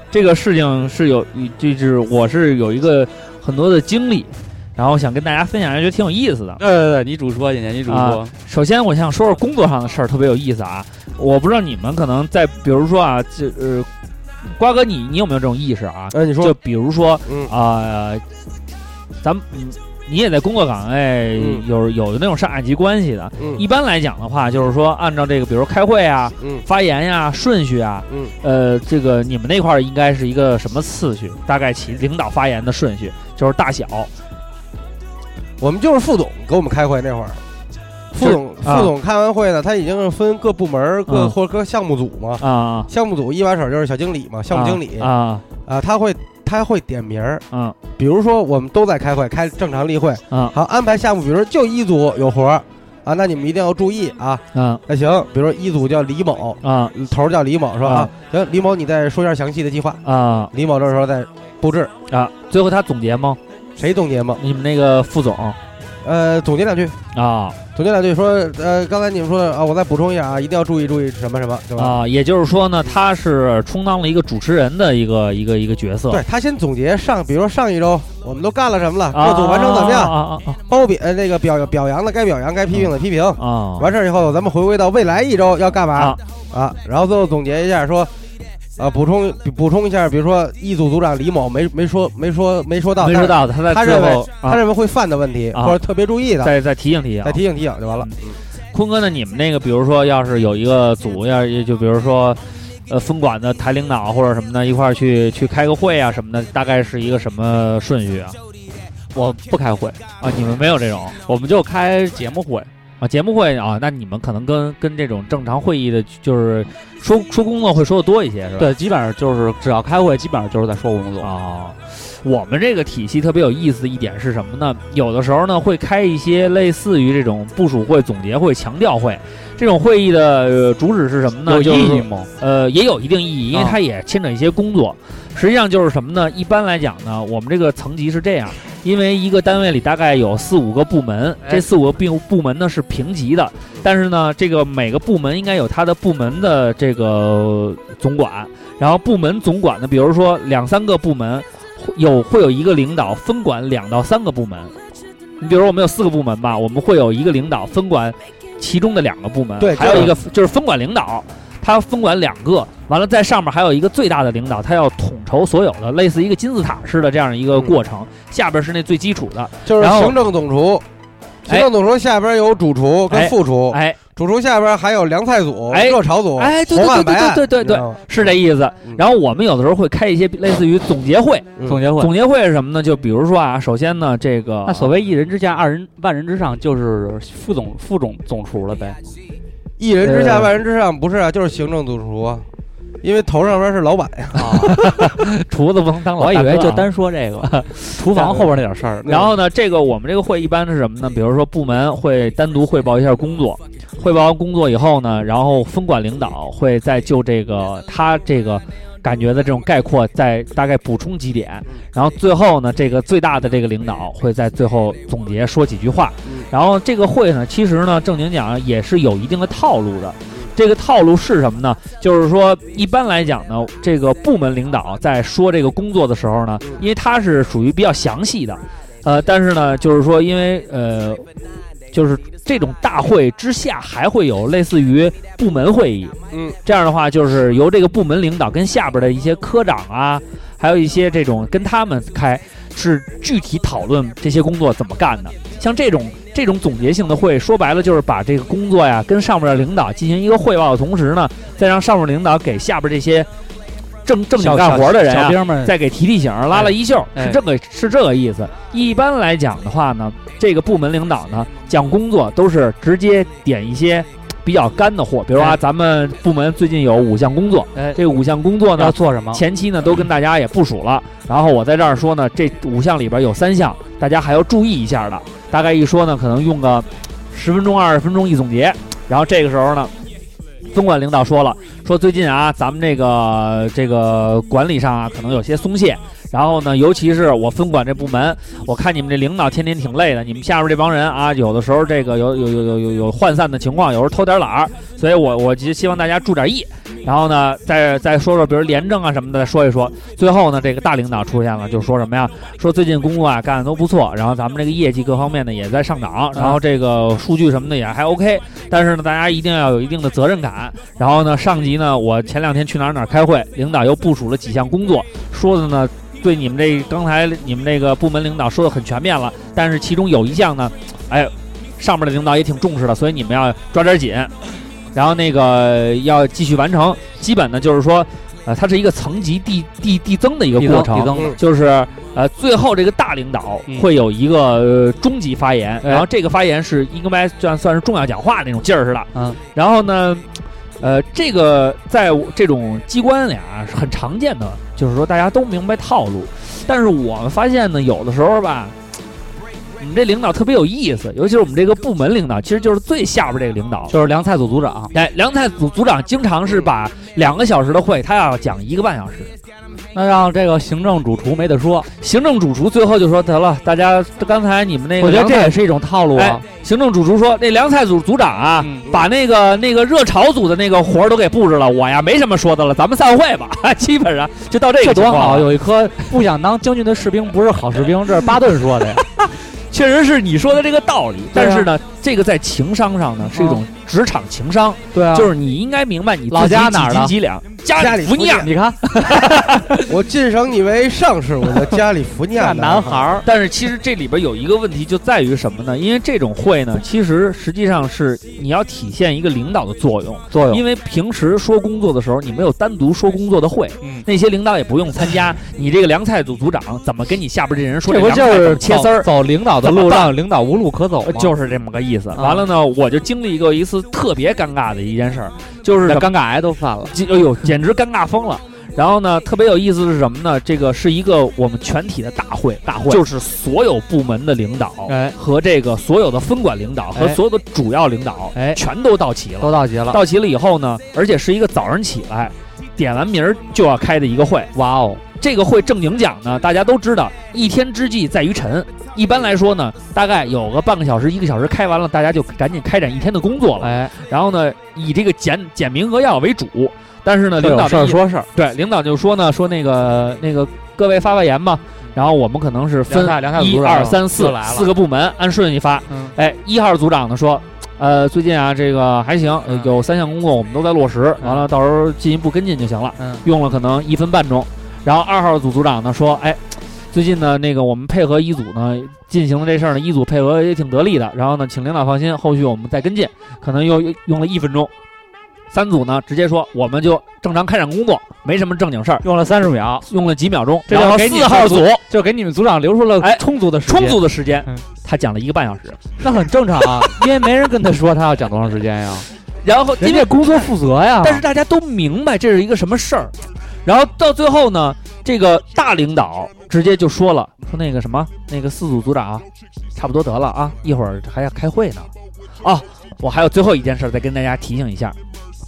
Speaker 2: 这个事情是有，就是我是有一个很多的经历，然后想跟大家分享一下，觉得挺有意思的。
Speaker 3: 对对对，你主说，姐姐，你主说
Speaker 2: 啊。首先，我想说说工作上的事儿，特别有意思啊。我不知道你们可能在，比如说啊，这呃，瓜哥你你有没有这种意识啊？
Speaker 4: 哎，你说
Speaker 2: 就，比如说
Speaker 4: 嗯
Speaker 2: 啊、呃咱们嗯你也在工作岗位
Speaker 4: 嗯
Speaker 2: 有有那种上下级关系的。
Speaker 4: 嗯
Speaker 2: 一般来讲的话，就是说按照这个，比如开会啊、
Speaker 4: 嗯
Speaker 2: 发言呀、顺序啊，
Speaker 4: 嗯
Speaker 2: 呃，这个你们那块儿应该是一个什么次序？大概其领导发言的顺序就是大小，
Speaker 4: 我们就是副总给我们开会那会儿，副总
Speaker 2: 啊
Speaker 4: 副总开完会呢，他已经是分各部门儿各
Speaker 2: 嗯
Speaker 4: 或者各项目组嘛，
Speaker 2: 啊，
Speaker 4: 项目组一把手就是小经理嘛，项目经理
Speaker 2: 啊，
Speaker 4: 啊，他会他会点名儿，
Speaker 2: 嗯
Speaker 4: 比如说我们都在开会，开正常例会，
Speaker 2: 嗯
Speaker 4: 好安排项目，比如说就一组有活儿，啊，那你们一定要注意啊。
Speaker 2: 嗯
Speaker 4: 那行，比如说一组叫李某，
Speaker 2: 啊
Speaker 4: 头儿叫李某，是吧？啊，行，李某，你再说一下详细的计划。
Speaker 2: 啊
Speaker 4: 李某这时候在布置，
Speaker 2: 啊！最后他总结吗？
Speaker 4: 谁总结吗？
Speaker 2: 你们那个副总
Speaker 4: 呃，总结两句，
Speaker 2: 啊
Speaker 4: 总结两句说，呃，刚才你们说的啊，我再补充一下啊，一定要注意注意什么什么，对吧？
Speaker 2: 啊，也就是说呢，他是充当了一个主持人的一个一个一个角色。
Speaker 4: 对他先总结上，比如说上一周我们都干了什么了，
Speaker 2: 啊，
Speaker 4: 各组完成怎么样？
Speaker 2: 啊啊
Speaker 4: 褒贬呃那个表表扬的该表扬，该批评的批评。
Speaker 2: 啊啊！
Speaker 4: 完事儿以后，咱们回归到未来一周要干嘛
Speaker 2: 啊
Speaker 4: 啊？然后最后总结一下说，啊，补充补充一下，比如说一组组长李某没没说没说没说到，
Speaker 2: 没说
Speaker 4: 但是
Speaker 2: 到他在
Speaker 4: 他
Speaker 2: 最
Speaker 4: 认为
Speaker 2: 后
Speaker 4: 他
Speaker 2: 啊，
Speaker 4: 认为会犯的问题，
Speaker 2: 啊
Speaker 4: 或者特别注意的，
Speaker 2: 再再提醒提醒啊
Speaker 4: 再。提醒提醒就完了。
Speaker 2: 坤哥呢，你们那个比如说要是有一个组要就比如说。呃，分管的台领导或者什么的，一块儿去去开个会啊什么的，大概是一个什么顺序啊？
Speaker 3: 我不开会，
Speaker 2: 啊，你们没有这种
Speaker 3: 我们就开节目会。
Speaker 2: 啊？节目会啊？那你们可能跟跟这种正常会议的，就是说说工作会说的多一些，是吧？
Speaker 3: 对，基本上就是只要开会，基本上就是在说工作。
Speaker 2: 哦，我们这个体系特别有意思一点是什么呢？有的时候呢会开一些类似于这种部署会、总结会、强调会，这种会议的、呃主旨是什么呢？
Speaker 3: 有
Speaker 2: 就是
Speaker 3: 意义
Speaker 2: 说
Speaker 3: 吗？
Speaker 2: 呃也有一定意义，因为
Speaker 3: 啊
Speaker 2: 它也牵扯一些工作。实际上就是什么呢？一般来讲呢，我们这个层级是这样，因为一个单位里大概有四五个部门，这四五个部部门呢是平级的，但是呢，这个每个部门应该有它的部门的这个总管，然后部门总管呢，比如说两三个部门，会有会有一个领导分管两到三个部门。你比如说我们有四个部门吧，我们会有一个领导分管其中的两个部门，
Speaker 4: 对
Speaker 2: 还有一个就是分管领导，他分管两个，完了在上面还有一个最大的领导，他要统筹所有的，类似一个金字塔式的这样一个过
Speaker 4: 嗯
Speaker 2: 程，下边是那最基础的，
Speaker 4: 就是
Speaker 2: 然后
Speaker 4: 行政总厨，
Speaker 2: 哎
Speaker 4: 行政总厨下边有主厨跟副厨，
Speaker 2: 哎
Speaker 4: 主厨下边还有凉菜组、
Speaker 2: 哎
Speaker 4: 热炒组、
Speaker 2: 哎，对
Speaker 4: 哦红案
Speaker 2: 对对
Speaker 4: 白案，
Speaker 2: 对对对
Speaker 4: 你知
Speaker 2: 对，
Speaker 4: 道吗
Speaker 2: 是这意思
Speaker 4: 嗯。
Speaker 2: 然后我们有的时候会开一些类似于总结会，
Speaker 4: 嗯
Speaker 3: 总结会。
Speaker 2: 总结会是什么呢？就比如说啊，首先呢，这个
Speaker 3: 那所谓一人之下，二人万人之上，就是副总副总总厨了呗。
Speaker 4: 一人之下
Speaker 2: 呃
Speaker 4: 万人之上，不是啊，就是行政总厨啊，因为头上边是老板呀。
Speaker 2: 厨子不能当老
Speaker 3: 我以
Speaker 2: 大哥啊
Speaker 3: 为就单说这 个厨房后边那点事儿。
Speaker 2: 然后呢，这个我们这个会一般是什么呢？比如说部门会单独汇报一下工作，汇报完工作以后呢，然后分管领导会再就这个他这个感觉的这种概括，再大概补充几点，然后最后呢，这个最大的这个领导会在最后总结说几句话。然后这个会呢，其实呢，正经讲也是有一定的套路的。这个套路是什么呢？就是说，一般来讲呢，这个部门领导在说这个工作的时候呢，因为他是属于比较详细的，呃，但是呢，就是说，因为呃，就是这种大会之下还会有类似于部门会议，
Speaker 4: 嗯，
Speaker 2: 这样的话就是由这个部门领导跟下边的一些科长啊，还有一些这种跟他们开是具体讨论这些工作怎么干的。像这种这种总结性的会，说白了就是把这个工作呀跟上面的领导进行一个汇报的同时呢，再让上面领导给下边这些正正经
Speaker 3: 小
Speaker 2: 干活的人
Speaker 3: 小
Speaker 2: 啊
Speaker 3: 小，兵们
Speaker 2: 再给提提醒，拉拉衣袖，
Speaker 3: 哎
Speaker 2: 是这个是这个意思。一般来讲的话呢，这个部门领导呢讲工作都是直接点一些比较干的货，比如说啊，
Speaker 3: 哎
Speaker 2: 咱们部门最近有五项工作，
Speaker 3: 哎
Speaker 2: 这五项工作
Speaker 3: 要
Speaker 2: 呢，
Speaker 3: 做什么？
Speaker 2: 前期呢都跟大家也部署了，然后我在这儿说呢，这五项里边有三项大家还要注意一下的，大概一说呢，可能用个十分钟、二十分钟一总结，然后这个时候呢。分管领导说了，说最近啊，咱们这个这个管理上啊，可能有些松懈。然后呢，尤其是我分管这部门，我看你们这领导天天挺累的，你们下边这帮人啊，有的时候这个有有有有有有涣散的情况，有时候偷点懒儿，所以我我就希望大家注点意。然后呢，再再说说，比如廉政啊什么的，再说一说。最后呢，这个大领导出现了，就说什么呀？说最近工作啊干的都不错，然后咱们这个业绩各方面呢也在上涨，然后这个数据什么的也还 OK。但是呢，大家一定要有一定的责任感。然后呢，上级呢，我前两天去哪儿哪儿开会，领导又部署了几项工作，说的呢。对你们这刚才你们这个部门领导说的很全面了，但是其中有一项呢，哎，上面的领导也挺重视的，所以你们要抓点紧，然后那个呃要继续完成。基本呢就是说，呃，它是一个层级递递递增的一个
Speaker 3: 递
Speaker 2: 过
Speaker 3: 增递
Speaker 2: 程，
Speaker 3: 增
Speaker 4: 嗯
Speaker 2: 就是呃，最后这个大领导
Speaker 3: 嗯
Speaker 2: 会有一个、呃终极发言，
Speaker 3: 哎
Speaker 2: 然后这个发言是应该算算是重要讲话那种劲儿似的。
Speaker 3: 嗯，
Speaker 2: 然后呢，呃，这个在我这种机关里啊是很常见的，就是说大家都明白套路，但是我们发现呢，有的时候吧，我们这领导特别有意思，尤其是我们这个部门领导，其实就是最下边这个领导。
Speaker 5: 就是凉菜组组长，
Speaker 2: 哎，梁太组组长经常是把两个小时的会，他要讲一个半小时。
Speaker 5: 那让这个行政主厨没得说。
Speaker 2: 行政主厨最后就说：“得了，大家刚才你们那个，
Speaker 5: 我觉得这也是一种套路
Speaker 2: 哎
Speaker 5: 啊。，
Speaker 2: 行政主厨说，那凉菜组组长啊，
Speaker 5: 嗯
Speaker 2: 把那个那个热炒组的那个活儿都给布置了，我呀没什么说的了，咱们散会吧。 基本上就到这
Speaker 5: 这
Speaker 2: 个
Speaker 5: 多
Speaker 2: 情况啊
Speaker 5: 好，
Speaker 2: 了，
Speaker 5: 有一颗不想当将军的士兵不是好士兵，这是巴顿说 的呀。
Speaker 2: 确实是你说的这个道理。
Speaker 5: 对啊
Speaker 2: 但是呢，这个在情商上呢是一种职场情商，
Speaker 5: 对啊，
Speaker 2: 就是你应该明白你
Speaker 5: 老
Speaker 2: 自己
Speaker 5: 家
Speaker 2: 几
Speaker 5: 哪儿啊
Speaker 2: 斤
Speaker 5: 的
Speaker 2: 几两，
Speaker 4: 家
Speaker 2: 家
Speaker 4: 里
Speaker 2: 里福
Speaker 4: 福
Speaker 2: 尼亚
Speaker 4: 建。
Speaker 5: 你看，
Speaker 4: 我晋升你为上士，我的加利福尼亚
Speaker 5: 大男孩
Speaker 4: 孩。
Speaker 5: 儿，
Speaker 2: 但是其实这里边有一个问题就在于什么呢？因为这种会呢，其实实际上是你要体现一个领导的 作用。
Speaker 5: 作用
Speaker 2: 因为平时说工作的时候，你没有单独说工作的会，
Speaker 5: 嗯
Speaker 2: 那些领导也不用参加。你这个凉菜组组长怎么跟你下边这人说
Speaker 5: 这不
Speaker 2: 凉
Speaker 5: 就
Speaker 2: 菜怎
Speaker 5: 是
Speaker 2: 么切丝儿？
Speaker 5: 走领导的
Speaker 2: 怎
Speaker 5: 路，
Speaker 2: 么办
Speaker 5: 让领导无路可走
Speaker 2: 呃
Speaker 5: 吗？
Speaker 2: 就是这么个意思。
Speaker 5: 啊
Speaker 2: 完了呢，我就经历过一次特别尴尬的一件事儿，就是什
Speaker 5: 那
Speaker 2: 么
Speaker 5: 尴尬癌都犯了。
Speaker 2: 哎呦，嗯简直尴尬疯了。然后呢，特别有意思的是什么呢？这个是一个我们全体的大会，大会就是所有部门的领导
Speaker 5: 哎
Speaker 2: 和这个所有的分管领导和
Speaker 5: 哎
Speaker 2: 所有的主要领导
Speaker 5: 哎，
Speaker 2: 全都到齐了。
Speaker 5: 都到齐了。
Speaker 2: 到齐了以后呢，而且是一个早上起来点完名儿就要开的一个会。
Speaker 5: 哇哦，
Speaker 2: 这个会正经讲呢，大家都知道，一天之计在于晨。一般来说呢，大概有个半个小时、一个小时开完了，大家就赶紧开展一天的工作了。
Speaker 5: 哎，
Speaker 2: 然后呢，以这个减减名额要为主。但是呢，
Speaker 5: 这
Speaker 2: 领
Speaker 5: 有
Speaker 2: 导
Speaker 5: 事儿
Speaker 2: 就
Speaker 5: 说事儿，
Speaker 2: 对领导就说呢，说那个那个各位发发言吧。然后我们可能是分
Speaker 5: 梁太梁太组
Speaker 2: 一
Speaker 5: 组长
Speaker 2: 二三四
Speaker 5: 又来了
Speaker 2: 四个部门按顺序发。
Speaker 5: 嗯
Speaker 2: 哎，一号组长呢说，呃，最近啊这个还行，呃
Speaker 5: 嗯
Speaker 2: 有三项工作我们都在落实，
Speaker 5: 嗯
Speaker 2: 完了到时候进一步跟进就行了。
Speaker 5: 嗯，
Speaker 2: 用了可能一分半钟。然后二号组组长呢说，哎，最近呢那个我们配合一组呢进行了这事儿呢，一组配合也挺得力的。然后呢，请领导放心，后续我们再跟进。可能又又用了一分钟。三组呢直接说我们就正常开展工作，没什么正经事儿，
Speaker 5: 用了三十秒，
Speaker 2: 用了几秒钟。
Speaker 5: 这
Speaker 2: 然后
Speaker 5: 就给你
Speaker 2: 四号
Speaker 5: 组
Speaker 2: 组
Speaker 5: 就给你们组长留出了
Speaker 2: 哎
Speaker 5: 充足的时间，
Speaker 2: 充，足的时间
Speaker 5: 嗯，
Speaker 2: 他讲了一个半小时。
Speaker 5: 那很正常啊，因为没人跟他说他要讲多长时间呀，
Speaker 2: 然后
Speaker 5: 人
Speaker 2: 因
Speaker 5: 家
Speaker 2: 为
Speaker 5: 工作负责呀。
Speaker 2: 但是大家都明白这是一个什么事儿。然后到最后呢，这个大领导直接就说了，说那个什么，那个四组组长啊，差不多得了啊，一会儿还要开会呢。哦，我还有最后一件事儿再跟大家提醒一下，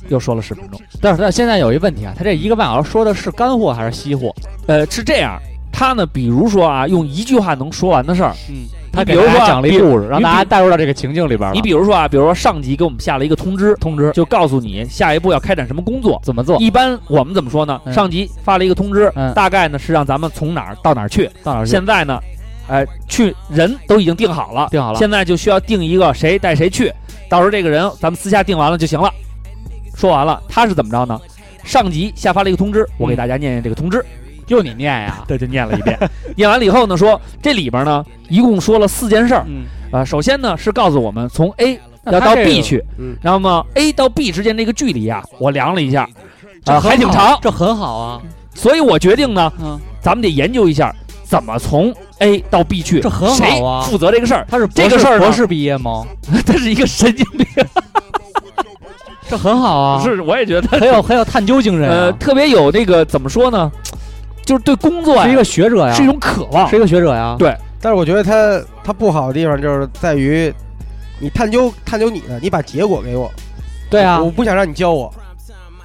Speaker 2: 又说了十分钟。
Speaker 5: 但是他现在有一问题啊，他这一个半小时说的是干货还是稀货？
Speaker 2: 呃，是这样，他呢，比如说啊，用一句话能说完的事儿，
Speaker 5: 嗯，他
Speaker 2: 比
Speaker 5: 给
Speaker 2: 如
Speaker 5: 大
Speaker 2: 说
Speaker 5: 家
Speaker 2: 啊
Speaker 5: 讲了
Speaker 2: 比
Speaker 5: 一故事，让
Speaker 2: 你
Speaker 5: 大家
Speaker 2: 比
Speaker 5: 带入到这个情境里边了。
Speaker 2: 你比如说啊，比如说上级给我们下了一个通知，通知就告诉你下一步要开展什么工作。
Speaker 5: 怎么做？
Speaker 2: 一般我们怎么说呢？
Speaker 5: 嗯
Speaker 2: 上级发了一个通知，
Speaker 5: 嗯
Speaker 2: 大概呢是让咱们从哪儿到哪儿去。
Speaker 5: 到哪儿去？
Speaker 2: 现在呢，哎，去人都已经定好了，
Speaker 5: 定好了。
Speaker 2: 现在就需要定一个谁带谁去，到时候这个人咱们私下定完了就行了。说完了，他是怎么着呢？上级下发了一个通知，我给大家念念这个通知，
Speaker 5: 就你 念呀。
Speaker 2: 这就念了一 遍。念完了以后呢，说这里边呢一共说了四件事儿
Speaker 5: 嗯，
Speaker 2: 啊、呃首先呢是告诉我们从 A
Speaker 5: 那
Speaker 2: 要
Speaker 5: 他
Speaker 2: 到
Speaker 5: 这
Speaker 2: B
Speaker 5: 个
Speaker 2: 去，
Speaker 4: 嗯
Speaker 2: 然后呢 A 到 B 之间这个距离啊，我量了一下，
Speaker 5: 这
Speaker 2: 啊、还挺
Speaker 5: 很好
Speaker 2: 长，
Speaker 5: 这很好啊。
Speaker 2: 所以我决定呢，
Speaker 5: 嗯，
Speaker 2: 咱们得研究一下怎么从 A 到 B 去，
Speaker 5: 这很好啊
Speaker 2: 谁负责这个事儿？
Speaker 5: 他是
Speaker 2: 这个
Speaker 5: 博士
Speaker 2: 事儿呢
Speaker 5: 博士毕业吗？
Speaker 2: 他是一个神经病，
Speaker 5: 这很好啊，
Speaker 2: 是我也觉得他
Speaker 5: 很有很有探究精神啊。
Speaker 2: 呃特别有那个怎么说呢，就是对工作呀
Speaker 5: 呃
Speaker 2: 啊
Speaker 5: 是一个学者呀，
Speaker 2: 是一种渴望
Speaker 5: 是。一个学者呀。
Speaker 2: 对
Speaker 4: 但是我觉得他他不好的地方就是在于，你探究探究你的，你把结果给我。
Speaker 5: 对啊
Speaker 4: 我，不想让你教我，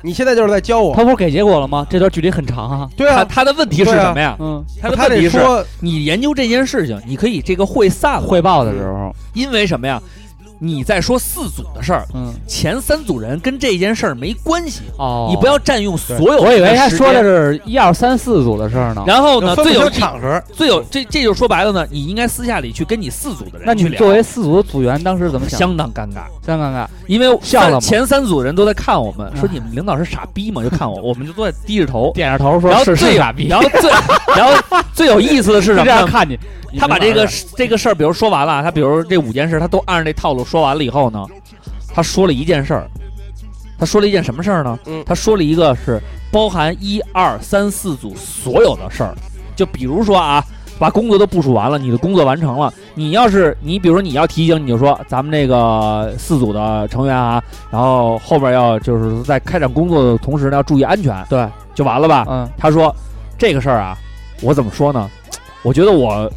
Speaker 4: 你现在就是在教我
Speaker 5: 他。不是给结果了吗？这段距离很长啊。
Speaker 4: 对
Speaker 2: 他
Speaker 4: 啊，
Speaker 2: 他的问题是什么呀？
Speaker 5: 嗯，
Speaker 2: 他的
Speaker 4: 他
Speaker 2: 问
Speaker 4: 得
Speaker 2: 题是，
Speaker 4: 说，
Speaker 2: 你研究这件事情，你可以这个会散了，
Speaker 5: 汇报的时候，
Speaker 2: 因为什么呀？你在说四组的事儿，
Speaker 5: 嗯，
Speaker 2: 前三组人跟这件事儿没关系，
Speaker 5: 哦，
Speaker 2: 你不要占用所有。
Speaker 5: 我以为他说的。是一二三四组的事儿呢。
Speaker 2: 然后呢，
Speaker 4: 分不
Speaker 2: 最有
Speaker 4: 清场合，
Speaker 2: 最有这这就是说白了呢，你应该私下里去跟你四组的人
Speaker 5: 那你
Speaker 2: 去
Speaker 5: 作
Speaker 2: 聊，
Speaker 5: 为四组的组员，当时怎么想？
Speaker 2: 相当尴尬。
Speaker 5: 想看看，
Speaker 2: 因为
Speaker 5: 笑
Speaker 2: 三
Speaker 5: 了吗
Speaker 2: 前三组人都在看我们，
Speaker 5: 啊
Speaker 2: 说你们领导是傻逼吗？就看 我，我们就都在低着头。
Speaker 5: 点着头说
Speaker 2: 然后
Speaker 5: 是
Speaker 2: 最
Speaker 5: 是傻逼，
Speaker 2: 然后最然后最有意思的是
Speaker 5: 就
Speaker 2: 什
Speaker 5: 这样
Speaker 2: 么呢？
Speaker 5: 看你。
Speaker 2: 他把这个
Speaker 5: 你
Speaker 2: 这个事儿，比如说完了，他比如这五件事，他都按着这套路说完了以后呢，他说了一件事儿，他说了一件什么事儿呢？
Speaker 4: 嗯
Speaker 2: 他说了一个是包含一二三四组所有的事儿，就比如说啊，把工作都部署完了，你的工作完成了，你要是你比如说你要提醒，你就说咱们这个四组的成员啊，然后后边要就是在开展工作的同时呢，要注意安全，
Speaker 5: 对，
Speaker 2: 就完了吧
Speaker 5: 明白了，嗯，
Speaker 2: 他说这个事儿啊，我怎么说呢？我觉得我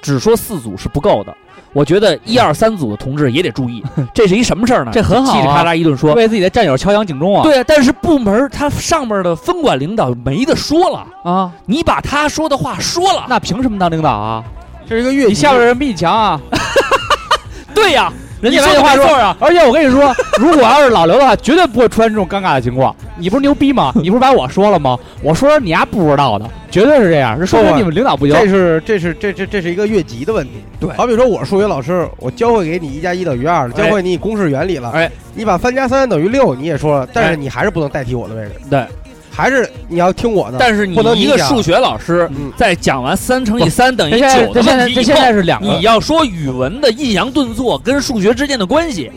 Speaker 2: 只说四组是不够的。我觉得一二三组的同志也得注意，这是一什么事儿呢？
Speaker 5: 这很好啊
Speaker 2: 叽里咔啦一顿说。
Speaker 5: 为自己的战友敲响警钟啊！
Speaker 2: 对啊，但是部门儿他上面的分管领导没得说了，
Speaker 5: 啊，
Speaker 2: 你把他说的话说了，
Speaker 5: 那凭什么当领导啊？
Speaker 4: 这是一个乐
Speaker 5: 你
Speaker 4: 理
Speaker 5: 下边人比你强啊！
Speaker 2: 对呀、人家
Speaker 5: 你
Speaker 2: 说
Speaker 5: 说
Speaker 2: 的
Speaker 5: 的
Speaker 2: 话
Speaker 5: 没
Speaker 2: 说
Speaker 5: 错啊！而且我跟你说， 如果要是老刘的话，绝对不会出现这种尴尬的情况。你不是牛 逼吗？你不是把我说了吗？我说你丫不知道的，绝对是这样。这说明你们领导不行。
Speaker 4: 这是这是这这这是一个越级的问题。
Speaker 2: 对
Speaker 4: 好比说我数学老师，我教会给你一加一等于二了，
Speaker 2: 哎
Speaker 4: 教会你公式原理了，
Speaker 2: 哎，
Speaker 4: 你把三加三等于六你也说了，但
Speaker 2: 哎
Speaker 4: 是你还是不能代替我的位置，
Speaker 2: 对，
Speaker 4: 还是你要听我的。
Speaker 2: 但是你
Speaker 4: 不能
Speaker 2: 一
Speaker 4: 理
Speaker 2: 个
Speaker 4: 解啊
Speaker 2: 数学老师
Speaker 4: 嗯
Speaker 2: 在讲完三乘以三等于
Speaker 5: 这现在
Speaker 2: 九的
Speaker 5: 这现在
Speaker 2: 问
Speaker 5: 这
Speaker 2: 题以
Speaker 5: 现
Speaker 2: 后，
Speaker 5: 在是两
Speaker 2: 你
Speaker 5: 个，
Speaker 2: 要说语文的抑扬顿挫跟数学之间的关系，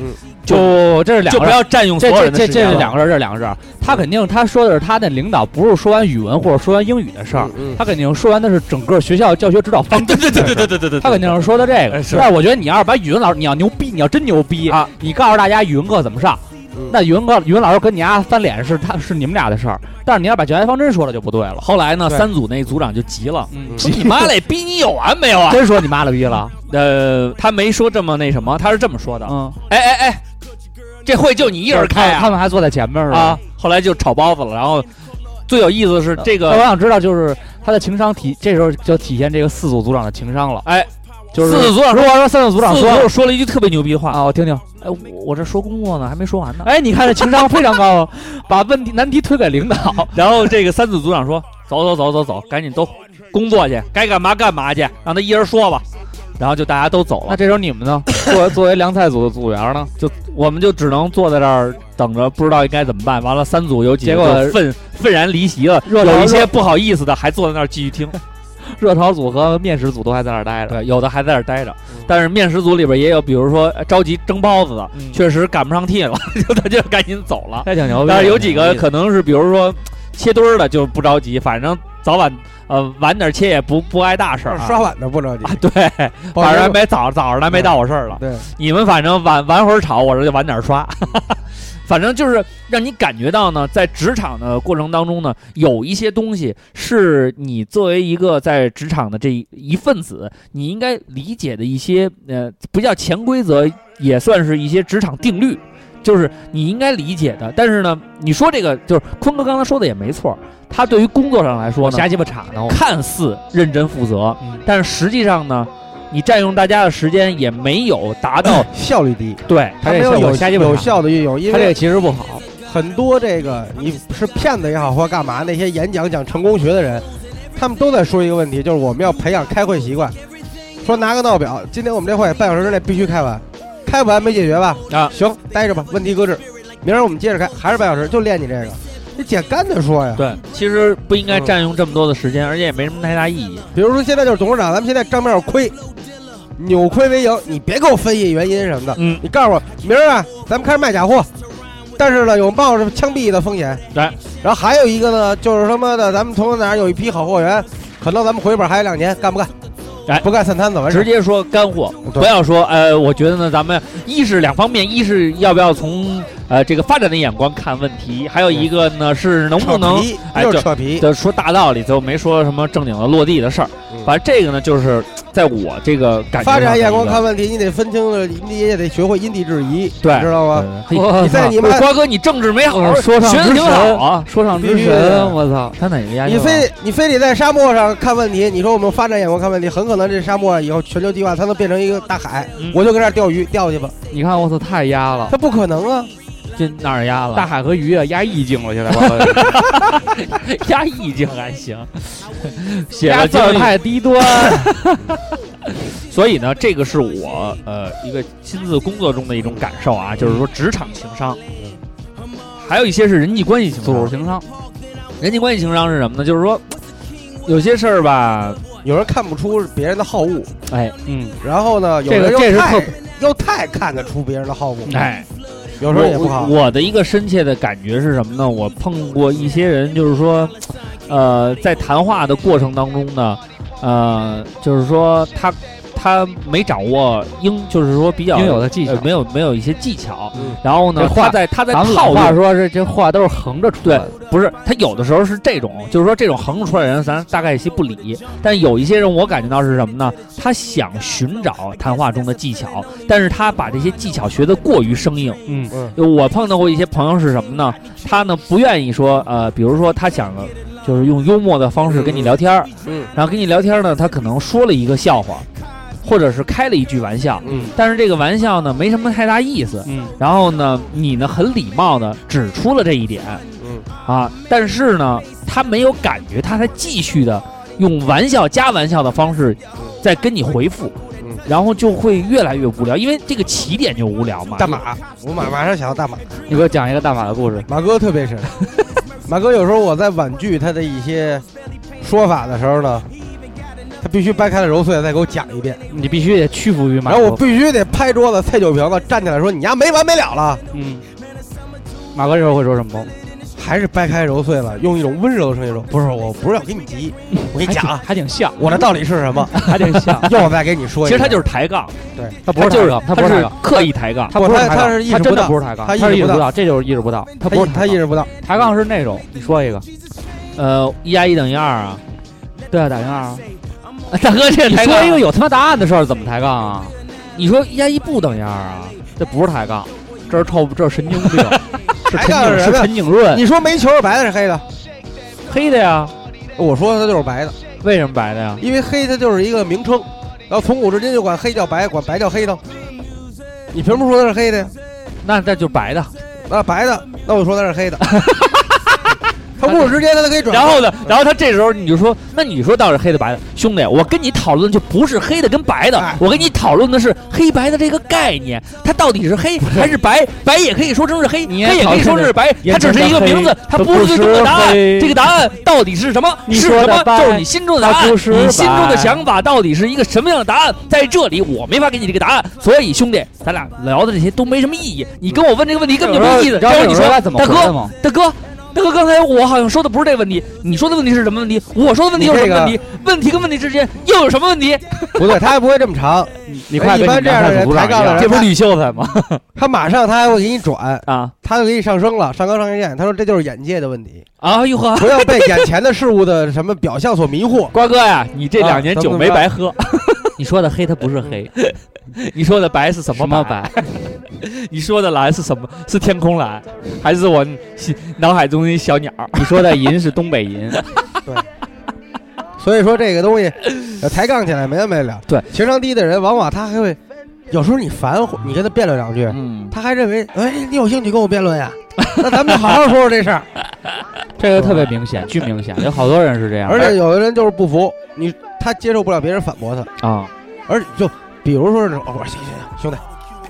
Speaker 5: 就这是两
Speaker 2: 就不
Speaker 5: 个人。
Speaker 2: 要占用所
Speaker 5: 这
Speaker 2: 有
Speaker 5: 这
Speaker 2: 人的
Speaker 5: 这
Speaker 2: 时间
Speaker 5: 这
Speaker 2: 了。
Speaker 5: 是两个事儿，这是两个事儿。他肯定他说的是他的领导，不是说完语文或者说完英语的事儿，
Speaker 4: 嗯，
Speaker 5: 他肯定说完的是整个学校教学指导方
Speaker 2: 哎
Speaker 5: 针。
Speaker 2: 对对对对对对对对，
Speaker 5: 他肯定是说的这个
Speaker 2: 哎，是
Speaker 5: 但是我觉得你要是把语文老师，你要牛逼，你要真牛逼
Speaker 2: 啊，
Speaker 5: 你告诉大家语文课怎么上，
Speaker 4: 嗯
Speaker 5: 那语文课语文老师跟你丫翻脸是他是你们俩的事儿，但是你要把教学方针说了就不对了，
Speaker 2: 后来呢，
Speaker 4: 对
Speaker 2: 三组那组长就急 了，
Speaker 5: 嗯
Speaker 2: 说你妈嘞，逼你有完没有啊？
Speaker 5: 真说你妈了逼了，
Speaker 2: 呃，他没说这么那什么，他是这么说的，
Speaker 5: 嗯，
Speaker 2: 哎哎哎，这会就你一
Speaker 5: 一
Speaker 2: 人开
Speaker 5: 他
Speaker 2: 啊
Speaker 5: 们还坐在前面是吧？
Speaker 2: 啊！后来就炒包子了，然后最有意思的是这
Speaker 5: 那我
Speaker 2: 个
Speaker 5: 想知道就是他的情商体，这时候就体现这个四组组长的情商了，
Speaker 2: 哎，
Speaker 5: 就是
Speaker 2: 四组组长
Speaker 5: 如果说三组组长
Speaker 2: 四组
Speaker 5: 说
Speaker 2: 说了一句特别牛逼的话，
Speaker 5: 啊，我听听，
Speaker 2: 哎，我我这说工作呢，还没说完呢。
Speaker 5: 哎，你看这情商非常
Speaker 2: 哦
Speaker 5: 高，把问题难题推给领 导，
Speaker 2: 然后这个三组组长说：“走走走走走，赶紧都工作去，该干嘛干嘛去，让他一人说吧。”然后就大家都走
Speaker 5: 那
Speaker 2: 了，
Speaker 5: 这时候你 们呢？作为作为凉菜组的组员呢？
Speaker 2: 就我们就只能坐在这儿等着，不知道应该怎么办。完了，三组有几个
Speaker 5: 结果
Speaker 2: 就愤愤然离席了，
Speaker 5: 热闹
Speaker 2: 有一些不好意思的还坐在那儿继续听，
Speaker 5: 热潮组和面食组都还在那儿待着。
Speaker 2: 对，有的还在那儿待着。但是面食组里边也有，比如说呃着急蒸包子的，
Speaker 5: 嗯
Speaker 2: 确实赶不上屉了， 就他就赶紧走 了。
Speaker 5: 太挺牛逼了。
Speaker 2: 但是有几个可能是，比如说切墩儿的就不着急，反正早晚呃晚点切也不不碍大事儿、啊。
Speaker 4: 刷碗的不着 急，
Speaker 2: 啊，对，
Speaker 4: 保
Speaker 2: 晚上还
Speaker 4: 证
Speaker 2: 没早早上还没到我事儿
Speaker 5: 嗯
Speaker 2: 了。
Speaker 5: 啊
Speaker 4: 对，
Speaker 2: 你们反正晚晚会儿吵，我这就晚点儿刷。反正就是让你感觉到呢，在职场的过程当中呢，有一些东西是你作为一个在职场的这一份子，你应该理解的一些呃，不叫潜规则，也算是一些职场定律，就是你应该理解的。但是呢，你说这个就是坤哥刚才说的也没错儿，他对于工作上来说呢，
Speaker 5: 瞎鸡巴岔呢。我
Speaker 2: 看似认真负责，
Speaker 5: 嗯
Speaker 2: 但是实际上呢，你占用大家的时间也没有达到
Speaker 4: 哎效率低，
Speaker 2: 对
Speaker 4: 它
Speaker 5: 嗯这
Speaker 4: 没有
Speaker 5: 效果
Speaker 4: 有
Speaker 5: 瞎鸡巴
Speaker 4: 有
Speaker 5: 查
Speaker 4: 效的运用，因
Speaker 5: 他这个
Speaker 4: 为
Speaker 5: 其实不好，
Speaker 4: 很多这个你是骗子也好或干嘛，那些演讲讲成功学的人，他们都在说一个问题，就是我们要培养开会习惯，说拿个闹表，今天我们这会半小时之内必须开完，开不完没解决吧？
Speaker 2: 啊
Speaker 4: 行，待着吧，问题搁置，明儿我们接着开，还是半小时，就练你这个，你简单的说呀。
Speaker 2: 对，其实不应该占用这么多的时间，而且也没什么太大意义。
Speaker 4: 比如说现在就是董事长，咱们现在账面上亏，扭亏为盈，你别给我分析原因什么的，
Speaker 2: 嗯，
Speaker 4: 你告诉我明儿啊，咱们开始卖假货，但是呢，有冒着枪毙的风险。
Speaker 2: 对，
Speaker 4: 然后还有一个呢，就是他妈的，咱们从哪儿有一批好货源，可能咱们回本还有两年，干不干？
Speaker 2: 哎
Speaker 4: 不干散摊子完事
Speaker 2: 直
Speaker 4: 儿。
Speaker 2: 接说干货，
Speaker 4: 对
Speaker 2: 不要说呃，我觉得呢，咱们一是两方面，一是要不要从呃这个发展的眼光看问题，还有一个
Speaker 5: 嗯
Speaker 2: 呢是能不能
Speaker 4: 扯皮
Speaker 2: 哎
Speaker 4: 就是
Speaker 2: 就
Speaker 4: 扯皮，
Speaker 2: 就说大道理，就没说什么正经的落地的事儿
Speaker 4: 嗯。
Speaker 2: 反正这个呢，就是在我这个感觉
Speaker 4: 发展
Speaker 2: 上
Speaker 4: 眼光
Speaker 2: 的一
Speaker 4: 看问题，你得分清了，你也得学会因地制宜，
Speaker 2: 对
Speaker 4: 你知道吗？
Speaker 2: 个，嘿
Speaker 4: 你在你妈
Speaker 2: 瓜哥，你政治没好好
Speaker 5: 呃说唱
Speaker 2: 学的
Speaker 5: 之
Speaker 2: 挺好
Speaker 5: 神
Speaker 2: 啊。
Speaker 5: 说唱之
Speaker 4: 必须的
Speaker 5: 神，我操！
Speaker 2: 他哪个压
Speaker 4: 你非得你非得在沙漠上看问题，你说我们发展眼光看问题，很可能这沙漠以后全球计划它能变成一个大海，
Speaker 2: 嗯
Speaker 4: 我就跟这儿钓鱼钓去吧，
Speaker 5: 你看我操，太压了。
Speaker 4: 它不可能啊！
Speaker 2: 这哪儿压了？
Speaker 5: 大海和鱼啊，压意境 了，现在
Speaker 2: 压意境还行， 写
Speaker 5: 压
Speaker 2: 了
Speaker 5: 字儿
Speaker 2: 经历。
Speaker 5: 太低端。
Speaker 2: 所以呢，这个是我呃一个亲自工作中的一种感受啊，就是说职场情商，还有一些是人际关系情
Speaker 5: 组
Speaker 2: 商
Speaker 5: 织。情商，
Speaker 2: 人际关系情商是什么呢？就是说有些事儿吧，
Speaker 4: 有人看不出别人的好恶，
Speaker 2: 哎
Speaker 5: 嗯，
Speaker 4: 然后呢，有
Speaker 5: 这个
Speaker 4: 人又
Speaker 5: 这是
Speaker 4: 太
Speaker 5: 特
Speaker 4: 又太看得出别人的好恶，
Speaker 2: 哎，
Speaker 4: 有时候也不好。
Speaker 2: 我我的一个深切的感觉是什么呢？我碰过一些人，就是说，呃，在谈话的过程当中呢，呃，就是说他他没掌握应，就是说比较
Speaker 3: 应有的技巧
Speaker 2: 呃没有没有一些技巧
Speaker 4: 嗯。
Speaker 2: 然后呢
Speaker 3: 这，话
Speaker 2: 他在他在
Speaker 3: 咱们
Speaker 2: 套
Speaker 3: 老
Speaker 2: 路
Speaker 3: 话说这这话都是横着出来的，
Speaker 2: 不是，他有的时候是这种，就是说这种横着出来的人，咱大概其不理。但有一些人，我感觉到是什么呢？他想寻找谈话中的技巧，但是他把这些技巧学得过于生硬。
Speaker 3: 嗯
Speaker 4: 嗯
Speaker 2: 我碰到过一些朋友是什么呢？他呢不愿意说，呃，比如说他想就是用幽默的方式跟你聊天儿，
Speaker 4: 嗯
Speaker 2: 然后跟你聊天儿呢，他可能说了一个笑话，或者是开了一句玩笑，
Speaker 4: 嗯
Speaker 2: 但是这个玩笑呢没什么太大意思。
Speaker 3: 嗯
Speaker 2: 然后呢，你呢很礼貌的指出了这一点，
Speaker 4: 嗯
Speaker 2: 啊，但是呢，他没有感觉，他才继续的用玩笑加玩笑的方式
Speaker 3: 嗯
Speaker 2: 在跟你回复，
Speaker 4: 嗯，
Speaker 2: 然后就会越来越无聊，因为这个起点就无聊嘛。
Speaker 4: 大马，我马马上想到大马，
Speaker 3: 你给我讲一个大马的故事。
Speaker 4: 马哥特别深。 马哥有时候我在婉拒他的一些说法的时候呢，他必须掰开了揉碎了再给我讲一遍，
Speaker 3: 你必须得屈服于马
Speaker 4: 然
Speaker 3: 哥。
Speaker 4: 后我必须得拍桌子、踩酒瓶子，站起来说：“你丫没完没了了
Speaker 3: 嗯，马哥这时候会说什么？！”
Speaker 4: 还是掰开揉碎了，用一种温柔的声音说：“不是，我不是要跟你急，我跟你 讲啊，
Speaker 3: 还挺像，
Speaker 4: 我的道理是什么，
Speaker 3: 还挺像。
Speaker 4: 要我再给你说一
Speaker 2: 其实
Speaker 4: 遍。”
Speaker 2: 他就是抬杠，
Speaker 3: 他不是
Speaker 2: 就是
Speaker 3: 他不
Speaker 2: 他
Speaker 3: 是
Speaker 2: 是
Speaker 3: 杠，
Speaker 2: 刻意抬杠。
Speaker 3: 他不是
Speaker 4: 他
Speaker 3: 抬
Speaker 4: 他
Speaker 3: 杠
Speaker 4: 是意
Speaker 3: 他
Speaker 4: 识
Speaker 3: 真
Speaker 4: 不
Speaker 3: 的
Speaker 4: 到
Speaker 3: 不是抬杠，他
Speaker 4: 他意
Speaker 3: 是
Speaker 4: 识
Speaker 3: 意识
Speaker 4: 不到
Speaker 3: 不到，这就是意识不到。他
Speaker 4: 他
Speaker 3: 不
Speaker 4: 意
Speaker 3: 是
Speaker 4: 他意识不到，
Speaker 3: 抬杠是那种，你说一个，
Speaker 2: 呃，一加一等于二啊，
Speaker 3: 对啊，打电话啊。
Speaker 2: 大哥，这
Speaker 3: 你
Speaker 2: 抬
Speaker 3: 说
Speaker 2: 杠啊
Speaker 3: 一个有他妈答案的事儿，怎么抬杠啊？
Speaker 2: 你说一加一不等于二啊？
Speaker 3: 这不是抬杠，这是臭，这是神经病， 是
Speaker 4: 抬
Speaker 3: 陈
Speaker 4: 杠
Speaker 3: 景，
Speaker 4: 是
Speaker 3: 是
Speaker 4: 什么
Speaker 3: 陈景
Speaker 2: 哎
Speaker 3: 润，
Speaker 4: 你说煤球是白的，是黑的？
Speaker 2: 黑的呀，
Speaker 4: 我说它就是白的，
Speaker 2: 为什么白的呀？
Speaker 4: 因为黑它就是一个名称，然后从古至今就管黑叫白，管白叫黑的。你凭什么说它是黑的呀？
Speaker 2: 那那就白的。
Speaker 4: 那白的，那我说它是黑的。它顾之间它都可以转
Speaker 2: 然
Speaker 4: 换，
Speaker 2: 后呢，然后他这时候你就说，那你说倒是黑的白的，兄弟，我跟你讨论就不是黑的跟白的
Speaker 4: 哎，
Speaker 2: 我跟你讨论的是黑白的这个概念，它到底是黑还是白？白也可以说成是黑，黑
Speaker 3: 你也
Speaker 2: 也可以说成是白，
Speaker 3: 也
Speaker 2: 它只是一个名字
Speaker 3: 黑，
Speaker 2: 它不是最终的答
Speaker 3: 它
Speaker 2: 案
Speaker 3: 不是。黑
Speaker 2: 这个答案到底是什么？
Speaker 3: 你
Speaker 2: 是
Speaker 3: 说
Speaker 2: 什
Speaker 3: 的
Speaker 2: 么？
Speaker 3: 白
Speaker 2: 就是你心中的答
Speaker 3: 它
Speaker 2: 案，
Speaker 3: 不是
Speaker 2: 你心中
Speaker 3: 白
Speaker 2: 的想法到底是一个什么样的答案？在这里我没法给你这个答案，所以兄弟，咱俩聊的这些都没什么意义。你跟我问这个问题根本就没有意思。
Speaker 3: 然
Speaker 2: 然
Speaker 3: 后
Speaker 2: 后你说，
Speaker 3: 怎么
Speaker 2: 大
Speaker 3: 回
Speaker 2: 哥
Speaker 3: 的，吗？
Speaker 2: 大哥，大哥，刚才我好像说的不是这个问题，你说的问题是什么问题？我说的问题又是什么问题？问题跟问题之间又有什么问题？
Speaker 4: 不对，它还不会这么长。
Speaker 3: 你
Speaker 4: 哎
Speaker 3: 快
Speaker 4: 一
Speaker 3: 跟
Speaker 4: 般
Speaker 3: 你
Speaker 4: 这样的人抬杠的人，
Speaker 3: 这不是
Speaker 4: 他
Speaker 3: 吕秀才吗？
Speaker 4: 他马上他还会给你转，
Speaker 2: 啊
Speaker 4: 他就给你上升了，上纲上线。他说这就是眼界的问题，
Speaker 2: 啊！哟呵，
Speaker 4: 不要被眼前的事物的什么表象所迷惑。
Speaker 2: 瓜哥呀，你这
Speaker 4: 两年酒没 白
Speaker 2: 喝。你说的黑它不是 黑，你说的白是什么白？你说的蓝是什么？是天空蓝，还是我心脑海中的小鸟？
Speaker 3: 你说的银是东北银，
Speaker 4: 所以说这个东西，呃抬杠起来没完没了。
Speaker 2: 对，
Speaker 4: 情商低的人，往往他还会，有时候你烦你跟他辩论两句，
Speaker 3: 嗯，
Speaker 4: 他还认为，哎，你有兴趣跟我辩论呀？ 那咱们就好好说说这事儿。
Speaker 3: 这个特别明显，巨明显，有好多人是这样的，
Speaker 4: 而且有的人就是不服，你他接受不了别人反驳他，
Speaker 3: 啊，
Speaker 4: 而且就比如说是，哦我说行行行，兄弟，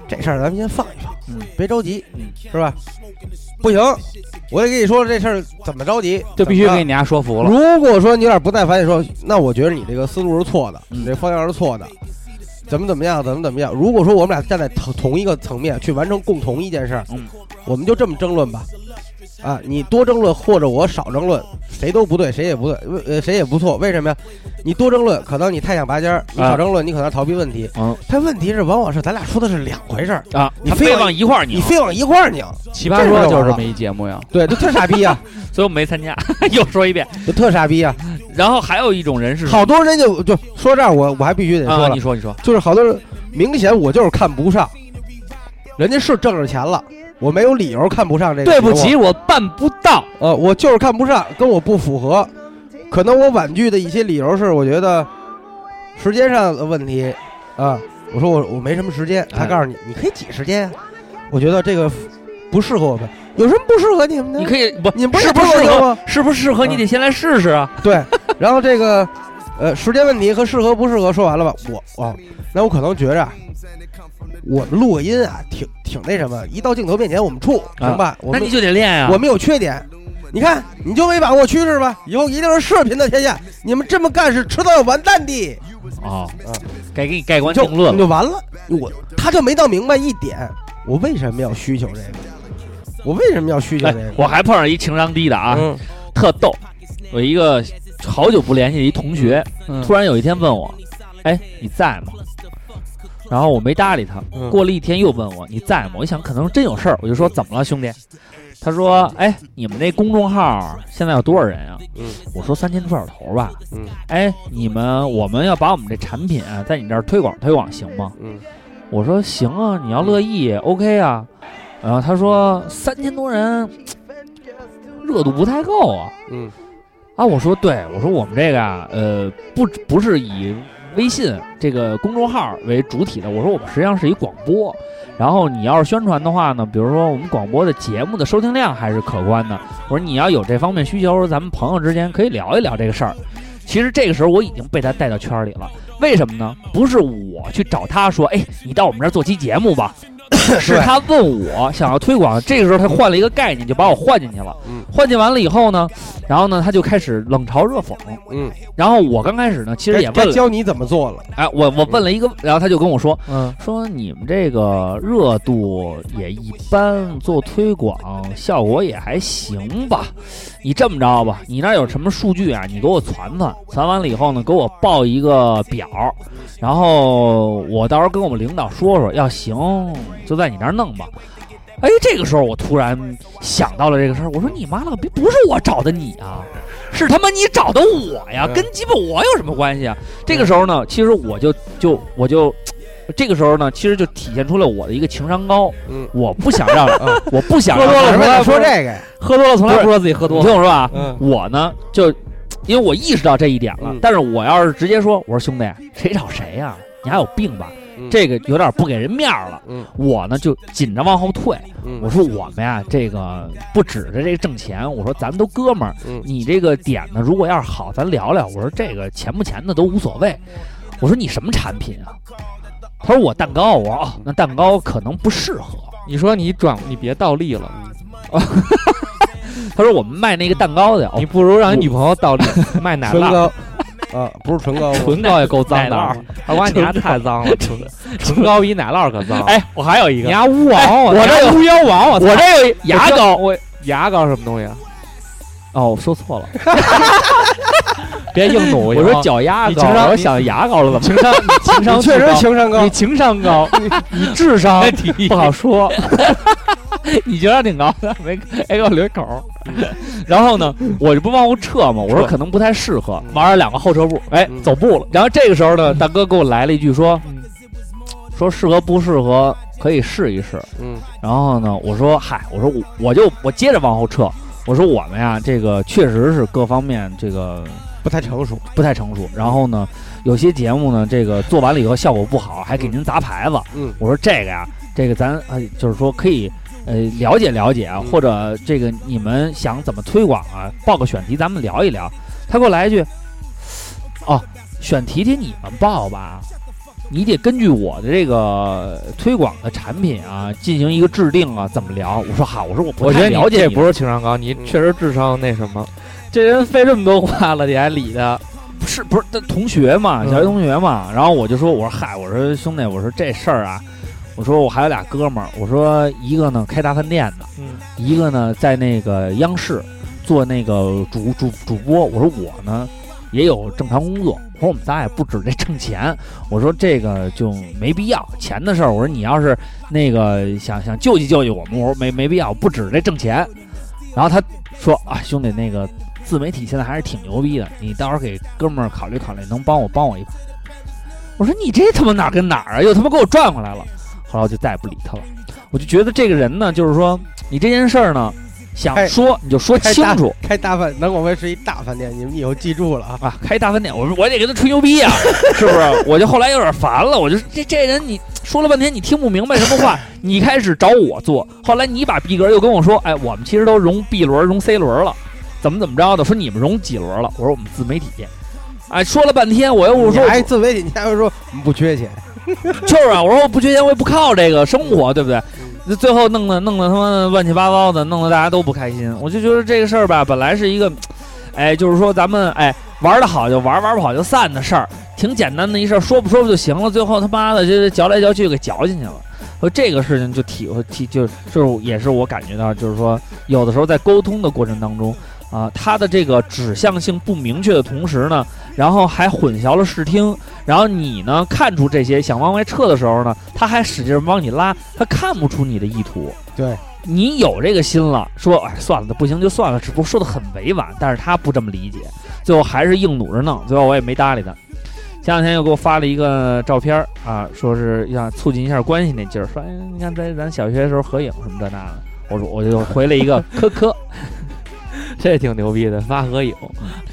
Speaker 4: 这事儿咱们先放一放，
Speaker 3: 嗯
Speaker 4: 别着急，是吧？不行，我也跟你说这事儿怎么着急，
Speaker 3: 就必须
Speaker 4: 怎么
Speaker 3: 给你家说服
Speaker 4: 着。
Speaker 3: 了。
Speaker 4: 如果说你有点不耐烦，你说，那我觉得你这个思路是错的，
Speaker 2: 嗯
Speaker 4: 你这方向是错的。怎么怎么样，怎么怎么样？如果说我们俩站在同同一个层面去完成共同一件事儿，
Speaker 2: 嗯
Speaker 4: 我们就这么争论吧。啊，你多争论或者我少争论，谁都不对，谁也不对，为呃，谁也不错。为什么呀？你多争论，可能你太想拔尖儿；你
Speaker 2: 啊
Speaker 4: 少争论，你可能逃避问题。
Speaker 2: 嗯
Speaker 4: 但问题是，往往是咱俩说的是两回事儿，
Speaker 2: 啊，
Speaker 4: 你
Speaker 2: 他
Speaker 4: 非
Speaker 2: 非
Speaker 4: 要
Speaker 2: 往一块儿
Speaker 4: 你
Speaker 2: 拧，
Speaker 4: 非往一块儿拧。
Speaker 3: 奇葩说就是这么一节目呀，
Speaker 4: 对，就特傻逼呀、
Speaker 2: 所以我没参加。 又说一遍，
Speaker 4: 就特傻逼呀、
Speaker 2: 然后还有一种 人是
Speaker 4: 好多人就就说这儿，我我还必须得
Speaker 2: 啊，
Speaker 4: 说了
Speaker 2: 你，说你说，
Speaker 4: 就是好多人明显我就是看不上，人家是挣着钱了，我没有理由看不上这个。
Speaker 3: 对不起，，我办不到。
Speaker 4: 呃，我就是看不上，跟我不符合。可能我婉拒的一些理由是，我觉得时间上的问题啊。我说我我没什么时间，他告诉你你可以挤时间啊。我觉得这个不适合我们，有什么不适合你们呢？
Speaker 2: 你可以不
Speaker 4: 你们不
Speaker 2: 是
Speaker 4: 是
Speaker 2: 不适
Speaker 4: 适
Speaker 2: 合
Speaker 4: 合吗？
Speaker 2: 是不是适合你
Speaker 4: 嗯
Speaker 2: 得先来试试啊。
Speaker 4: 对，然后这个呃时间问题和适合不适合说完了吧？我哦，那我可能觉着啊我们录个音啊，挺挺那什么，一到镜头面前我们怵，
Speaker 2: 啊
Speaker 4: 行吧？我
Speaker 2: 那
Speaker 4: 们
Speaker 2: 你就得练啊呀、
Speaker 4: 我们有缺点。你看，你就没把握趋势吧？以后一定是视频的天下，你们这么干是迟早要完蛋的，
Speaker 2: 啊
Speaker 4: 嗯，
Speaker 2: 该给你盖棺
Speaker 4: 就
Speaker 2: 定论
Speaker 4: 你
Speaker 2: 了。
Speaker 4: 就完了。我他就没弄明白一点，我为什么要需求这个？我为什么要需求
Speaker 2: 哎
Speaker 4: 这个？，
Speaker 2: 我还碰上一情商低的啊，
Speaker 4: 嗯
Speaker 2: 特逗。我一个好久不联系的一同学，
Speaker 3: 嗯
Speaker 2: 突然有一天问我：“哎，你在吗？”然后我没搭理他。
Speaker 4: 嗯
Speaker 2: 过了一天又问我你在吗？我一想可能真有事儿，我就说怎么了兄弟？他说哎你们那公众号现在有多少人啊？
Speaker 4: 嗯
Speaker 2: 我说三千出点头吧。
Speaker 4: 嗯
Speaker 2: 哎你们我们要把我们这产品啊在你这儿推广推广行吗？
Speaker 4: 嗯，
Speaker 2: 我说行啊，你要乐意、o k 啊。然后他说三千多人热度不太够啊。
Speaker 4: 嗯
Speaker 2: 啊，我说对，我说我们这个啊，呃，不不是以微信这个公众号为主体的，我说我们实际上是一广播。然后你要是宣传的话呢，比如说我们广播的节目的收听量还是可观的。我说你要有这方面需求，咱们朋友之间可以聊一聊这个事儿。其实这个时候我已经被他带到圈儿里了，为什么呢？不是我去找他说，哎，你到我们这儿做期节目吧，是他问我想要推广。这个时候他换了一个概念，就把我换进去了。
Speaker 4: 嗯
Speaker 2: 换进完了以后呢，然后呢，他就开始冷嘲热讽。
Speaker 4: 嗯，
Speaker 2: 然后我刚开始呢，其实
Speaker 4: 该
Speaker 2: 也
Speaker 4: 该
Speaker 2: 问了，
Speaker 4: 教你怎么做了。
Speaker 2: 哎，我我问了一个，然后他就跟我说
Speaker 4: 嗯
Speaker 2: 说你们这个热度也一般，做推广效果也还行吧。你这么着吧，你那儿有什么数据啊？你给我传传，传完了以后呢，给我报一个表，然后我到时候跟我们领导说说，要行就在你那儿弄吧。哎，这个时候我突然想到了这个事儿，我说你妈了个逼，不是我找的你啊，是他妈你找的我呀，
Speaker 4: 嗯
Speaker 2: 跟鸡巴我有什么关系啊？这个时候呢，其实我就就我就。这个时候呢，其实就体现出了我的一个情商高。
Speaker 4: 嗯
Speaker 2: 我不想让，
Speaker 4: 嗯
Speaker 2: 我不想
Speaker 3: 喝
Speaker 2: 让
Speaker 3: 多了从
Speaker 4: 为
Speaker 3: 来
Speaker 4: 了
Speaker 3: 不
Speaker 4: 说这个呀，
Speaker 3: 喝多了从来不说自己喝
Speaker 2: 你
Speaker 3: 多了。
Speaker 2: 听我说啊，
Speaker 4: 嗯
Speaker 2: 我呢就因为我意识到这一点了，
Speaker 4: 嗯
Speaker 2: 但是我要是直接说，我说兄弟，谁找谁呀、你还有病吧？
Speaker 4: 嗯
Speaker 2: 这个有点不给人面儿了。
Speaker 4: 嗯
Speaker 2: 我呢就紧着往后退，
Speaker 4: 嗯
Speaker 2: 我说我们呀，这个不指着这挣钱，我说咱们都哥们儿，
Speaker 4: 嗯
Speaker 2: 你这个点呢，如果要是好，咱聊聊。我说这个钱不钱的都无所谓。我说你什么产品啊？他说我蛋糕。我说哦，那蛋糕可能不适合。
Speaker 3: 你说你转，你别倒立了，
Speaker 2: 他说我们卖那个蛋糕的，哦
Speaker 3: 你不如让你女朋友 倒立卖奶
Speaker 4: 唇
Speaker 3: 酪。
Speaker 4: 膏啊，不是唇膏，
Speaker 3: 唇膏也够脏的啊
Speaker 2: 奶，
Speaker 3: 大瓜你
Speaker 2: 唇
Speaker 3: 丫太脏了，唇唇膏比奶酪可脏。，
Speaker 2: 哎，我还有一
Speaker 3: 你
Speaker 2: 个，
Speaker 3: 丫巫王，
Speaker 2: 我这有
Speaker 3: 这巫妖王，我操
Speaker 2: 我这有牙膏，
Speaker 3: 我牙膏什么东西啊？哦，我说错了，别硬弩。
Speaker 2: 哎我
Speaker 3: 行吗
Speaker 2: 说脚丫
Speaker 3: 你
Speaker 2: 膏，
Speaker 3: 情商
Speaker 2: 我说
Speaker 3: 你
Speaker 2: 想牙膏了，怎么
Speaker 3: 情商，你情商
Speaker 4: 你确
Speaker 3: 最高
Speaker 4: 实情商高
Speaker 3: 你。情商高，你智商不好说，
Speaker 2: 哎 你觉得挺高的，没哎给我留一口儿。然后呢，我就不往后撤嘛，我说可能不太适合，玩了两个后撤步，哎，
Speaker 4: 嗯
Speaker 2: 走步了。然后这个时候呢，大哥给我来了一句说，说适合不适合可以试一试。
Speaker 4: 嗯
Speaker 2: 然后呢，我说嗨，我说我我就我接着往后撤，我说我们呀，这个确实是各方面这个
Speaker 4: 不太成熟。
Speaker 2: 不太成熟。然后呢，有些节目呢，这个做完了以后效果不好，还给您砸牌子。
Speaker 4: 嗯
Speaker 2: 我说这个呀，这个咱呃，就是说可以呃了解了解啊，
Speaker 4: 嗯
Speaker 2: 或者这个你们想怎么推广啊，报个选题咱们聊一聊。他给我来一句，哦，选题得你们报吧。你得根据我的这个呃推广的产品啊，进行一个制定啊，怎么聊？我说好，我说我不
Speaker 3: 我觉
Speaker 2: 太
Speaker 3: 得你
Speaker 2: 了解
Speaker 3: 这
Speaker 2: 你
Speaker 3: 不是情商高，你
Speaker 4: 嗯
Speaker 3: 确实智商那什么。这人费这么多话了，你还理他？
Speaker 2: 不是不是，他同学嘛，
Speaker 3: 嗯
Speaker 2: 小学同学嘛。然后我就说，我说嗨，我说兄弟，我说这事儿啊，我说我还有俩哥们儿，我说一个呢开大饭店的，
Speaker 3: 嗯，
Speaker 2: 一个呢在那个央视做那个主主主播。我说我呢也有正常工作，我说我们仨也不指这挣钱，我说这个就没必要钱的事儿。我说你要是那个想想救济救济我们，我说没没必要，不指这挣钱。然后他说啊，兄弟，那个自媒体现在还是挺牛逼的，你到时候给哥们儿考虑考虑，能帮我帮我一把。我说你这他妈哪儿跟哪儿啊，又他妈给我转回来了。后来我就再也不理他了，我就觉得这个人呢，就是说你这件事儿呢，想
Speaker 4: 开
Speaker 2: 说你就说
Speaker 4: 开
Speaker 2: 清
Speaker 4: 大
Speaker 2: 楚
Speaker 4: 开大饭，南广卫是一大饭店，你们以后记住了啊。
Speaker 2: 啊，开大饭店，我说我得给他吹牛逼 啊，是不是？我就后来有点烦了，我就这这人你说了半天你听不明白什么话，你开始找我做，后来你把逼格又跟我说，哎，我们其实都融 B 轮、融 C 轮了，怎么怎么着的，说你们融几轮了？我说我们自媒体。哎，说了半天，我又我
Speaker 4: 你
Speaker 2: 说
Speaker 4: 还自媒体，你还会说我们不缺钱？
Speaker 2: 就是啊，我说我不缺钱，我也不靠这个生活，对不对？那最后弄得弄得他妈乱七八糟的，弄得大家都不开心。我就觉得这个事儿吧，本来是一个，哎，就是说咱们哎玩的好就玩，玩不好就散的事儿，挺简单的一事儿，说不说不就行了。最后他妈的这嚼来嚼去给嚼进去了。和这个事情就体会体就就是也是我感觉到，就是说有的时候在沟通的过程当中啊，他的这个指向性不明确的同时呢，然后还混淆了视听，然后你呢看出这些想往外撤的时候呢，他还使劲往你拉，他看不出你的意图。
Speaker 4: 对，
Speaker 2: 你有这个心了，说哎算了，那不行就算了，只不过说的很委婉，但是他不这么理解，最后还是硬努着弄，最后我也没搭理他。前两天又给我发了一个照片儿啊，说是要促进一下关系那劲儿，说哎，你看在咱小学的时候合影什么这那的，我说我就回了一个科科
Speaker 5: 这挺牛逼的，发合影，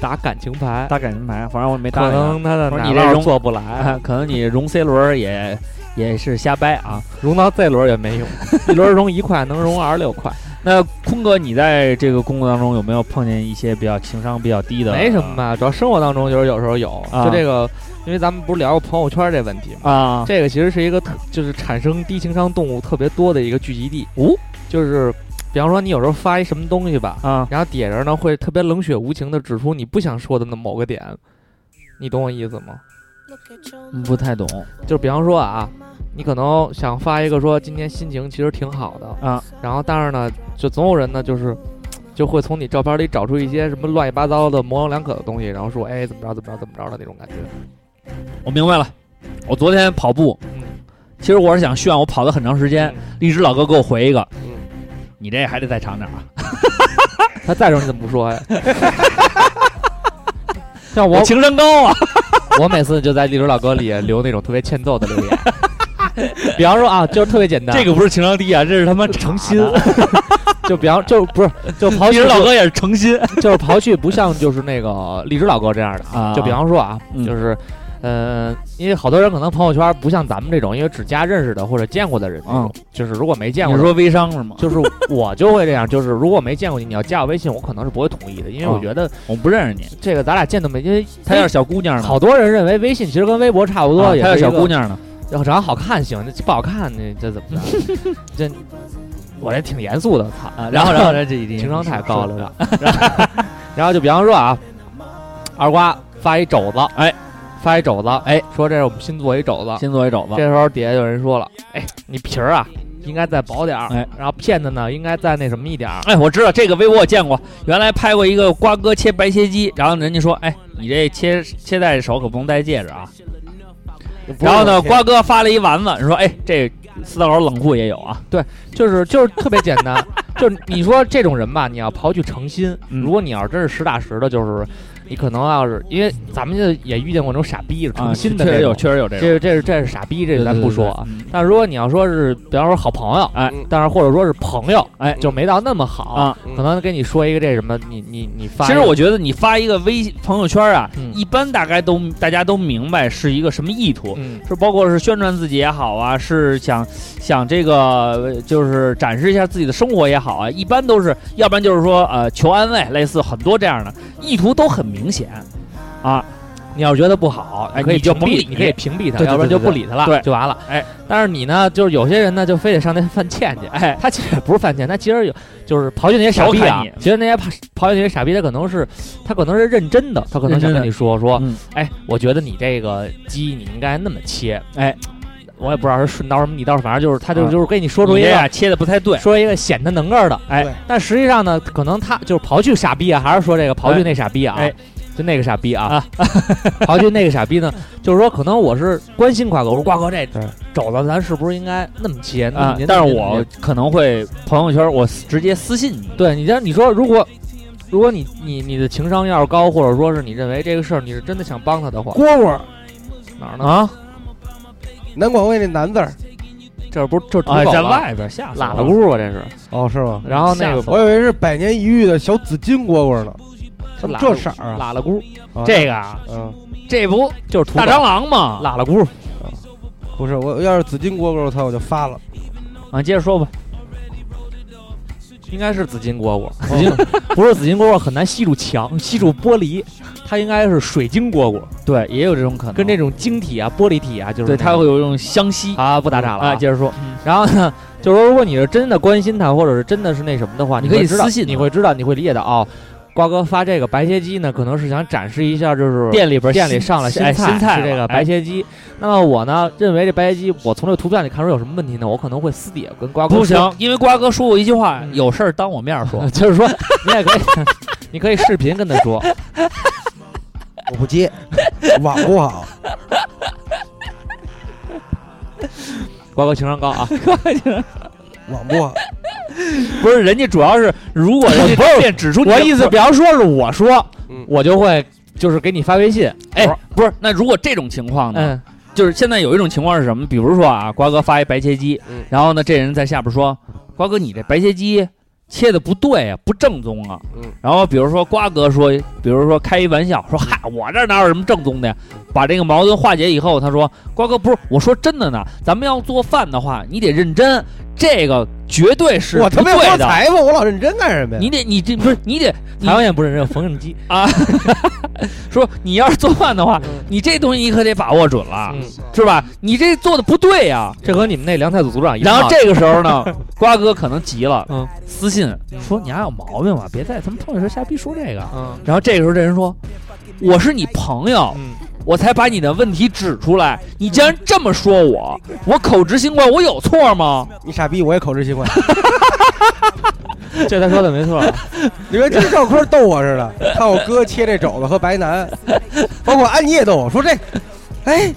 Speaker 5: 打感情牌，
Speaker 2: 打感情牌，反正我也没搭
Speaker 5: 可
Speaker 2: 理他。
Speaker 5: 能他的
Speaker 2: 不是
Speaker 5: 奶
Speaker 2: 你这
Speaker 5: 酪
Speaker 2: 容
Speaker 5: 做不 来，
Speaker 2: 啊，可能你融 C 轮儿也也是瞎掰啊。
Speaker 5: 融到这轮也没 用，一轮融一块，能融二十六块，
Speaker 2: 那坤哥，你在这个工作当中有没有碰见一些比较情商比较低的？
Speaker 5: 没什么吧？主要生活当中就是有时候有，
Speaker 2: 啊
Speaker 5: 就这个，因为咱们不是聊过朋友圈这问题吗？
Speaker 2: 啊？
Speaker 5: 这个其实是一个特，就是产生低情商动物特别多的一个聚集地。
Speaker 2: 哦，
Speaker 5: 就是比方说你有时候发一什么东西吧，
Speaker 2: 啊
Speaker 5: 然后底下人呢会特别冷血无情的指出你不想说的那某个点，你懂我意思吗？
Speaker 2: 嗯不太懂
Speaker 5: 就是比方说啊，你可能想发一个说今天心情其实挺好的，
Speaker 2: 啊
Speaker 5: 然后但是呢，就总有人呢就是。就会从你照片里找出一些什么乱七八糟的模棱两可的东西，然后说，哎，怎么着怎么着怎么着的那种感觉。
Speaker 2: 我明白了。我昨天跑步，
Speaker 5: 嗯
Speaker 2: 其实我是想炫我跑了很长时间。荔枝老哥给我回一个，
Speaker 4: 嗯
Speaker 2: 你这还得再长点儿啊！
Speaker 5: 他再说你怎么不说呀？ 像我
Speaker 2: 情商高啊！
Speaker 5: 我每次就在立春老哥里留那种特别欠揍的留言， 比方说啊，就是特别简单，
Speaker 2: 这个不是情商低啊，这是他妈诚心。
Speaker 5: 就比方就不是就刨
Speaker 2: 荔
Speaker 5: 去
Speaker 2: 枝老哥也是诚心
Speaker 5: 就是刨去不像就是那个荔枝老哥这样的，
Speaker 2: 啊
Speaker 5: 就比方说啊，
Speaker 2: 嗯
Speaker 5: 就是。呃，因为好多人可能朋友圈不像咱们这种，因为只加认识的或者见过的人那种，就是如果没见
Speaker 2: 嗯
Speaker 5: 过
Speaker 2: 你
Speaker 5: 的，
Speaker 2: 说微商是吗？
Speaker 5: 就是我就会这样，就是如果没见过你，你要加我微信，我可能是不会同意的，因为我
Speaker 2: 啊
Speaker 5: 觉得
Speaker 2: 我不认识你，
Speaker 5: 这个咱俩见都没，因为
Speaker 2: 她要是小姑娘呢？
Speaker 5: 哎好多人认为微信其实跟微博差不多，
Speaker 2: 啊
Speaker 5: 也
Speaker 2: 她要
Speaker 5: 是
Speaker 2: 是
Speaker 5: 一
Speaker 2: 小
Speaker 5: 个
Speaker 2: 姑娘呢？嗯
Speaker 5: 要长得好看行，那不好看那这怎么着？这我这挺严肃的，操！
Speaker 2: 啊，然后然后这这 一定
Speaker 5: 情商太高了， 然后就比方说啊，二瓜发一肘子，
Speaker 2: 哎，
Speaker 5: 发一肘子，哎，说这是我们新做一肘子。
Speaker 2: 先做一肘子
Speaker 5: 啊这时候底下有人说了，哎，你皮儿啊，应该再薄点儿，
Speaker 2: 哎，
Speaker 5: 然后片子呢应该再那什么一点儿。
Speaker 2: 哎，我知道这个微博我见过，原来拍过一个瓜哥切白切鸡，然后人家说，哎，你这切切在手可不能戴戒指啊。然后呢，瓜哥发了一丸子，说，哎，这四道口冷库也有啊。
Speaker 5: 就是就是特别简单，就是你说这种人吧，你要刨去诚心，
Speaker 2: 嗯
Speaker 5: 如果你要真是实打实的，就是你可能要是因为咱们就也遇见过那种傻逼， 诚心
Speaker 2: 啊
Speaker 5: 的
Speaker 2: 确
Speaker 5: 这
Speaker 2: 实有，
Speaker 5: 种，
Speaker 2: 确实有这种。
Speaker 5: 这这是这是傻逼，这个咱不说啊。
Speaker 2: 嗯
Speaker 5: 但如果你要说是，比方说好朋友，
Speaker 2: 哎
Speaker 4: 嗯
Speaker 5: 但是或者说是朋友，
Speaker 2: 哎
Speaker 5: 就没到那么好，
Speaker 2: 啊。
Speaker 4: 嗯
Speaker 5: 可能跟你说一个这什么，你你你发一
Speaker 2: 其
Speaker 5: 个，
Speaker 2: 实我觉得你发一个微信朋友圈啊，
Speaker 5: 嗯
Speaker 2: 一般大概都大家都明白是一个什么意图，
Speaker 5: 嗯
Speaker 2: 是包括是宣传自己也好啊，是想想这个呃就是展示一下自己的生活也好啊，一般都是要不然就是说呃求安慰，类似很多这样的意图都很明显啊。
Speaker 5: 你要是觉得不好，
Speaker 2: 哎
Speaker 5: 可以
Speaker 2: 你就
Speaker 5: 屏
Speaker 2: 甭
Speaker 5: 蔽
Speaker 2: 理
Speaker 5: 你可以屏蔽他，
Speaker 2: 对对
Speaker 5: 要不然
Speaker 2: 对
Speaker 5: 就
Speaker 2: 对
Speaker 5: 不理他了，
Speaker 2: 对
Speaker 5: 啊就完了。
Speaker 2: 哎，
Speaker 5: 但是你呢，就是有些人呢，就非得上那犯欠去，
Speaker 2: 哎，
Speaker 5: 他其实也不是犯贱，他其实有就是刨去那些傻逼
Speaker 2: 调侃
Speaker 5: 啊
Speaker 2: 你，
Speaker 5: 其实那些怕刨去那些傻逼，他可能是他可能是认真的，他可能
Speaker 2: 认真
Speaker 5: 想
Speaker 2: 的
Speaker 5: 跟你说说，
Speaker 2: 嗯
Speaker 5: 哎，我觉得你这个鸡你应该那么切，
Speaker 2: 哎，
Speaker 5: 我也不知道是顺刀什么逆刀，反正就是他就
Speaker 2: 啊
Speaker 5: 就是跟你说
Speaker 2: 说
Speaker 5: 出
Speaker 2: 出
Speaker 5: 一
Speaker 2: 一
Speaker 5: 个
Speaker 2: 个切的不太对，
Speaker 5: 说一个显他能个儿的，哎
Speaker 4: 对，
Speaker 5: 但实际上呢，可能他就是刨去傻逼啊，还是说这个刨去那傻逼啊
Speaker 2: 哎，
Speaker 5: 就那个傻逼啊， 刨去那个傻逼呢，就是说可能我是关心瓜哥，我说瓜哥这
Speaker 4: 对
Speaker 5: 肘子咱是不是应该那么切？那么
Speaker 2: 啊
Speaker 5: 您，
Speaker 2: 但是
Speaker 5: 您
Speaker 2: 我可能会朋友圈我直接私信你，
Speaker 5: 对你这你说，如果如果你你你的情商要是高，或者说是你认为这个事儿你是真的想帮他的话，
Speaker 4: 蝈蝈，
Speaker 5: 哪儿呢？
Speaker 2: 啊
Speaker 4: 南广卫那男字儿，
Speaker 5: 这不是这是土
Speaker 2: 啊，
Speaker 5: 狗
Speaker 2: 在
Speaker 5: 吗
Speaker 2: 外边吓死
Speaker 5: 喇
Speaker 2: 我
Speaker 5: 叭
Speaker 2: 了。
Speaker 5: 轱辘啊这是。
Speaker 4: 哦，是吗？
Speaker 5: 然后那
Speaker 2: 吓
Speaker 5: 个
Speaker 2: 死
Speaker 4: 我以为是百年一遇的小紫金蝈蝈呢，怎么
Speaker 5: 喇
Speaker 4: 这
Speaker 5: 叭
Speaker 4: 色儿啊？
Speaker 5: 喇喇咕
Speaker 4: 啊
Speaker 2: 这个啊，
Speaker 4: 嗯，
Speaker 2: 这不
Speaker 5: 就是土
Speaker 2: 大
Speaker 5: 狗
Speaker 2: 蟑螂吗？
Speaker 5: 喇喇咕，
Speaker 4: 不是，我要是紫金蝈蝈，他我就发了。
Speaker 2: 啊，接着说吧。
Speaker 5: 应该是紫金蝈蝈，紫 金不是紫金蝈蝈很难吸住墙， 吸住玻璃，它应该是水晶蝈蝈，
Speaker 2: 对，也有这种可能，
Speaker 5: 跟这种晶体啊、玻璃体啊，就是
Speaker 2: 哦对
Speaker 5: 那
Speaker 2: 它
Speaker 5: 种
Speaker 2: 会有一种相吸
Speaker 5: 啊不打岔了
Speaker 2: 啊。接着说，
Speaker 5: 然后呢，就是说，如果你是真的关心他，或者是真的是那什么的话，
Speaker 2: 你
Speaker 5: 会
Speaker 2: 可以
Speaker 5: 知道
Speaker 2: 私信他
Speaker 5: 你会知道，你会理解到哦。瓜哥发这个白切鸡呢，可能是想展示一下，就是
Speaker 2: 店里边
Speaker 5: 店里
Speaker 2: 新
Speaker 5: 上了新
Speaker 2: 哎
Speaker 5: 菜，
Speaker 2: 新菜
Speaker 5: 是这个
Speaker 2: 了
Speaker 5: 白
Speaker 2: 哎
Speaker 5: 切鸡。那么我呢，认为这白切鸡，我从这个图片里看出有什么问题呢？我可能会私底下跟瓜哥
Speaker 2: 不
Speaker 5: 说
Speaker 2: 行，因为瓜哥说过一句话：“
Speaker 5: 嗯
Speaker 2: 有事儿当我面儿说。
Speaker 5: 啊就是说，你也可以，你可以视频跟他说，
Speaker 4: 我不接，网不好，
Speaker 3: 瓜哥情商高啊！
Speaker 4: 网不？
Speaker 3: 不是，人家主要是如果
Speaker 2: 我
Speaker 3: 人
Speaker 2: 不
Speaker 3: 家
Speaker 2: 是变指出你
Speaker 3: 我
Speaker 2: 的
Speaker 3: 意思，比方说是我说
Speaker 4: 嗯，
Speaker 3: 我就会就是给你发微信，
Speaker 2: 哎，不是，那如果这种情况呢？
Speaker 5: 嗯，
Speaker 2: 就是现在有一种情况是什么？比如说啊，瓜哥发一白切鸡，
Speaker 4: 嗯
Speaker 2: 然后呢，这人在下边说：“瓜哥，你这白切鸡切的不对啊，不正宗啊。
Speaker 4: 嗯
Speaker 2: 然后比如说瓜哥说，比如说开一玩笑说：“嗨，
Speaker 4: 嗯
Speaker 2: 我这哪有什么正宗的呀？”把这个矛盾化解以后，他说：“瓜哥，不是，我说真的呢，咱们要做饭的话，你得认真，这个绝对是
Speaker 4: 我
Speaker 2: 不
Speaker 4: 他妈有
Speaker 2: 对
Speaker 4: 发
Speaker 2: 的。
Speaker 4: 财吗？我老认真干什么呀？
Speaker 2: 你得，你这不是你得
Speaker 5: 台湾也不认真，缝纫机，
Speaker 2: 说，你要是做饭的话，
Speaker 4: 嗯
Speaker 2: 你这东西你可得把握准了，
Speaker 5: 嗯，
Speaker 2: 是吧？你这做的不对呀、
Speaker 5: 这和你们那凉菜组组长一样。啊
Speaker 2: 然后这个时候 呢，瓜哥可能急了，
Speaker 5: 嗯
Speaker 2: 私信说你还有毛病吧，别在他们朋友圈瞎逼说这个。
Speaker 5: 嗯
Speaker 2: 然后这个时候这人说，我是你朋友，
Speaker 5: 嗯
Speaker 2: 我才把你的问题指出来，你竟然这么说我，我口直心快，我有错吗？
Speaker 4: 你傻逼，我也口吃习惯。
Speaker 5: 这他说的没错，
Speaker 4: 你说这赵坤逗我似的，看我哥切这肘子和白南，包括安妮也逗我说这，哎，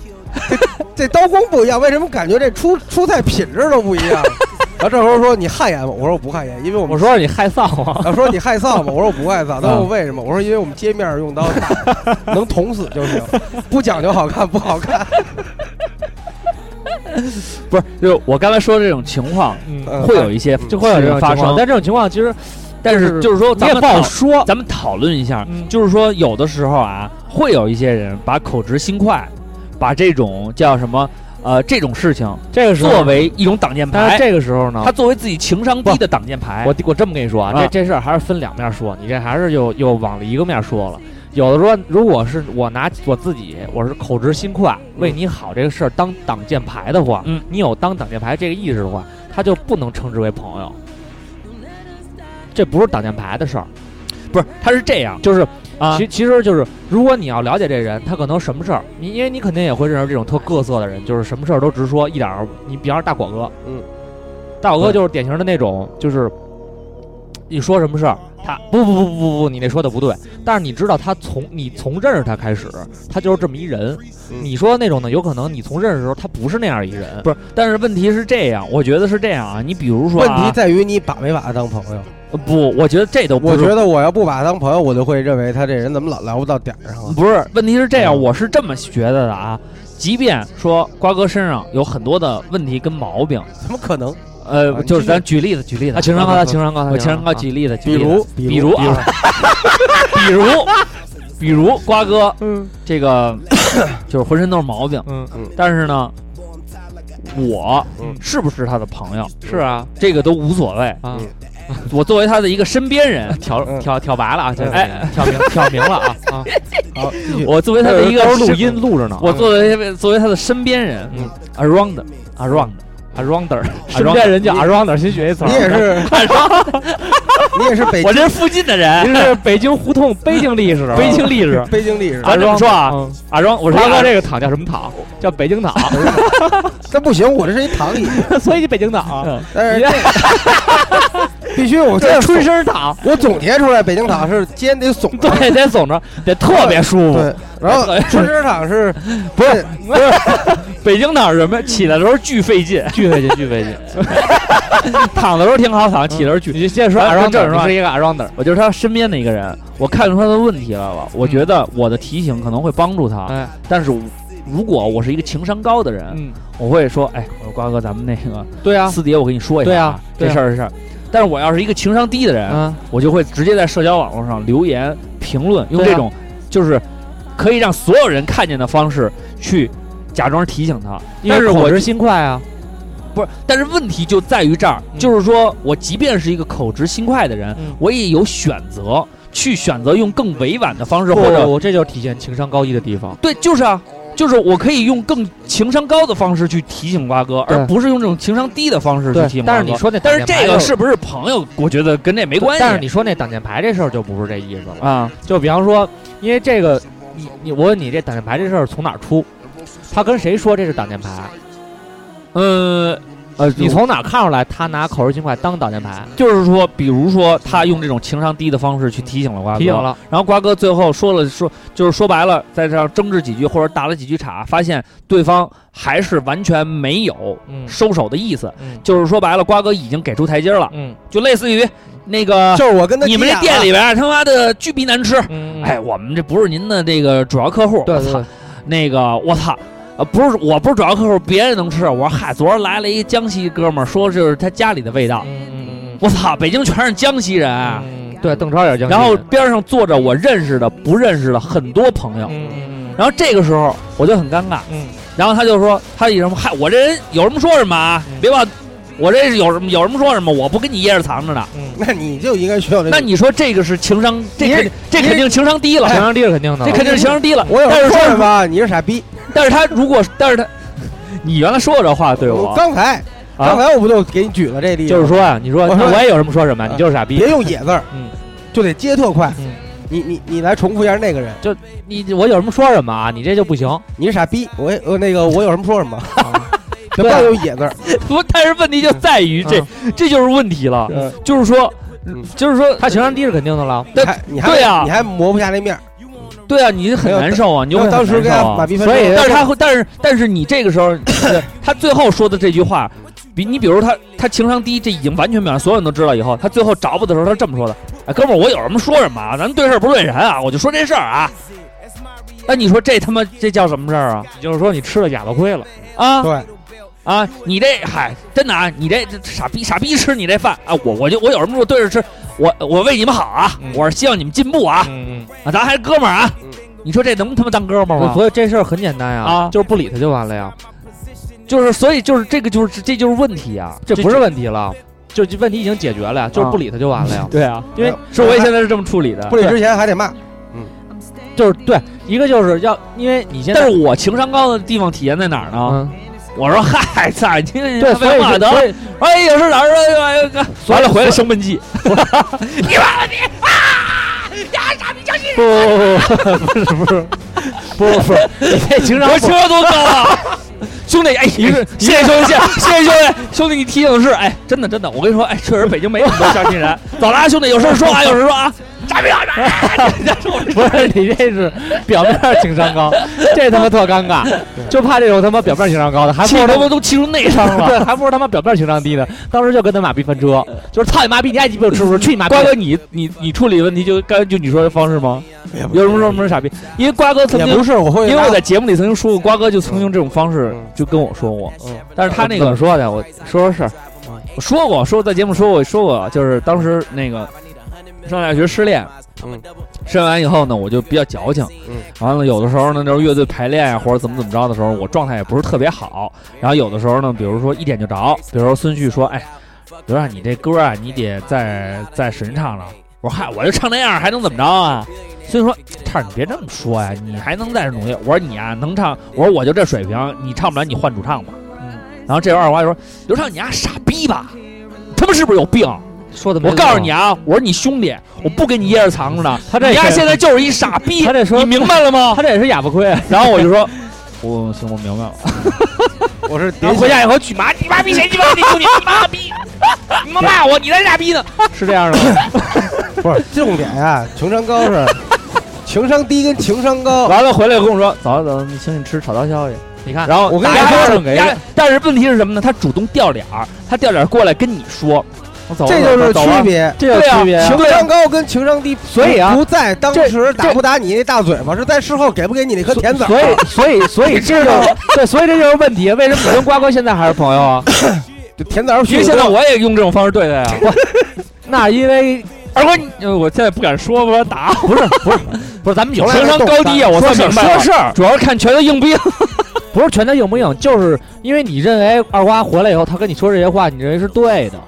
Speaker 4: 这这刀工不一样，为什么感觉这出出菜品质都不一样？然后赵坤说你汗颜吗？我说我不汗颜，因为我们
Speaker 5: 我说你害臊啊，
Speaker 4: 我说你害臊吗？我说我不害臊。他问我为什么？我说因为我们街面儿用刀大，能捅死就行，不讲究好看不好看。
Speaker 2: 不是，就是我刚才说这种情况
Speaker 5: 嗯
Speaker 4: 嗯
Speaker 2: 会有一些，
Speaker 5: 就会有这种
Speaker 2: 发
Speaker 5: 情
Speaker 2: 生
Speaker 5: 况，但这种情况其实
Speaker 2: 但是就是说
Speaker 5: 你
Speaker 2: 咱
Speaker 5: 也
Speaker 2: 们
Speaker 5: 不好
Speaker 2: 讨
Speaker 5: 说，
Speaker 2: 咱们讨论一下，
Speaker 5: 嗯
Speaker 2: 就是说有的时候啊，会有一些人把口直心快，把这种叫什么呃这种事情
Speaker 5: 这个时
Speaker 2: 作
Speaker 5: 候，
Speaker 2: 为一种挡箭
Speaker 5: 但
Speaker 2: 牌
Speaker 5: 是，这个时候呢
Speaker 2: 他，作为自己情商低的挡箭牌。
Speaker 5: 我我这么跟你说啊，
Speaker 2: 啊
Speaker 5: 这这事儿还是分两面说，你这还是又又往了一个面说了。有的说，如果是我拿我自己，我是口直心快，为你好这个事儿当挡箭牌的话，
Speaker 2: 嗯，
Speaker 5: 你有当挡箭牌这个意识的话，他就不能称之为朋友。这不是挡箭牌的事儿，
Speaker 2: 不是，他是这样
Speaker 5: 就是
Speaker 2: 啊
Speaker 5: 其其实就是，如果你要了解这人，他可能什么事儿，你因为你肯定也会认识这种特各色的人，就是什么事儿都直说，一点儿你比方说大果哥，
Speaker 4: 嗯，
Speaker 5: 大果哥就是典型的那种，就是你说什么事儿，他不不不不不不，你那说的不对，但是你知道他从你从认识他开始，他就是这么一人，
Speaker 4: 嗯
Speaker 5: 你说的那种呢，有可能你从认识的时候他不是那样一人，
Speaker 2: 不是？但是问题是这样，我觉得是这样啊。你比如说、
Speaker 4: 问
Speaker 2: 啊，
Speaker 4: 题在于你把没把他当朋友。
Speaker 2: 呃不，我觉得这都
Speaker 4: 我
Speaker 2: 不是。
Speaker 4: 觉得我要不把他当朋友，我就会认为他这人怎么老聊不到点儿上啊。
Speaker 2: 不是，问题是这样，
Speaker 4: 嗯
Speaker 2: 我是这么觉得的啊。即便说瓜哥身上有很多的问题跟毛病，
Speaker 4: 怎么可能？啊
Speaker 2: 呃，
Speaker 4: 你
Speaker 2: 就是
Speaker 4: 继续
Speaker 2: 咱举例子，举例子啊
Speaker 5: 他啊情商高，他情商高，
Speaker 2: 我情商高，
Speaker 5: 啊
Speaker 2: 举例子，举
Speaker 4: 比
Speaker 2: 例子
Speaker 4: 如，
Speaker 2: 比如啊，比如，比如瓜哥，
Speaker 5: 嗯
Speaker 2: 这个就是浑身都是毛病，
Speaker 5: 嗯
Speaker 2: 但是呢，我
Speaker 4: 嗯
Speaker 2: 是不是他的朋友，
Speaker 5: 是啊
Speaker 2: 这个都无所谓。
Speaker 5: 啊，
Speaker 4: 嗯
Speaker 2: 我作为他的一个身边人
Speaker 5: 挑
Speaker 4: 嗯
Speaker 5: 挑挑白了啊，
Speaker 2: 哎
Speaker 5: 哎挑 明挑明了啊 啊。
Speaker 4: 好，继续
Speaker 2: 我作为他的一个
Speaker 5: 到时候录
Speaker 2: 身，
Speaker 5: 音录着呢。啊
Speaker 2: 我作为作为他的身边人啊
Speaker 5: 嗯
Speaker 2: ，around around
Speaker 5: 啊 arounder，
Speaker 2: 身
Speaker 5: 身
Speaker 2: 边
Speaker 5: 边人叫 arounder，新学一词。
Speaker 4: 你也，是， 你也是北
Speaker 2: 我这是附近的人，
Speaker 5: 哎您是北京胡同啊 北京历史，啊
Speaker 2: 北京历史。
Speaker 4: 北京历史。
Speaker 2: 咱这么说啊
Speaker 5: 嗯。
Speaker 2: ，around 我
Speaker 5: 我
Speaker 2: 是
Speaker 5: 说
Speaker 2: 这
Speaker 5: 这个躺叫什么躺？叫北京 躺，
Speaker 4: 这不行，我这是一躺 椅，
Speaker 5: 所以就北京啊躺。
Speaker 4: 但是这必须我这
Speaker 5: 春生躺，
Speaker 4: 我总结出来，北京躺是肩得耸着。
Speaker 5: 对，得耸着，得特别舒服。
Speaker 4: 对，然
Speaker 2: 哎
Speaker 4: 后春生躺是不是
Speaker 2: 北京躺是 什么？起来的时候巨费劲，
Speaker 5: 巨费劲，巨费劲。
Speaker 2: 躺的时候挺好躺，起来的时候巨。啊
Speaker 5: 你先说
Speaker 2: 咱们
Speaker 5: arounder，
Speaker 2: 正说
Speaker 5: 你是一个 arounder。
Speaker 2: 我就是他身边的一个人，我看出他的问题来了，我
Speaker 5: 嗯
Speaker 2: 觉得我的提醒可能会帮助他，
Speaker 5: 哎，
Speaker 2: 但是我如果我是一个情商高的人，
Speaker 5: 嗯，
Speaker 2: 我会说，哎，我说瓜哥，咱们那个
Speaker 5: 对啊，
Speaker 2: 私底下我跟你说一下，
Speaker 5: 对啊对
Speaker 2: 这
Speaker 5: 啊
Speaker 2: 事儿是事儿。但是我要是一个情商低的人，
Speaker 5: 嗯，
Speaker 2: 我就会直接在社交网络上留言评论，用
Speaker 5: 对啊
Speaker 2: 这种就是可以让所有人看见的方式去假装提醒他。但是我
Speaker 5: 是心快啊，
Speaker 2: 不是，但是问题就在于这儿，
Speaker 5: 嗯
Speaker 2: 就是说我即便是一个口直心快的人，
Speaker 5: 嗯
Speaker 2: 我也有选择去选择用更委婉的方式，或者
Speaker 5: 不，这就是体现情商高一的地方。
Speaker 2: 对，就是啊。就是我可以用更情商高的方式去提醒瓜哥，
Speaker 5: 对
Speaker 2: 而不是用这种情商低的方式去
Speaker 5: 对
Speaker 2: 提醒，瓜
Speaker 5: 但
Speaker 2: 哥。
Speaker 5: 是你说那，
Speaker 2: 但是这个是不是朋友？我觉得跟这没关系。
Speaker 5: 但是你说那挡箭牌这事儿就不是这意思了。
Speaker 2: 啊，
Speaker 5: 就比方说，因为这个，你你我问你，这挡箭牌这事儿从哪儿出？他跟谁说这是挡箭牌？
Speaker 2: 呃
Speaker 5: 呃，你
Speaker 2: 就
Speaker 5: 从哪儿看出来他拿口是心快当挡箭牌？
Speaker 2: 就是说，比如说他用这种情商低的方式去提醒了瓜哥，
Speaker 5: 提醒了，
Speaker 2: 然后瓜哥最后说了说，就是说白了，在这儿争执几句或者打了几句岔，发现对方还是完全没有
Speaker 5: 嗯
Speaker 2: 收手的意思，
Speaker 5: 嗯
Speaker 2: 就是说白了，瓜哥已经给出台阶了，
Speaker 5: 嗯
Speaker 2: 就类似于那个
Speaker 4: 就是我跟
Speaker 2: 啊
Speaker 4: 他啊
Speaker 2: 你们
Speaker 4: 急
Speaker 2: 这
Speaker 4: 眼
Speaker 2: 店
Speaker 4: 了
Speaker 2: 里边儿他妈的巨逼难吃，
Speaker 5: 嗯，
Speaker 2: 哎，我们这不是您的这个主要客户，
Speaker 5: 对
Speaker 2: 我
Speaker 5: 对
Speaker 2: 操
Speaker 5: 对，
Speaker 2: 那个我操。呃，不是，我不是主要客户，别人能吃。我说嗨，昨儿来了一江西哥们儿，说就是他家里的味道。
Speaker 5: 嗯嗯嗯
Speaker 2: 我操，北京全是江西人，
Speaker 5: 嗯，对，邓超也是江西人
Speaker 2: 然后边上坐着我认识的、不认识的很多朋友。
Speaker 5: 嗯嗯
Speaker 2: 然后这个时候我就很尴尬，
Speaker 5: 嗯
Speaker 2: 然后他就说他以什么嗨，我这人有什么说什么啊
Speaker 5: 嗯，
Speaker 2: 别把我这是有什么有什么说什么，我不跟你掖着藏着呢。
Speaker 5: 嗯嗯，
Speaker 4: 那你就应该学我这。
Speaker 2: 那你说这个是情商，这
Speaker 4: 你哎
Speaker 2: 肯这肯定情商低了
Speaker 5: 情，商低是肯定的
Speaker 2: 这，肯定是情商低了。
Speaker 4: 我有
Speaker 2: 但
Speaker 4: 时
Speaker 2: 是
Speaker 4: 候
Speaker 2: 说
Speaker 4: 说
Speaker 2: 实
Speaker 4: 什么？啊你是傻逼。
Speaker 2: 但是他如果，但是他，你原来说过这话对
Speaker 4: 我
Speaker 2: 我，
Speaker 4: 刚才
Speaker 2: 啊
Speaker 4: 刚才我不就给你举了这例子？
Speaker 5: 就是说啊，你说
Speaker 4: 我说
Speaker 5: 那我也有什么说什么，
Speaker 4: 啊
Speaker 5: 你就是傻逼
Speaker 4: 别，用野字儿，
Speaker 5: 嗯，
Speaker 4: 就得接特快
Speaker 5: 嗯。
Speaker 4: 你你你来重复一下那个人，
Speaker 5: 你我有什么说什么啊，你这就不行，
Speaker 4: 你是傻逼。我也呃那个我有什么说什么，
Speaker 2: 啊
Speaker 4: 别不要用野字儿。
Speaker 2: 不，但是问题就在于这，这就是问题了，
Speaker 4: 嗯
Speaker 2: 就是说
Speaker 4: 嗯，
Speaker 2: 就是说，
Speaker 5: 他情商低是肯定的了。
Speaker 4: 你还你 还
Speaker 2: 对呀
Speaker 4: 你还磨不下那面儿。
Speaker 2: 对啊，你很难受啊，你就
Speaker 4: 要
Speaker 2: 会
Speaker 4: 当时
Speaker 2: 很
Speaker 4: 跟
Speaker 2: 难受
Speaker 4: 马
Speaker 2: 啊。
Speaker 4: 逼分手，
Speaker 5: 所以
Speaker 2: 但是他会，但是但是你这个时候， 他最后说的这句话，比你比如他他情商低，这已经完全表现所有人都知道以后，他最后找补的时候，他这么说的：“哎，哥们儿，我有什么说什么啊，咱们对事儿不对人啊，我就说这事儿啊。”那你说这他妈这叫什么事儿啊？
Speaker 5: 你就是说你吃了哑巴亏了，
Speaker 2: 啊，
Speaker 4: 对，
Speaker 2: 啊，你这嗨，真的啊，你这这傻逼傻逼吃你这饭啊，我我就我有什么说对着吃，我我为你们好啊，
Speaker 5: 嗯
Speaker 2: 我是希望你们进步啊，
Speaker 5: 嗯
Speaker 2: 啊，咱还是哥们儿啊，你说这能他妈当哥们儿吗？
Speaker 5: 所以这事儿很简单呀，
Speaker 2: 啊
Speaker 5: 就是不理他就完了呀，嗯
Speaker 2: 就是所以就是这个就是这就是问题啊，
Speaker 5: 这不是问题了，就就问题已经解决了呀，就是不理他就完了 呀。
Speaker 2: 对啊，
Speaker 5: 因为
Speaker 2: 是我也现在是这么处理的
Speaker 4: 哎不，理之前还得骂。
Speaker 5: 就是对，一个就是要，因为你现在
Speaker 2: 但是我情商高的地方体现在哪儿呢？
Speaker 5: 嗯，
Speaker 2: 我说嗨，操，你你
Speaker 5: 对，
Speaker 2: 他
Speaker 5: 所以
Speaker 2: 妈
Speaker 5: 是
Speaker 2: 的，
Speaker 5: 所以
Speaker 2: 哎，有事找人说，哎呦哥，
Speaker 5: 所以
Speaker 2: 完了回来
Speaker 5: 所
Speaker 2: 生闷气，
Speaker 5: 以不不不不不不不不不，你这情商
Speaker 2: 我
Speaker 5: 不
Speaker 2: 情商多高啊！ 兄弟，哎，一个谢谢兄弟，谢谢谢谢兄弟，兄弟你提醒是，哎，真的真的，我跟你说，哎，确实北京没那么多江西人。走了啊，兄弟，有事说啊，有事说啊。傻逼啊！
Speaker 5: 不是你这是表面情商高，这他妈特尴尬，就怕这种他妈表面情商高的，还
Speaker 2: 气
Speaker 5: 不如
Speaker 2: 他
Speaker 5: 他
Speaker 2: 妈
Speaker 5: 妈
Speaker 2: 都气出内伤了。
Speaker 5: 对，还不如他妈表面情商低呢。当时就跟他马逼翻车，就是操你妈逼，你爱鸡巴吃不吃，去你妈逼！
Speaker 2: 瓜哥，你你你处理问题就刚才就你说的方式吗？有什么说什么傻逼？因为瓜哥曾
Speaker 4: 也
Speaker 2: 经
Speaker 4: 不，是，我会
Speaker 2: 因为我
Speaker 4: 拉
Speaker 2: 在节目里曾经说过，瓜哥就曾经这种方式
Speaker 4: 嗯
Speaker 2: 就跟我说过，但是他那
Speaker 5: 呃怎
Speaker 2: 个
Speaker 5: 么说的？我说说事儿，
Speaker 2: 我说过，说过在节目说过说过，就是当时那个上大学失恋，
Speaker 4: 嗯，
Speaker 2: 失恋完以后呢，我就比较矫情，
Speaker 4: 嗯，
Speaker 2: 完了有的时候呢，就是乐队排练啊或者怎么怎么着的时候，我状态也不是特别好，然后有的时候呢，比如说一点就着，比如说孙旭说，哎，刘亮你这歌啊，你得再再神唱唱，我说嗨，我就唱那样还能怎么着啊？所以说，ท่儿你别这么说呀、你还能再努力。我说你啊，能唱，我说我就这水平，你唱不了，你换主唱吧。然后这会儿二瓜就说：“刘畅，你丫、傻逼吧？他们是不是有病？
Speaker 5: 说的
Speaker 2: 我告诉你，啊，我说你兄弟，我不跟你掖着藏着呢。
Speaker 5: 他这
Speaker 2: 你丫、
Speaker 5: 是
Speaker 2: 现在就是一傻逼
Speaker 5: 他，这说
Speaker 2: 你明白了吗
Speaker 5: 他这也是哑巴亏。？”
Speaker 2: 然后我就说：“ 我行，我明 白了。
Speaker 4: 我是”
Speaker 2: 然
Speaker 4: 典
Speaker 2: 后回家以后举妈，你妈逼谁鸡巴？你兄弟，你妈逼！你妈骂我，你才傻逼呢！
Speaker 5: 是这样的 吗？
Speaker 4: 不是重点呀，情商高是情商低跟情商高。
Speaker 2: 完了回来跟我 说：“走走，你请你吃炒刀削去。”
Speaker 5: 你看，
Speaker 2: 然后
Speaker 4: 我跟你
Speaker 2: 打
Speaker 4: 说
Speaker 2: 一
Speaker 5: 给
Speaker 2: 打但是问题是什么呢？他主动掉脸儿，他掉脸儿过来跟你说，
Speaker 5: 我走了
Speaker 4: 这就是
Speaker 5: 走了
Speaker 4: 区别。
Speaker 5: 这就是区别啊。
Speaker 4: 情商高跟情商低，
Speaker 5: 所以啊
Speaker 4: 不在当时打不打你那大嘴巴，是在事后给不给你那颗甜枣。
Speaker 5: 所以，所以，所以这就是对，所以这就是问题。为什么你跟瓜哥现在还是朋友啊？
Speaker 4: 就甜枣
Speaker 2: 因
Speaker 4: 许
Speaker 2: 为现在
Speaker 4: 多，
Speaker 2: 我也用这种方式对待啊。
Speaker 5: 那因为
Speaker 2: 二哥，你呃我现在不敢说，不然打我。不是不是不是，咱们有
Speaker 4: 从来
Speaker 2: 情商
Speaker 4: 都
Speaker 2: 高低啊，我算
Speaker 5: 说事儿
Speaker 2: 明白
Speaker 5: 说事
Speaker 2: 儿，主要是看拳头硬不硬。
Speaker 5: 不是拳头硬不硬，就是因为你认为二瓜回来以后，他跟你说这些话，你认为是对的。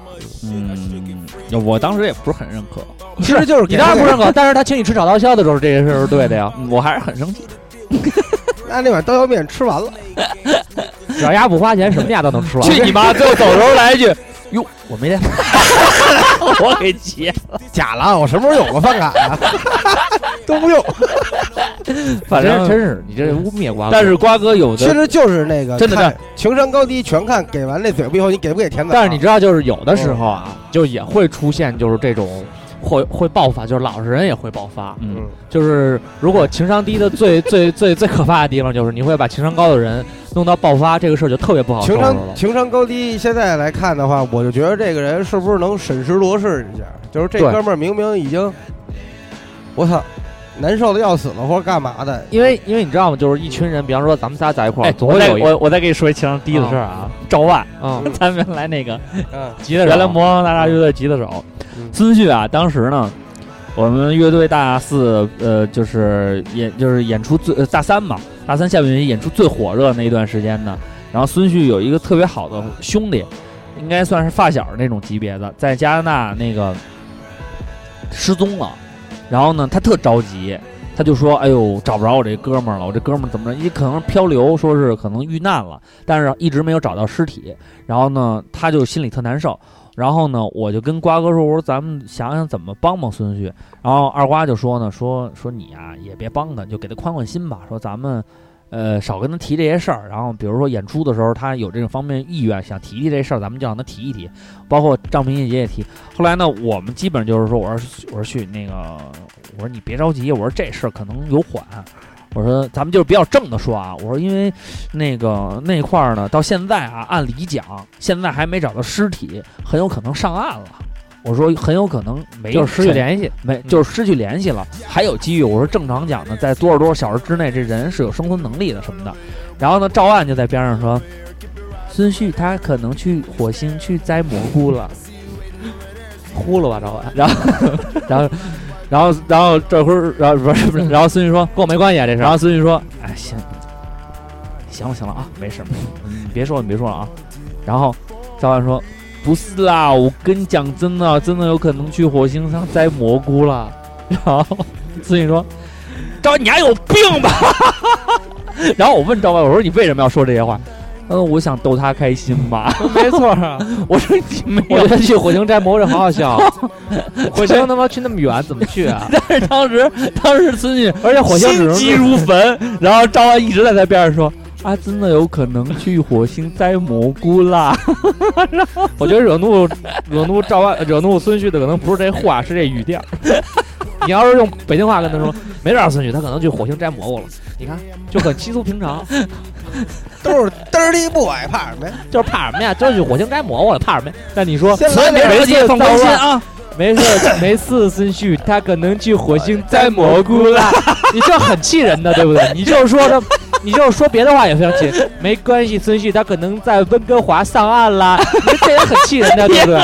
Speaker 2: 嗯，我当时也不是很认可，
Speaker 4: 其实就是
Speaker 5: 你
Speaker 4: 给
Speaker 5: 当然不认可，但是他请你吃炒刀削的时候，这件事儿是对的呀。
Speaker 2: 我还是很生气。
Speaker 4: 那那碗刀削面吃完了，
Speaker 5: 只要丫不花钱，什么丫都能吃完。
Speaker 2: 去你妈！最后走的时候来一 句：“哟，我没带，我给急。
Speaker 4: 假了，我什么时候有过饭卡啊？都不用，”
Speaker 5: 反正
Speaker 2: 真
Speaker 5: 真是你这污蔑瓜哥，
Speaker 2: 但是瓜哥有
Speaker 4: 其
Speaker 2: 的，
Speaker 4: 实就是那个
Speaker 5: 真的
Speaker 4: 看情商高低全看给完那嘴巴以后，你给不给甜枣？
Speaker 5: 但是你知道，就是有的时候啊，就也会出现就是这种会会爆发，就是老实人也会爆发。
Speaker 2: 嗯，
Speaker 5: 就是如果情商低的最 最最最可怕的地方，就是你会把情商高的人弄到爆发，这个事儿就特别不好收
Speaker 4: 情
Speaker 5: 拾
Speaker 4: 商
Speaker 5: 哦了。
Speaker 4: 情商高低，现在来看的话，我就觉得这个人是不是能审时度势一下？就是这
Speaker 5: 对
Speaker 4: 哥们儿明明已经，我操，难受的要死了，或者干嘛的？
Speaker 5: 因为因为你知道吗？就是一群人，比方说咱们仨在一块儿，哎总
Speaker 2: 哎我
Speaker 5: 会
Speaker 2: 再
Speaker 5: 有一
Speaker 2: 我我再给你说一情商低的事儿啊，赵万，
Speaker 5: 嗯
Speaker 2: 咱们原来那个
Speaker 4: 嗯
Speaker 5: 急的
Speaker 2: 原来魔方大厦乐队吉他手
Speaker 4: 嗯
Speaker 2: 孙旭啊，当时呢，我们乐队大四呃，就是演就是演出最、呃、大三嘛，大三下半学期演出最火热那一段时间呢，然后孙旭有一个特别好的兄弟，应该算是发小那种级别的，在加拿大那个失踪了，然后呢，他特着急。他就说：“哎呦，找不着我这哥们儿了，我这哥们儿怎么着？也可能漂流，说是可能遇难了，但是一直没有找到尸体。然后呢，他就心里特难受。然后呢，我就跟瓜哥说，我说咱们想想怎么帮帮孙旭。然后二瓜就说呢，说说你啊也别帮他，你就给他宽宽心吧。说咱们，呃，少跟他提这些事儿。然后比如说演出的时候，他有这种方面意愿，想提提这事儿，咱们就让他提一提。包括张平姐姐也提。后来呢，我们基本就是说，我说我说旭那个，我说你别着急，我说这事儿可能有缓。我说咱们就是比较正的说啊，我说因为那个那块儿呢，到现在啊，按理讲现在还没找到尸体，很有可能上岸了。我说很有可能没
Speaker 5: 就是失去
Speaker 2: 联。
Speaker 5: 联系，嗯
Speaker 2: 没，就是失去联系了，还有机遇。我说正常讲呢，在多少多少小时之内，这人是有生存能力的什么的。然后呢，赵岸就在边上说，孙旭他可能去火星去摘蘑菇了。
Speaker 5: 呼噜吧，找我，
Speaker 2: 然后，然后这会儿，然后不是不是，然后孙旭说，
Speaker 5: 跟我没关系啊，这事
Speaker 2: 然
Speaker 5: 儿。
Speaker 2: 后孙旭说，哎行，行了行了啊，没事，你别说了你别说了啊。然后赵岸说，不是啦，我跟你讲真的，真的有可能去火星上摘蘑菇了。然后孙旭说。
Speaker 7: 赵，你还有病吧？
Speaker 2: 然后我问赵万，我说你为什么要说这些话？他说我想逗他开心吧。
Speaker 5: 没错啊，
Speaker 2: 我说你没
Speaker 5: 我
Speaker 2: 有
Speaker 5: 觉。得去火星摘蘑菇这好好 笑，火星他妈去那么远怎么去 啊？
Speaker 2: 但是当时当时孙女
Speaker 5: 而且火星只
Speaker 2: 心
Speaker 5: 能
Speaker 2: 急如焚，然后赵万一直在他边上说。啊，真的有可能去火星摘蘑菇啦！
Speaker 5: 我觉得惹怒惹怒赵万惹怒孙旭的可能不是这话，是这语调。你要是用北京话跟他说，没准儿孙旭他可能去火星摘蘑菇了。你看，就很稀疏平常，
Speaker 4: 都是嘚儿的不矮怕什么呀？
Speaker 5: 就是怕什么呀？就是去火星摘蘑菇了，怕什么呀？但你说，
Speaker 4: 先来
Speaker 5: 没事没
Speaker 4: 点儿，
Speaker 5: 事
Speaker 2: 放宽心啊！
Speaker 5: 没事，没事，孙旭他可能去火星摘哎蘑菇了。 你这很气人的，对不对？你就说他，你就说别的话也非常气人。没关系，孙旭他可能在温哥华上岸啦，你这也很气人的，对不 对？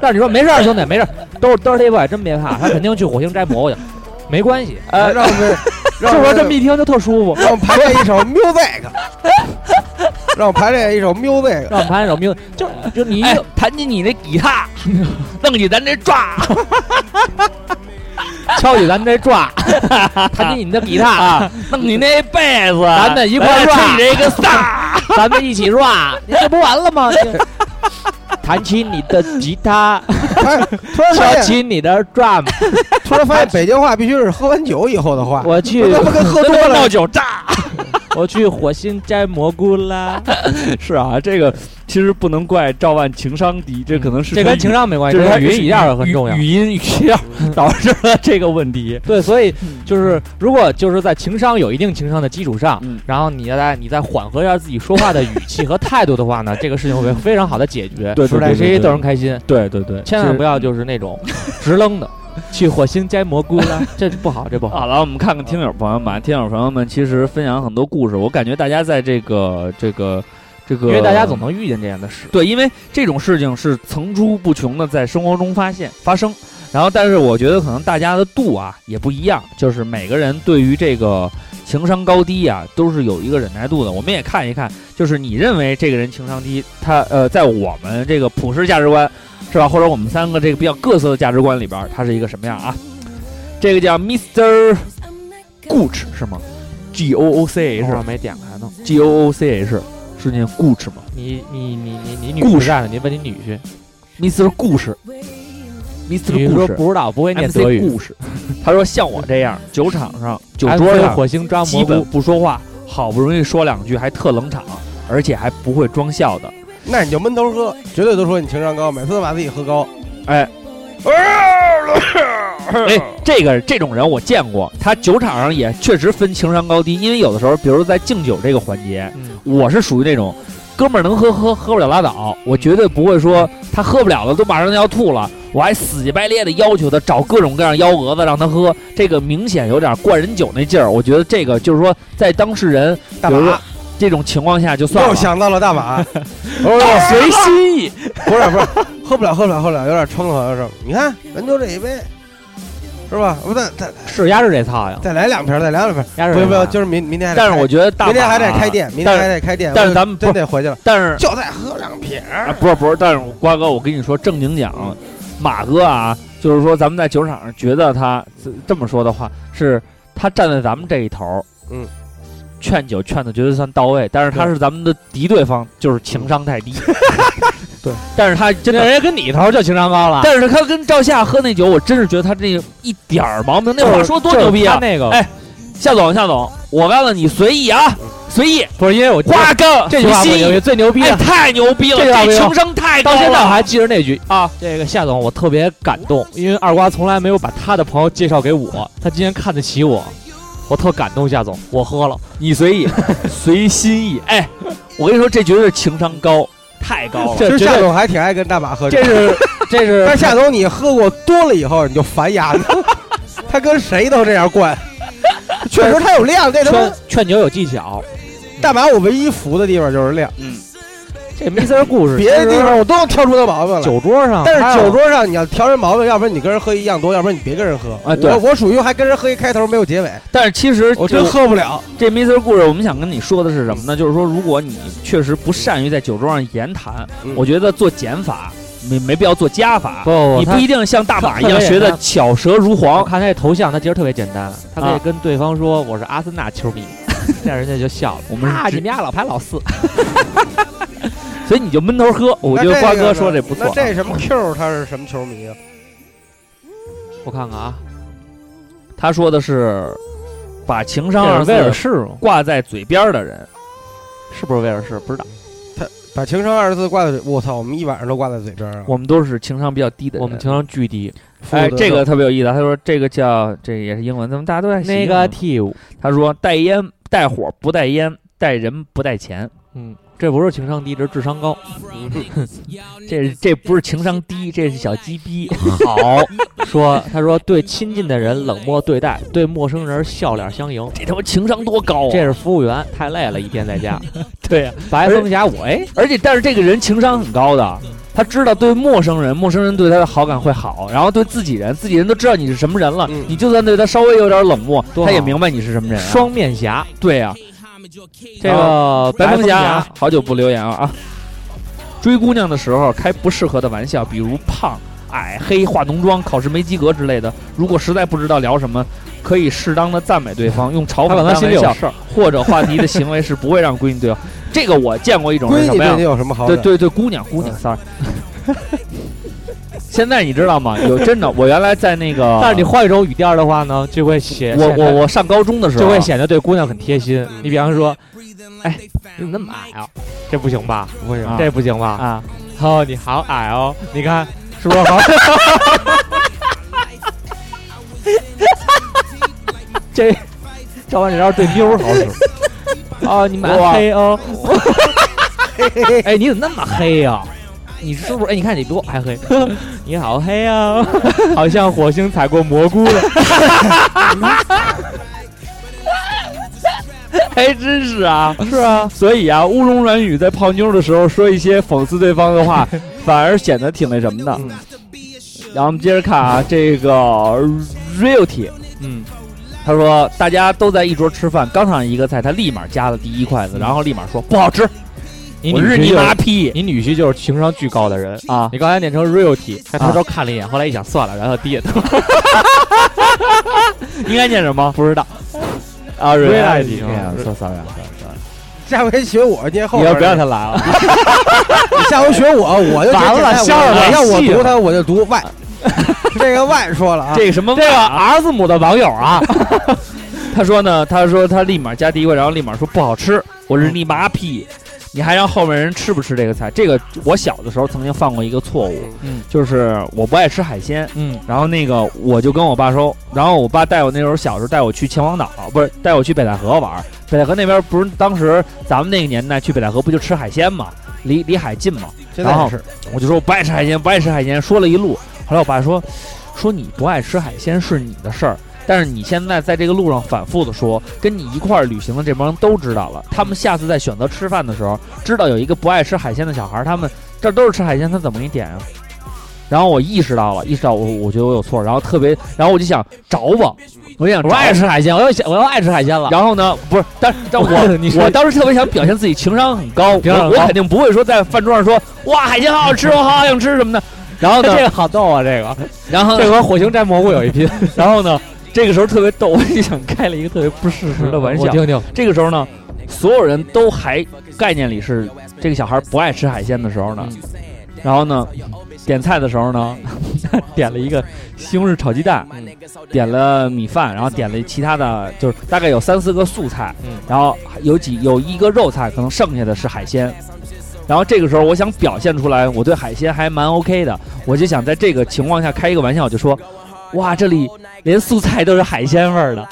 Speaker 5: 但是你说没事儿，兄弟，没事儿，都是都是这外，真别怕，他肯定去火星摘蘑菇去，没关系。
Speaker 4: 呃，让 我们让
Speaker 5: 是
Speaker 4: 我
Speaker 5: 不是
Speaker 4: 们
Speaker 5: 这么一听就特舒服？
Speaker 4: 让我们排练一首 music，让我们排练一首 music。
Speaker 5: 让我们拍一首命，就就你一
Speaker 7: 哎
Speaker 5: 个，
Speaker 7: 弹起你那吉 他，弄起咱这抓。
Speaker 5: 敲起咱们这抓，弹起你的吉他啊，
Speaker 7: 弄你那被子，
Speaker 5: 咱们一块儿
Speaker 7: 咱俩
Speaker 5: rap
Speaker 7: 吹这个 萨，
Speaker 5: 咱们一起 rap，你这不完了吗？弹起你的吉他，
Speaker 4: 哎，突然发
Speaker 5: 敲
Speaker 4: 现，
Speaker 5: 起你的 drum，
Speaker 4: 突然发现北京话必须是喝完酒以后的话，
Speaker 5: 我去
Speaker 4: 不，他妈跟喝多了
Speaker 7: 闹酒炸。
Speaker 5: 我去火星摘蘑菇啦。
Speaker 2: 是啊，这个其实不能怪赵万情商低，这可能是
Speaker 5: 这跟情商没关系，这跟语音语调很重要。
Speaker 2: 语音语 调导致了这个问题。
Speaker 5: 对，所以就是如果就是在情商有一定情商的基础上，
Speaker 2: 嗯
Speaker 5: 然后你再你再缓和一下自己说话的语气和态度的话呢，这个事情会非常好的解决，
Speaker 2: 对对
Speaker 5: 是
Speaker 2: 对对
Speaker 5: 谁谁
Speaker 2: 对
Speaker 5: 逗人开心，
Speaker 2: 对对对，
Speaker 5: 千万不
Speaker 2: 要。
Speaker 5: 要就是那种直愣的。去火星摘蘑菇了，这不好，这不 好。
Speaker 2: 好啊了，我们看看听友朋友们，听友朋友们其实分享很多故事，我感觉大家在这个这个这个，
Speaker 5: 因为大家总能遇见这样的事，
Speaker 2: 对，因为这种事情是层出不穷的在生活中发现发生。然后，但是我觉得可能大家的度啊也不一样，就是每个人对于这个情商高低啊都是有一个忍耐度的。我们也看一看，就是你认为这个人情商低，他呃，在我们这个普世价值观是吧，或者我们三个这个比较各色的价值观里边儿，他是一个什么样啊？这个叫 Mr. Gooch 是吗？G O O C
Speaker 5: 没事
Speaker 2: H
Speaker 5: 没点开呢。
Speaker 2: G O O C H 是念 Gooch 吗
Speaker 5: 你你你你你女
Speaker 2: 故
Speaker 5: 婿
Speaker 2: 事
Speaker 5: 在呢，你问你女婿，
Speaker 2: ？Mr. Gooch Mr.
Speaker 5: 你说
Speaker 2: 故事
Speaker 5: 不知道，不会念德
Speaker 2: ，MC
Speaker 5: 语，
Speaker 2: 故事。 他说像我这 样，酒场上、酒桌
Speaker 5: MC
Speaker 2: 上
Speaker 5: 火星抓
Speaker 2: 基
Speaker 5: 蘑
Speaker 2: 本
Speaker 5: 菇，
Speaker 2: 不说话，好不容易说两句还特冷场，而且还不会装笑 的。
Speaker 4: 那你就闷头喝，绝对都说你情商高，每次都把自己喝高。
Speaker 2: 哎，这个这种人我见过，他酒场上也确实分情商高低，因为有的时候，比如说在敬酒这个环节，
Speaker 5: 嗯
Speaker 2: 我是属于那种哥们儿能喝喝喝不了拉倒，我绝对不会说他喝不了了都马上要吐了，我还死乞白咧的要求他找各种各样幺蛾子让他喝，这个明显有点灌人酒那劲儿。我觉得这个就是说，在当事人
Speaker 4: 大
Speaker 2: 比如
Speaker 4: 马
Speaker 2: 说这种情况下就算
Speaker 4: 又
Speaker 2: 了，哦
Speaker 4: 想到了大 马，
Speaker 2: 随心 意。
Speaker 4: 不是不是，喝不了喝不了喝不了，有点撑了，有点。你看，咱就这一杯，是吧？不再再
Speaker 5: 是鸭是这操呀，
Speaker 4: 再来两瓶，再来两瓶。哎
Speaker 5: 鸭
Speaker 4: 不
Speaker 5: 是这
Speaker 4: 用不用，
Speaker 5: 操
Speaker 4: 就是明明天还得
Speaker 2: 但
Speaker 4: 开，
Speaker 2: 是我觉得大
Speaker 4: 明天
Speaker 2: 马
Speaker 4: 还得开，店，明天还得开店。
Speaker 2: 但
Speaker 4: 我
Speaker 2: 是咱们不
Speaker 4: 真得回去了，
Speaker 2: 但是
Speaker 4: 就再喝两瓶。
Speaker 2: 啊，不是不是，但是我瓜哥，我跟你说，正经
Speaker 5: 嗯
Speaker 2: 讲，马哥啊，就是说咱们在球场上觉得他这这么说的话，是他站在咱们这一头儿，
Speaker 4: 嗯，
Speaker 2: 劝酒劝的绝对算到位，但是他是咱们的敌对方，就是情商太低。 对，但是他真
Speaker 5: 嗯那
Speaker 2: 的。
Speaker 5: 人家跟你头就情商高了。
Speaker 2: 但是他跟赵夏喝那酒，我真是觉得他这一点儿毛病。那话说多牛逼
Speaker 5: 就是他
Speaker 2: 啊！
Speaker 5: 那个
Speaker 2: 哎夏总，夏总，我告诉你，随意啊，随意，
Speaker 5: 不是因为我
Speaker 2: 瓜哥，
Speaker 5: 这句话
Speaker 2: 随
Speaker 5: 我
Speaker 2: 意
Speaker 5: 牛逼，最牛逼
Speaker 2: 哎，
Speaker 5: 的，
Speaker 2: 太牛逼了，
Speaker 5: 这句话没有
Speaker 2: 情商太高
Speaker 5: 到
Speaker 2: 了。
Speaker 5: 现在我还记着那句
Speaker 2: 啊，
Speaker 5: 这个夏总，我特别感动，因为二瓜从来没有把他的朋友介绍给我，他今天看得起我，我特感动。夏总，我喝了，
Speaker 2: 你随意，随心意。 哎，我跟你说，这绝对是情商高，太高了。
Speaker 4: 其
Speaker 5: 这
Speaker 4: 实
Speaker 5: 绝
Speaker 4: 夏
Speaker 5: 对，
Speaker 4: 总还挺爱跟大马喝
Speaker 5: 这，
Speaker 4: 酒
Speaker 5: 是这是
Speaker 4: 但是夏总你喝过多了以后你就烦牙 了，他跟谁都这样灌。 确实他有量，这他妈
Speaker 5: 劝劝酒有技巧，
Speaker 4: 大马我唯一服的地方就是量，
Speaker 5: 这 Mr 故事，
Speaker 4: 别的地方我都能挑出他毛病来。
Speaker 5: 酒桌
Speaker 2: 啊
Speaker 5: 上，
Speaker 4: 但是酒桌上你要挑人毛病，要不然你跟人喝一样多，要不然你别跟人喝。
Speaker 2: 哎对
Speaker 4: 我我属于还跟人喝一开头没有结尾，
Speaker 2: 但是其实
Speaker 4: 我
Speaker 2: 这
Speaker 4: 真喝不了。
Speaker 2: 这 Mr 故事，我们想跟你说的是什么呢？就是说，如果你确实不善于在酒桌上言谈，
Speaker 4: 嗯
Speaker 2: 我觉得做减法没没必要做加法。
Speaker 5: 不
Speaker 2: 你
Speaker 5: 不
Speaker 2: 不
Speaker 5: 他
Speaker 2: 一定像大马一样
Speaker 5: 他他
Speaker 2: 学的
Speaker 5: 他
Speaker 2: 巧舌如
Speaker 5: 我
Speaker 2: 簧。
Speaker 5: 看他这头像，他其实特别简单，他可
Speaker 2: 啊
Speaker 5: 以跟对方说我是阿森纳球 迷，这样人家就笑了。
Speaker 2: 我们是
Speaker 5: 啊，
Speaker 2: 直
Speaker 5: 你们家老排老四，
Speaker 2: 所以你就闷头喝。我觉得
Speaker 4: 那
Speaker 2: 瓜
Speaker 4: 这个
Speaker 2: 哥
Speaker 4: 呢
Speaker 2: 说这不错
Speaker 4: 那
Speaker 2: 啊。
Speaker 4: 这什么 Q 他是什么球迷啊？
Speaker 5: 我看看啊，
Speaker 2: 他说的是把情商
Speaker 5: 这
Speaker 2: 二
Speaker 5: 是威尔
Speaker 2: 字
Speaker 5: 士吗？
Speaker 2: 挂在嘴边儿的人。
Speaker 5: 是不是威尔士？不知道。
Speaker 4: 把情商二十四挂在嘴，我操，我们一晚上都挂在嘴边啊！
Speaker 2: 我们都是情商比较低的人。
Speaker 5: 我们情商巨低。
Speaker 4: 负
Speaker 2: 哎，
Speaker 4: 责
Speaker 2: 这个特别有意思啊。他说这个叫这也是英文，怎么大家都在写英文
Speaker 5: Negative，
Speaker 2: 他说带烟带火不带烟，带人不带钱。
Speaker 5: 嗯，这不是情商低，这是智商高。
Speaker 2: 这这不是情商低，这是小鸡逼。
Speaker 5: 好，说他说对亲近的人冷漠对待，对陌生人笑脸相迎。
Speaker 2: 这他妈情商多高啊！
Speaker 5: 这是服务员太累了，一天在 家。
Speaker 2: 对 啊，
Speaker 5: 白
Speaker 2: 而
Speaker 5: 峰霞，我哎，
Speaker 2: 而且但是这个人情商很高的，他知道对陌生人，陌生人对他的好感会好，然后对自己人，自己人都知道你是什么人了，
Speaker 4: 嗯
Speaker 2: 你就算对他稍微有点冷漠，
Speaker 5: 多好
Speaker 2: 他也明白你是什么人、啊。
Speaker 5: 双面侠，啊
Speaker 2: 对啊，
Speaker 5: 这个
Speaker 2: 白
Speaker 5: 峰
Speaker 2: 凤霞好久不留言了啊。追姑娘的时候开不适合的玩笑，比如胖、矮、黑、化浓妆、考试没及格之类的。如果实在不知道聊什么，可以适当的赞美对方，用嘲讽
Speaker 5: 他
Speaker 2: 当
Speaker 5: 可能心里
Speaker 2: 玩
Speaker 5: 有
Speaker 2: 笑，
Speaker 5: 事儿。
Speaker 2: 或者话题的行为是不会让闺女对付。 这个我见过一种
Speaker 4: 闺
Speaker 2: 是什
Speaker 4: 女
Speaker 2: 么
Speaker 4: 对
Speaker 2: 呀
Speaker 4: 你？有什么好
Speaker 2: 对
Speaker 4: 感？
Speaker 2: 对对，姑娘姑
Speaker 5: 嗯
Speaker 2: 娘，sorry。现在你知道吗？有真的，我原来在那个，
Speaker 5: 但是你换一种语调的话呢，就会写
Speaker 2: 我
Speaker 5: 显
Speaker 2: 我
Speaker 5: 得
Speaker 2: 我上高中的时候啊，
Speaker 5: 就会显得对姑娘很贴心。你比方说，哎，你怎么那么矮啊？这不行吧？
Speaker 4: 不行，
Speaker 2: 啊
Speaker 5: 这不行吧？
Speaker 2: 啊，
Speaker 5: 哦，你好矮哦，你看是不是 好？这赵万这招对妞儿好使。哦，你蛮
Speaker 2: 啊
Speaker 5: 黑哦。哎，你怎么那么黑呀、你是不是？哎，你看你比我还黑，你好黑啊，好像火星采过蘑菇了。
Speaker 2: 还真是啊。
Speaker 5: 是啊，
Speaker 2: 所以啊，乌龙软语在泡妞的时候说一些讽刺对方的话，反而显得挺那什么的。然后我们接着看啊，这个 realty，
Speaker 5: 嗯，
Speaker 2: 他说大家都在一桌吃饭，刚上一个菜，他立马夹了第一筷子，然后立马说不好吃，
Speaker 5: 你
Speaker 2: 我
Speaker 5: 女
Speaker 2: 日
Speaker 5: 婿
Speaker 2: 你
Speaker 5: 就
Speaker 2: 妈
Speaker 5: 是
Speaker 2: 批
Speaker 5: 你女婿就是情商巨高的人。
Speaker 2: 啊！
Speaker 5: 你刚才念成 realty，他
Speaker 2: 啊
Speaker 5: 偷偷看了一眼，后来一想算了，然后低 下头，
Speaker 2: 应该念什么？
Speaker 5: 不知道。
Speaker 2: 啊
Speaker 5: reality，
Speaker 2: reality，
Speaker 5: 说 sorry，
Speaker 4: 下回学我，今天后
Speaker 5: 你要
Speaker 4: 边
Speaker 5: 不要他来
Speaker 2: 啊
Speaker 5: 了？
Speaker 4: 你下回学我，我就
Speaker 5: 完了
Speaker 4: 觉得简单
Speaker 5: 笑了
Speaker 4: 我要我
Speaker 5: 气
Speaker 4: 读
Speaker 5: 了
Speaker 4: 他，我就读 Y。这个 Y 说了啊，
Speaker 2: 这个什么
Speaker 5: 这个 R 字母的网友啊，
Speaker 2: 他说呢，他说他立马加第一个，然后立马说不好吃，我是你妈屁！你还让后面人吃不吃这个菜？这个我小的时候曾经犯过一个错误，
Speaker 5: 嗯
Speaker 2: 就是我不爱吃海鲜，
Speaker 5: 嗯，
Speaker 2: 然后那个我就跟我爸说，然后我爸带我那时候小时候带我去秦皇岛，不是带我去北戴河玩儿。北戴河那边不是当时咱们那个年代去北戴河不就吃海鲜嘛，离离海近嘛。
Speaker 4: 现在也是
Speaker 2: 我就说我不爱吃海鲜，不爱吃海鲜，说了一路。后来我爸说，说你不爱吃海鲜是你的事儿，但是你现在在这个路上反复的说，跟你一块儿旅行的这帮人都知道了，他们下次在选择吃饭的时候，知道有一个不爱吃海鲜的小孩儿，他们这儿都是吃海鲜，他怎么给你点啊？然后我意识到了，意识到我我觉得我有错，然后特别，然后我就想找吧， 我就想
Speaker 5: 我
Speaker 2: 找
Speaker 5: 爱吃海鲜，我要想我要爱吃海鲜了。
Speaker 2: 然后呢，不是， 但但我
Speaker 5: 你
Speaker 2: 我当时特别想表现自己情商很高，
Speaker 5: 情
Speaker 2: 我
Speaker 5: 商很高
Speaker 2: 我肯定不会说在饭桌上说哇海鲜好 好吃，我好想吃什么的。然后呢
Speaker 5: 这，个好逗啊，这个
Speaker 2: 然后
Speaker 5: 这和火星摘蘑菇有一拼，
Speaker 2: 然后呢，这个时候特别逗，我就想开了一个特别不事实的玩 笑
Speaker 5: 我。听听，
Speaker 2: 这个时候呢，所有人都还概念里是这个小孩不爱吃海鲜的时候呢，然后呢，点菜的时候呢， 点了一个西红柿炒鸡蛋，点了米饭，然后点了其他的就是大概有三四个素菜，
Speaker 5: 嗯
Speaker 2: 然后有几有一个肉菜，可能剩下的是海鲜。然后这个时候，我想表现出来我对海鲜还蛮 OK 的，我就想在这个情况下开一个玩笑，我就说，哇，这里连素菜都是海鲜味儿的。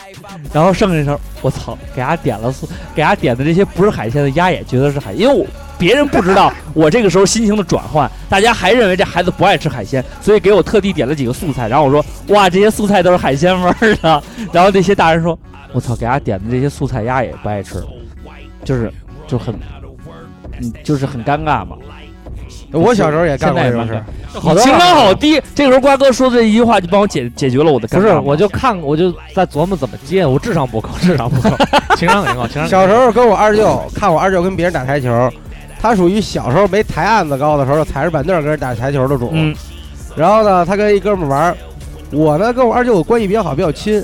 Speaker 2: 然后剩下的时候，我操，给他点了素，给他点的这些不是海鲜的鸭也觉得是海，因为我别人不知道 我这个时候心情的转换，大家还认为这孩子不爱吃海鲜，所以给我特地点了几个素菜。然后我说，哇，这些素菜都是海鲜味儿的。 然后那些大人说，我操，给他点的这些素菜鸭也不爱吃，就是就很，嗯，就是很尴尬嘛。
Speaker 4: 我小时候也
Speaker 2: 现
Speaker 4: 干过
Speaker 2: 在
Speaker 4: 这
Speaker 2: 也
Speaker 4: 种
Speaker 2: 蛮
Speaker 4: 事
Speaker 2: 尴尬，
Speaker 4: 儿，
Speaker 2: 好啊情商好低。这个时候瓜哥说的这一句话就帮我解解决了我的尴尬
Speaker 5: 不
Speaker 2: 嘛。
Speaker 5: 是，我就看，我就在琢磨怎么接，我智商不高，智商不高， 情商很高，情商很高。
Speaker 4: 小时候跟我二舅看我二舅跟别人打台球，他属于小时候没抬案子高的时候，就踩着板凳跟人打台球的主。
Speaker 2: 嗯
Speaker 4: 然后呢，他跟一哥们儿玩儿，我呢跟我二舅关系比较好，比较亲。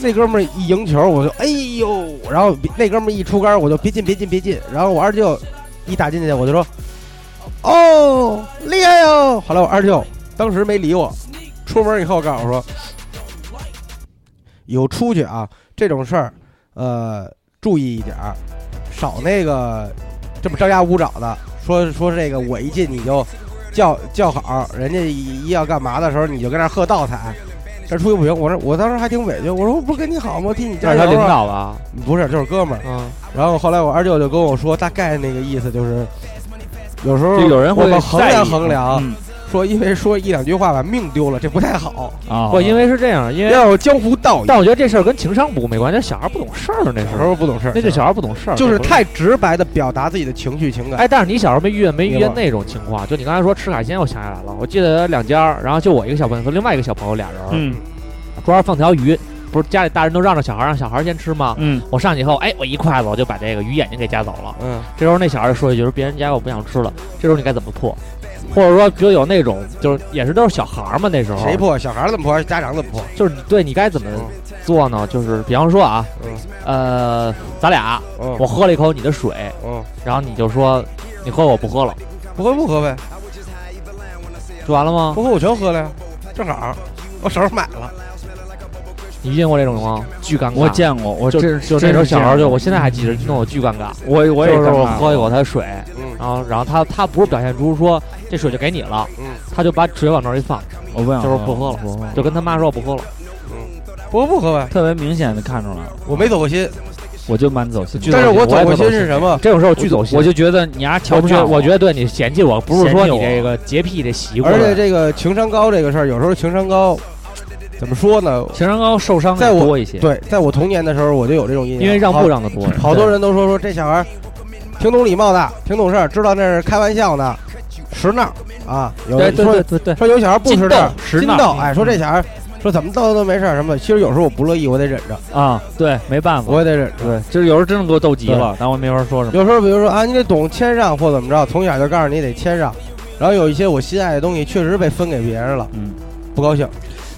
Speaker 4: 那哥们儿一赢球，我就哎呦，然后别那哥们儿一出杆，我就别进别进别进。然后我二舅一打进去，我就说哦厉害哟。后来我二舅当时没理我，出门以后告诉我说有出去啊这种事儿，呃，注意一点儿，少那个这么张牙舞爪的，说说这个我一进你就叫叫好，人家一一要干嘛的时候你就跟那儿喝倒彩，这出去不行。我说我当时还挺委屈，我说我不是跟你好吗？我替你
Speaker 5: 这
Speaker 4: 加
Speaker 5: 是他
Speaker 4: 油
Speaker 5: 领
Speaker 4: 啊！
Speaker 5: 导吧？
Speaker 4: 不是，就是哥们儿。
Speaker 5: 嗯，
Speaker 4: 然后后来我二舅就跟我说，大概那个意思就是，有时候
Speaker 2: 就有人会
Speaker 4: 嗯我们衡
Speaker 2: 在
Speaker 4: 量
Speaker 2: 意
Speaker 4: 衡量，
Speaker 2: 嗯
Speaker 4: 说因为说一两句话把命丢了，这嗯不太好，
Speaker 2: 啊，
Speaker 5: 不，因为是这样，因为
Speaker 4: 要有江湖道义。
Speaker 5: 但我觉得这事儿跟情商不没关系，小孩不懂事儿那时
Speaker 4: 有时
Speaker 5: 候，
Speaker 4: 候不懂事儿，
Speaker 5: 那就小孩不懂事儿，
Speaker 4: 就
Speaker 5: 那
Speaker 4: 是
Speaker 5: 不哎
Speaker 4: 太直白的表达自己的情绪情感。
Speaker 5: 哎，但是你小时候没遇见没遇
Speaker 4: 明
Speaker 5: 见
Speaker 4: 白
Speaker 5: 那种情况，就你刚才说吃海鲜，我想起来了，我记得两家儿，然后就我一个小朋友和另外一个小朋友俩人，
Speaker 2: 嗯
Speaker 5: 桌上放条鱼，不是家里大人都让着小孩儿，让小孩儿先吃吗？
Speaker 2: 嗯
Speaker 5: 我上去以后，哎，我一筷子我就把这个鱼眼睛给夹走了。
Speaker 4: 嗯，
Speaker 5: 这时候那小孩儿说一句：“说别人家我不想吃了。”这时候你该怎么破？或者说，比如有那种就是也是都是小孩儿嘛，那时候
Speaker 4: 谁破？小孩儿怎么破？家长怎么破？
Speaker 5: 就是你对你该怎么做呢？就是比方说啊，
Speaker 4: 嗯
Speaker 5: 呃，咱俩
Speaker 4: 嗯，
Speaker 5: 我喝了一口你的水，
Speaker 4: 嗯，
Speaker 5: 然后你就说你喝我不喝了，
Speaker 4: 不喝不喝呗，
Speaker 5: 就完了吗？
Speaker 4: 不喝我全喝了呀，正好我手上买了。
Speaker 5: 你遇见过这种情况？巨尴尬。
Speaker 2: 我见过，我
Speaker 5: 就
Speaker 2: 这
Speaker 5: 就那时候小时候就，我现在还记着，弄我巨尴尬。
Speaker 2: 我我也
Speaker 5: 就是
Speaker 2: 尴
Speaker 5: 我
Speaker 2: 尬
Speaker 5: 喝一口他的水，
Speaker 4: 嗯
Speaker 5: 然后然后他他不是表现出说这水就给你了，
Speaker 4: 嗯，
Speaker 5: 他就把水往那儿一放，
Speaker 2: 我不想
Speaker 5: 就是不喝了
Speaker 2: 不喝了
Speaker 5: 就跟他妈说我不喝了。
Speaker 4: 不喝不喝呗，
Speaker 2: 特别明显的看出来了，
Speaker 4: 我没走过心，
Speaker 2: 我就蛮走心的。
Speaker 4: 但是
Speaker 5: 我
Speaker 4: 我走
Speaker 5: 也
Speaker 4: 过
Speaker 5: 不走
Speaker 4: 心是什么？
Speaker 5: 这种事儿我巨走心，
Speaker 2: 我就觉得你丫瞧
Speaker 5: 我
Speaker 2: 不
Speaker 5: 觉
Speaker 2: 上
Speaker 5: 得我觉得对你嫌弃我，不是说你
Speaker 2: 嫌弃
Speaker 5: 这
Speaker 2: 我
Speaker 5: 个洁癖这习惯，
Speaker 4: 而且这个情商高这个事儿，有时候情商高，怎么说呢？
Speaker 2: 情商高受伤
Speaker 4: 在
Speaker 2: 的
Speaker 4: 我
Speaker 2: 多一些，
Speaker 4: 对，在我童年的时候我就有这种印象，
Speaker 5: 因为让
Speaker 4: 好
Speaker 5: 步让的多，
Speaker 4: 好多人都说说这小孩儿挺懂礼貌的，挺懂事儿，知道那是开玩笑呢，识闹啊。有
Speaker 5: 对
Speaker 4: 人
Speaker 5: 对
Speaker 4: 说
Speaker 5: 对对对，
Speaker 4: 说有小孩不识字儿，
Speaker 2: 识
Speaker 4: 金
Speaker 2: 闹
Speaker 5: 嗯
Speaker 4: 豆，哎，说这小孩儿说怎么逗都没事儿什么的。其实有时候我不乐意，我得忍着，
Speaker 2: 啊，对，没办法，
Speaker 4: 我也得忍着。
Speaker 2: 对，就是有时候真的给我斗急了，但我没法说什么。
Speaker 4: 有时候比如说啊，你得懂谦让或怎么着，从小就告诉你得谦让。然后有一些我心爱的东西确实被分给别人了，
Speaker 2: 嗯，
Speaker 4: 不高兴。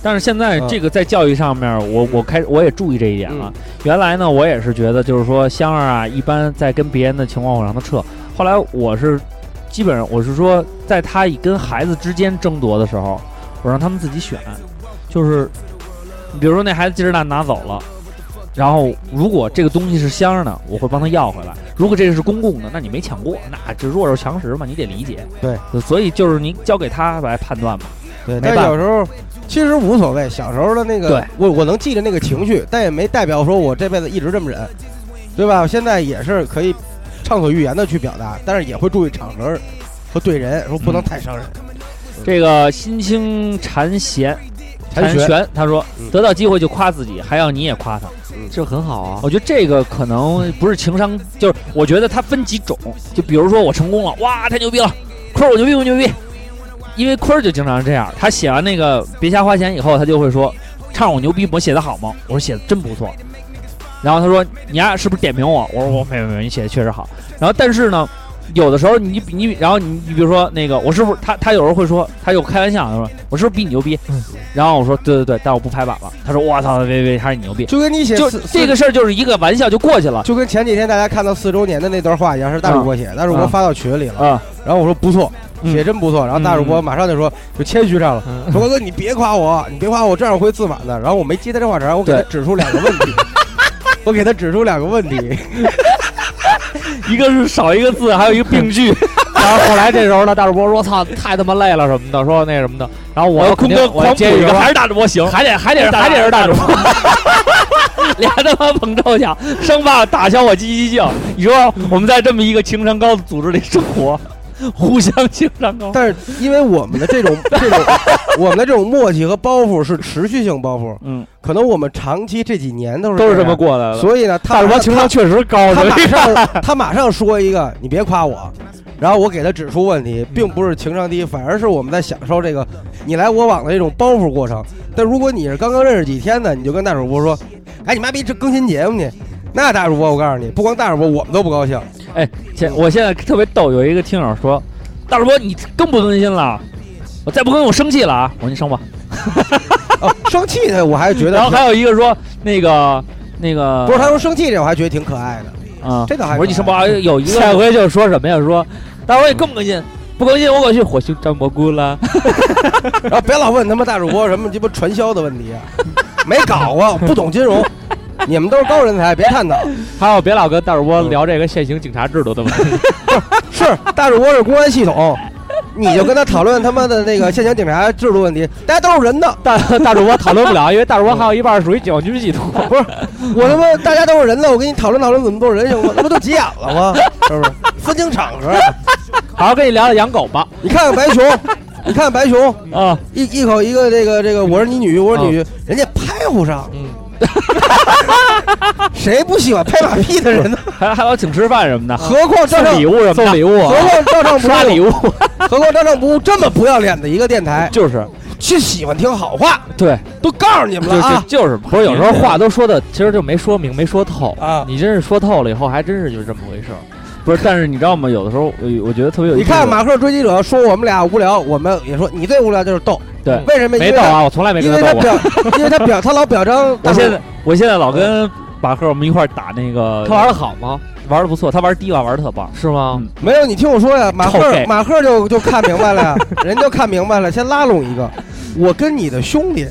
Speaker 2: 但是现在
Speaker 4: 嗯
Speaker 2: 这个在教育上面，我我开我也注意这一点了。原来呢，我也是觉得就是说香儿啊，一般在跟别人的情况我让他撤，后来我是基本上我是说，在他跟孩子之间争夺的时候，我让他们自己选。就是比如说那孩子鸡翅蛋拿走了，然后如果这个东西是箱儿的，我会帮他要回来；如果这个是公共的，那你没抢过，那这弱肉强食嘛，你得理解。
Speaker 4: 对，
Speaker 2: 所以就是您交给他来判断嘛。
Speaker 4: 对，
Speaker 2: 没
Speaker 4: 但
Speaker 2: 办
Speaker 4: 有时候其实无所谓，小时候的那个
Speaker 2: 对，
Speaker 4: 我我能记着那个情绪，但也没代表说我这辈子一直这么忍，对吧？我现在也是可以畅所欲言的去表达，但是也会注意场合和对人，说不
Speaker 2: 嗯
Speaker 4: 能太伤人。
Speaker 2: 这个新青禅贤。
Speaker 4: 禅玄
Speaker 2: 玄他说
Speaker 4: 嗯：“
Speaker 2: 得到机会就夸自己，还要你也夸他。
Speaker 8: 这很好啊。
Speaker 2: 我觉得这个可能不是情商，就是我觉得它分几种，就比如说我成功了，哇，太牛逼了，坤儿我牛逼我牛逼，因为坤儿就经常这样，他写完那个别瞎花钱以后，他就会说，唱我牛逼我写的好吗？我说写的真不错，然后他说你呀、是不是点评我？我说我没有没有，你写的确实好，然后但是呢。有的时候你你，然后你你比如说那个我师傅他他有时候会说，他就开玩笑，他说我师傅比你牛逼，然后我说对对对，但我不拍板了。他说我操，别别，还是你牛逼。
Speaker 4: 就跟你写
Speaker 2: 就
Speaker 4: 四
Speaker 2: 这个，事儿就是一个玩笑就过去了
Speaker 4: 四就跟前几天大家看到四周年的那段话一样，是大主播写，的，大主播
Speaker 2: 啊
Speaker 4: 发到群里了，
Speaker 2: 啊。
Speaker 4: 然后我说不错，
Speaker 2: 嗯
Speaker 4: 写真不错，然后大主
Speaker 5: 嗯
Speaker 4: 播马上就说就谦虚上了，说哥哥你别夸我，你别夸我，这样我会自满的。然后我没接他这话茬，我给他
Speaker 2: 对
Speaker 4: 指出两个 问题，我给他指出两个问题。
Speaker 2: 一个是少一个字，还有一个病句。
Speaker 5: 然后后来这时候呢，大主播说：“操，太他妈累了什么的，说那什么的。”然后我
Speaker 2: 我坤
Speaker 5: 肯定
Speaker 2: 哥
Speaker 5: 我
Speaker 2: 狂补
Speaker 5: 接一
Speaker 2: 一
Speaker 5: 句
Speaker 2: 个，
Speaker 5: 话
Speaker 2: 还是大主播行，还得还
Speaker 5: 得是还得是大主
Speaker 2: 播。 俩他妈捧臭脚，生怕打消我积极性。你说我们在这么一个情商高的组织里生活，互相情商高。
Speaker 4: 但是因为我们的 这种这种我们的这种默契和包袱是持续性包袱，
Speaker 2: 嗯，
Speaker 4: 可能我们长期这几年都是
Speaker 5: 都是这
Speaker 4: 样
Speaker 5: 么，过来的。
Speaker 4: 所以呢，他
Speaker 5: 大主播情商确实
Speaker 2: 哦
Speaker 5: 高，
Speaker 4: 他
Speaker 5: 所以
Speaker 4: 马上他马上说一个，你别夸我。然后我给他指出问题，并不是情商低，反而是我们在享受这个你来我往的这种包袱过程。但如果你是刚刚认识几天的，你就跟大主播说：“哎，你妈逼，这更新节目呢？”那大主播，我告诉你，不光大主播，我们都不高兴。
Speaker 2: 现哎我现在特别逗，有一个听友说：“大主播你更不更新了，我再不更新我生气了啊！”我说你生吧。
Speaker 4: 哦，生气呢，我还觉
Speaker 2: 然后
Speaker 4: 得
Speaker 2: 还有一个说那个那个
Speaker 4: 不是他说生气这，我还觉得挺可爱的。
Speaker 2: 啊，
Speaker 4: 这倒还
Speaker 2: 我说你
Speaker 4: 可
Speaker 2: 生
Speaker 4: 爱
Speaker 2: 吧，有一个
Speaker 5: 下回就说什么呀？说大伙也更不更新，不更新我可去火星摘蘑菇了。
Speaker 4: 然后别老问他妈大主播什么鸡巴传销的问题啊，没搞过，不懂金融，你们都是高人才，别探讨。
Speaker 5: 还有哦别老跟大主 播聊这个现行警察制度的问题。
Speaker 4: 是大主播是公安 系统，你就跟他讨论他妈的那个现行警察制度问题，大家都是人的，
Speaker 5: 大大主播讨论不了，因为大主播还有一半属于解放军系统。不是，
Speaker 4: 我他妈大家都是人的，我跟你讨论讨论怎么做人行吗？那不都急眼 了吗？是不是？分清场合，啊
Speaker 5: 好好跟你聊聊养狗吧。
Speaker 4: 你看看白 熊，你看看白熊，
Speaker 5: 啊，
Speaker 4: 一一口一个这个这个，我是你女婿，我是女婿，人家拍不上，
Speaker 5: 嗯，
Speaker 4: 谁不喜欢拍马屁 的人呢？
Speaker 2: 还还有请吃饭什么的，
Speaker 4: 何况照
Speaker 5: 送
Speaker 4: 上
Speaker 5: 啊礼，物什么的，
Speaker 2: 送
Speaker 5: 礼物啊
Speaker 4: 何况照上不
Speaker 5: 刷礼
Speaker 4: 误，
Speaker 5: 物，
Speaker 4: 何况照上不误这么不要脸的一个电台，
Speaker 5: 就是
Speaker 4: 去喜欢听好话，
Speaker 5: 对，
Speaker 4: 都告诉你们
Speaker 5: 就
Speaker 4: 了
Speaker 5: 就
Speaker 4: 啊
Speaker 5: 就是，不是有时候话都说的，其实就没说明，没说透。
Speaker 4: 啊！
Speaker 5: 你真是说透了以后，还真是就是这么回事儿。
Speaker 2: 不是，但是你知道吗？有的时候，呃我我觉得特别有意
Speaker 4: 你
Speaker 2: 思。
Speaker 4: 看马克追击者说我们俩无聊，我们也说你最无聊就是逗。
Speaker 2: 对
Speaker 4: 为什么？
Speaker 5: 没
Speaker 4: 因为
Speaker 5: 到
Speaker 4: 他，
Speaker 5: 啊，我从来没
Speaker 4: 因
Speaker 5: 跟
Speaker 4: 为
Speaker 5: 他
Speaker 4: 他
Speaker 5: 斗过。
Speaker 4: 表，因为他表，他老表彰。
Speaker 2: 我现在我现在老跟马克我们一块儿打那个，
Speaker 5: 他玩的好吗？
Speaker 2: 玩的不错，他玩低瓦玩的特棒。
Speaker 5: 是吗？
Speaker 2: 嗯
Speaker 4: 没有，你听我说呀，马
Speaker 2: 臭
Speaker 4: 赫
Speaker 2: 废
Speaker 4: 马赫就就看明白了呀，人就看明白了，先拉拢一个。我跟你的兄弟，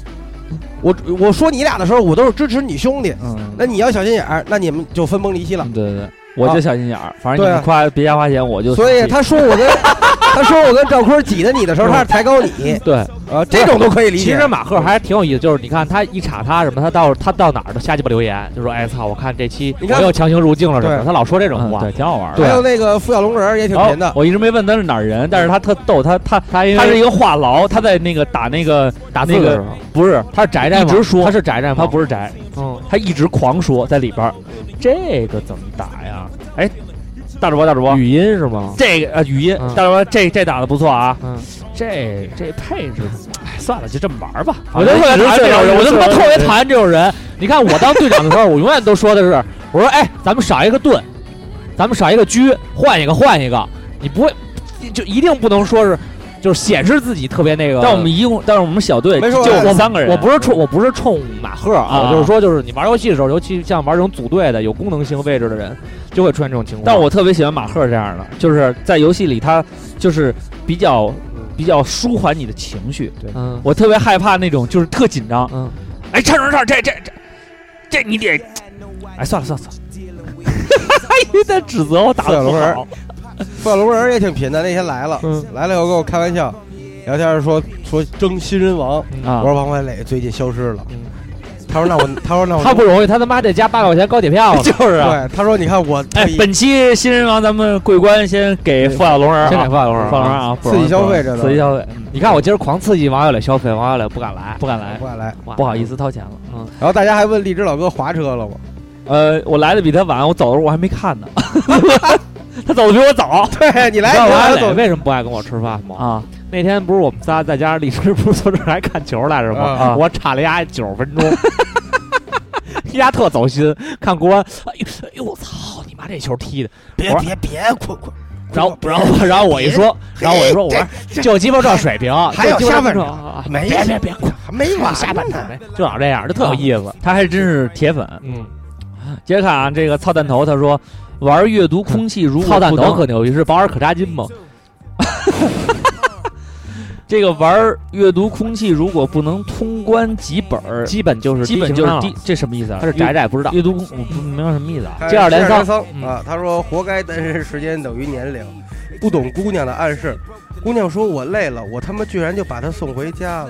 Speaker 4: 我我说你俩的时候，我都是支持你兄弟。
Speaker 2: 嗯，
Speaker 4: 那你要小心眼儿，那你们就分崩离析了。
Speaker 2: 对对对，我就小心眼儿，反正
Speaker 4: 对
Speaker 2: 你
Speaker 4: 啊
Speaker 2: 们夸别瞎花钱，我就
Speaker 4: 所以
Speaker 2: 生气
Speaker 4: 他说我跟他说我跟赵坤挤得你的时候，他是抬高你，
Speaker 5: 对，
Speaker 4: 呃，这种都可以理解。
Speaker 5: 其实马克还挺有意思，就是你看他一查他什么，他到他到哪儿都瞎鸡巴留言，就说哎操，我看这期
Speaker 4: 你
Speaker 5: 我
Speaker 4: 看
Speaker 5: 又强行入境了什么的，
Speaker 4: 对
Speaker 5: 他老说这种
Speaker 2: 嗯，
Speaker 5: 话
Speaker 2: 对，。挺好玩儿的。哦
Speaker 4: 还有那个付小龙人儿也挺
Speaker 2: 然后
Speaker 4: 贫的，
Speaker 2: 我一直没问他是哪儿人，但是他特逗，他他
Speaker 5: 他因为
Speaker 2: 他是一个话痨，他在那个打那个
Speaker 5: 打字
Speaker 2: 那
Speaker 5: 的
Speaker 2: 个
Speaker 5: 时候，
Speaker 2: 不是，
Speaker 5: 他是宅宅
Speaker 2: 一
Speaker 5: 吗？
Speaker 2: 直说
Speaker 5: 他是宅宅吗？
Speaker 2: 他不是宅，
Speaker 5: 嗯，
Speaker 2: 他一直狂说在里边儿，这个怎么打呀？哎，大主播大主播，
Speaker 5: 语音是吗？
Speaker 2: 这个呃语音，
Speaker 5: 嗯
Speaker 2: 大主播这这打的不错啊，
Speaker 5: 嗯，
Speaker 2: 这这配置，哎，算了，就这么玩儿吧。
Speaker 5: 我就特别讨厌这种人，我就他妈特别
Speaker 2: 厌。
Speaker 5: 讨厌这种人。你看我当队长的时候，我永远都说的是，我说哎，咱们少一个盾，咱们少一个车，换一个，换一个。你不会，就一定不能说是，就是显示自己特别那个。
Speaker 2: 但我们一共，但是我们小队
Speaker 4: 没说
Speaker 2: 就
Speaker 4: 完
Speaker 2: 三个人，
Speaker 5: 我不是冲我不是冲马赫啊，
Speaker 2: 啊
Speaker 5: 我就是说，就是你玩游戏的时候，尤其像玩这种组队的有功能性位置的人，就会出现这种情况。
Speaker 2: 但我特别喜欢马赫这样的，就是在游戏里他就是比较比较舒缓你的情绪。啊
Speaker 5: 嗯
Speaker 2: 我特别害怕那种就是特紧张，
Speaker 5: 嗯，
Speaker 9: 哎，唱唱唱，这这这这你得
Speaker 2: 哎，算了算了算了，因为他指责我打
Speaker 4: 费
Speaker 2: 的
Speaker 4: 小
Speaker 2: 不
Speaker 4: 龙人
Speaker 2: 好，，
Speaker 4: 费小龙人也挺贫的。那天来了，
Speaker 5: 嗯
Speaker 4: 来了以后跟我开玩笑，聊天说说争新人王，
Speaker 2: 啊。
Speaker 4: 我说王欢磊最近消失了
Speaker 5: 嗯。
Speaker 4: 他说那我，他说那我，
Speaker 5: 他不容易，他他妈得加八块钱高铁票
Speaker 2: 就是啊。
Speaker 4: 对，他说你看我
Speaker 2: 哎
Speaker 4: 特，意
Speaker 2: 本期新人王咱们桂冠先给付小龙人啊，
Speaker 5: 先给付小龙人啊
Speaker 2: 付小龙人啊，不
Speaker 4: 刺激消费
Speaker 2: 容易
Speaker 4: 这都
Speaker 2: 刺激消费，嗯
Speaker 5: 你看我今儿狂刺激王小磊消费，王小磊不敢来，
Speaker 2: 不敢来
Speaker 4: 不，敢来。
Speaker 2: 不好意思掏钱了。
Speaker 5: 嗯
Speaker 4: 然后大家还问荔枝老哥划车了吗？
Speaker 2: 呃，我来的比他晚，我走的时候我还没看呢，他走的比我早
Speaker 4: 对你来，
Speaker 5: 知道
Speaker 4: 哎你
Speaker 5: 王
Speaker 2: 哎
Speaker 5: 小
Speaker 4: 来
Speaker 5: 磊
Speaker 4: 走
Speaker 5: 为什么不爱跟我吃饭吗？
Speaker 2: 啊
Speaker 5: 那天不是我们仨在家，李师不是坐这儿还看球来着吗？
Speaker 4: 啊
Speaker 2: 啊
Speaker 5: 我差了丫九十分钟， 丫特走心。看国安，哎呦，哎呦我操你妈这球踢的！
Speaker 10: 别
Speaker 5: 我
Speaker 10: 别别，快快！
Speaker 5: 然后，然后，然后我一说，然后我一说，我说就鸡巴这水平，
Speaker 4: 还有
Speaker 5: 就鸡巴
Speaker 4: 下半
Speaker 5: 这
Speaker 4: 场
Speaker 5: 啊
Speaker 4: 没
Speaker 5: 别别别，
Speaker 4: 没完
Speaker 5: 下半
Speaker 4: 呢
Speaker 5: 场呗，就老这样，就特有意思。
Speaker 2: 他还真是铁粉。
Speaker 5: 嗯，
Speaker 2: 杰卡啊这个操蛋头他说，玩阅读空气如果
Speaker 5: 操蛋
Speaker 2: 不
Speaker 5: 头
Speaker 2: 能
Speaker 5: 可牛逼，是保尔可扎金吗？
Speaker 2: 这个玩儿阅读空气，如果不能通关几本儿，
Speaker 5: 基本就是
Speaker 2: 基本就是
Speaker 5: 低
Speaker 2: 低，这什么意思啊？
Speaker 5: 情商了，他是宅
Speaker 2: 宅
Speaker 5: 宅不知道。
Speaker 2: 阅读空，我不明白什么意思
Speaker 4: 哎
Speaker 2: 啊。
Speaker 5: 接二连三
Speaker 4: 三
Speaker 5: 嗯
Speaker 4: 啊！他说：“活该单身时间等于年龄，不懂姑娘的暗示。”姑娘说：“我累了，我他妈居然就把她送回家了。”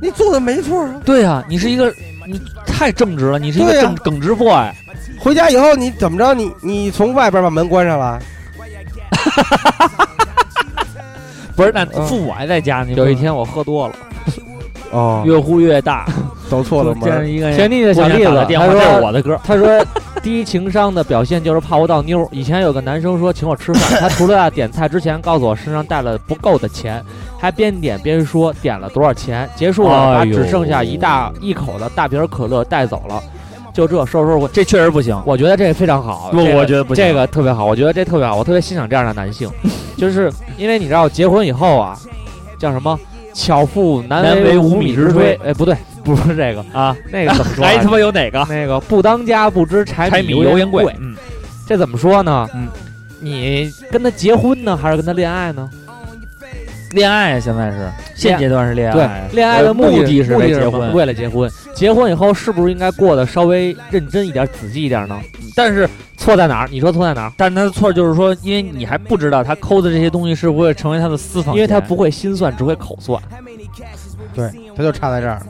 Speaker 4: 你做的没错啊！
Speaker 2: 对啊，你是一个你太正直了，你是一
Speaker 4: 对
Speaker 2: 个
Speaker 4: 啊
Speaker 2: 正耿直 boy。
Speaker 4: 回家以后你怎么着？你你从外边把门关上了？
Speaker 2: 不是，那
Speaker 4: 嗯
Speaker 2: 父母还在家呢。
Speaker 5: 有一天我喝多了，
Speaker 4: 哦，
Speaker 2: 越呼越大，
Speaker 4: 走错了
Speaker 2: 见着
Speaker 4: 门。
Speaker 2: 一个
Speaker 5: 前
Speaker 2: 人
Speaker 5: 弟的小
Speaker 2: 哎我想
Speaker 5: 例
Speaker 2: 打
Speaker 5: 子
Speaker 2: 个，电话
Speaker 5: 他
Speaker 2: 这
Speaker 5: 说
Speaker 2: 是我的歌，
Speaker 5: 他说低情商的表现就是泡不到妞儿。以前有个男生说请我 吃饭，他除了要点菜之前告诉我身上带了不够的钱，还边点边说点了多少钱。结束了，把
Speaker 2: 哎呦
Speaker 5: 只剩下一大一口的大瓶可乐带走了。就这收拾我，
Speaker 2: 这确实不行。
Speaker 5: 我觉得这个非常好。
Speaker 2: 不
Speaker 5: 这个
Speaker 2: 我觉得不行
Speaker 5: 这个特别好，我觉得这特别好，我特别欣赏这样的男性，就是因为你知道结婚以后啊，叫什么？巧妇
Speaker 2: 难
Speaker 5: 难
Speaker 2: 为
Speaker 5: 为
Speaker 2: 无
Speaker 5: 无
Speaker 2: 米
Speaker 5: 米
Speaker 2: 之
Speaker 5: 之炊
Speaker 2: 炊。
Speaker 5: 哎，不对， 不是这个
Speaker 2: 啊，
Speaker 5: 那个怎么 说来
Speaker 2: 还
Speaker 5: 着？
Speaker 2: 他妈有哪个？
Speaker 5: 那个不当家不知柴
Speaker 2: 柴
Speaker 5: 米
Speaker 2: 米油盐
Speaker 5: 贵
Speaker 2: 贵，，嗯，
Speaker 5: 这怎么说呢？
Speaker 2: 嗯，
Speaker 5: 你跟他结婚呢，还是跟他恋爱呢？
Speaker 2: 恋爱啊现在是现阶段是恋爱，
Speaker 5: 对，恋爱的
Speaker 2: 目
Speaker 5: 目
Speaker 2: 的
Speaker 5: 的
Speaker 2: 是
Speaker 5: 目
Speaker 2: 为
Speaker 5: 的是
Speaker 2: 结
Speaker 5: 什么
Speaker 2: 婚，
Speaker 5: 为了结婚。结婚以后是不是应该过得稍微认真一点、仔细一点呢？
Speaker 2: 但是
Speaker 5: 错在哪儿？你说错在哪儿？
Speaker 2: 但是他的错就是说，因为你还不知道他抠的这些东西是不会成为他的私房钱，
Speaker 5: 因为他不会心算，只会口算。
Speaker 4: 对，他就差在这儿。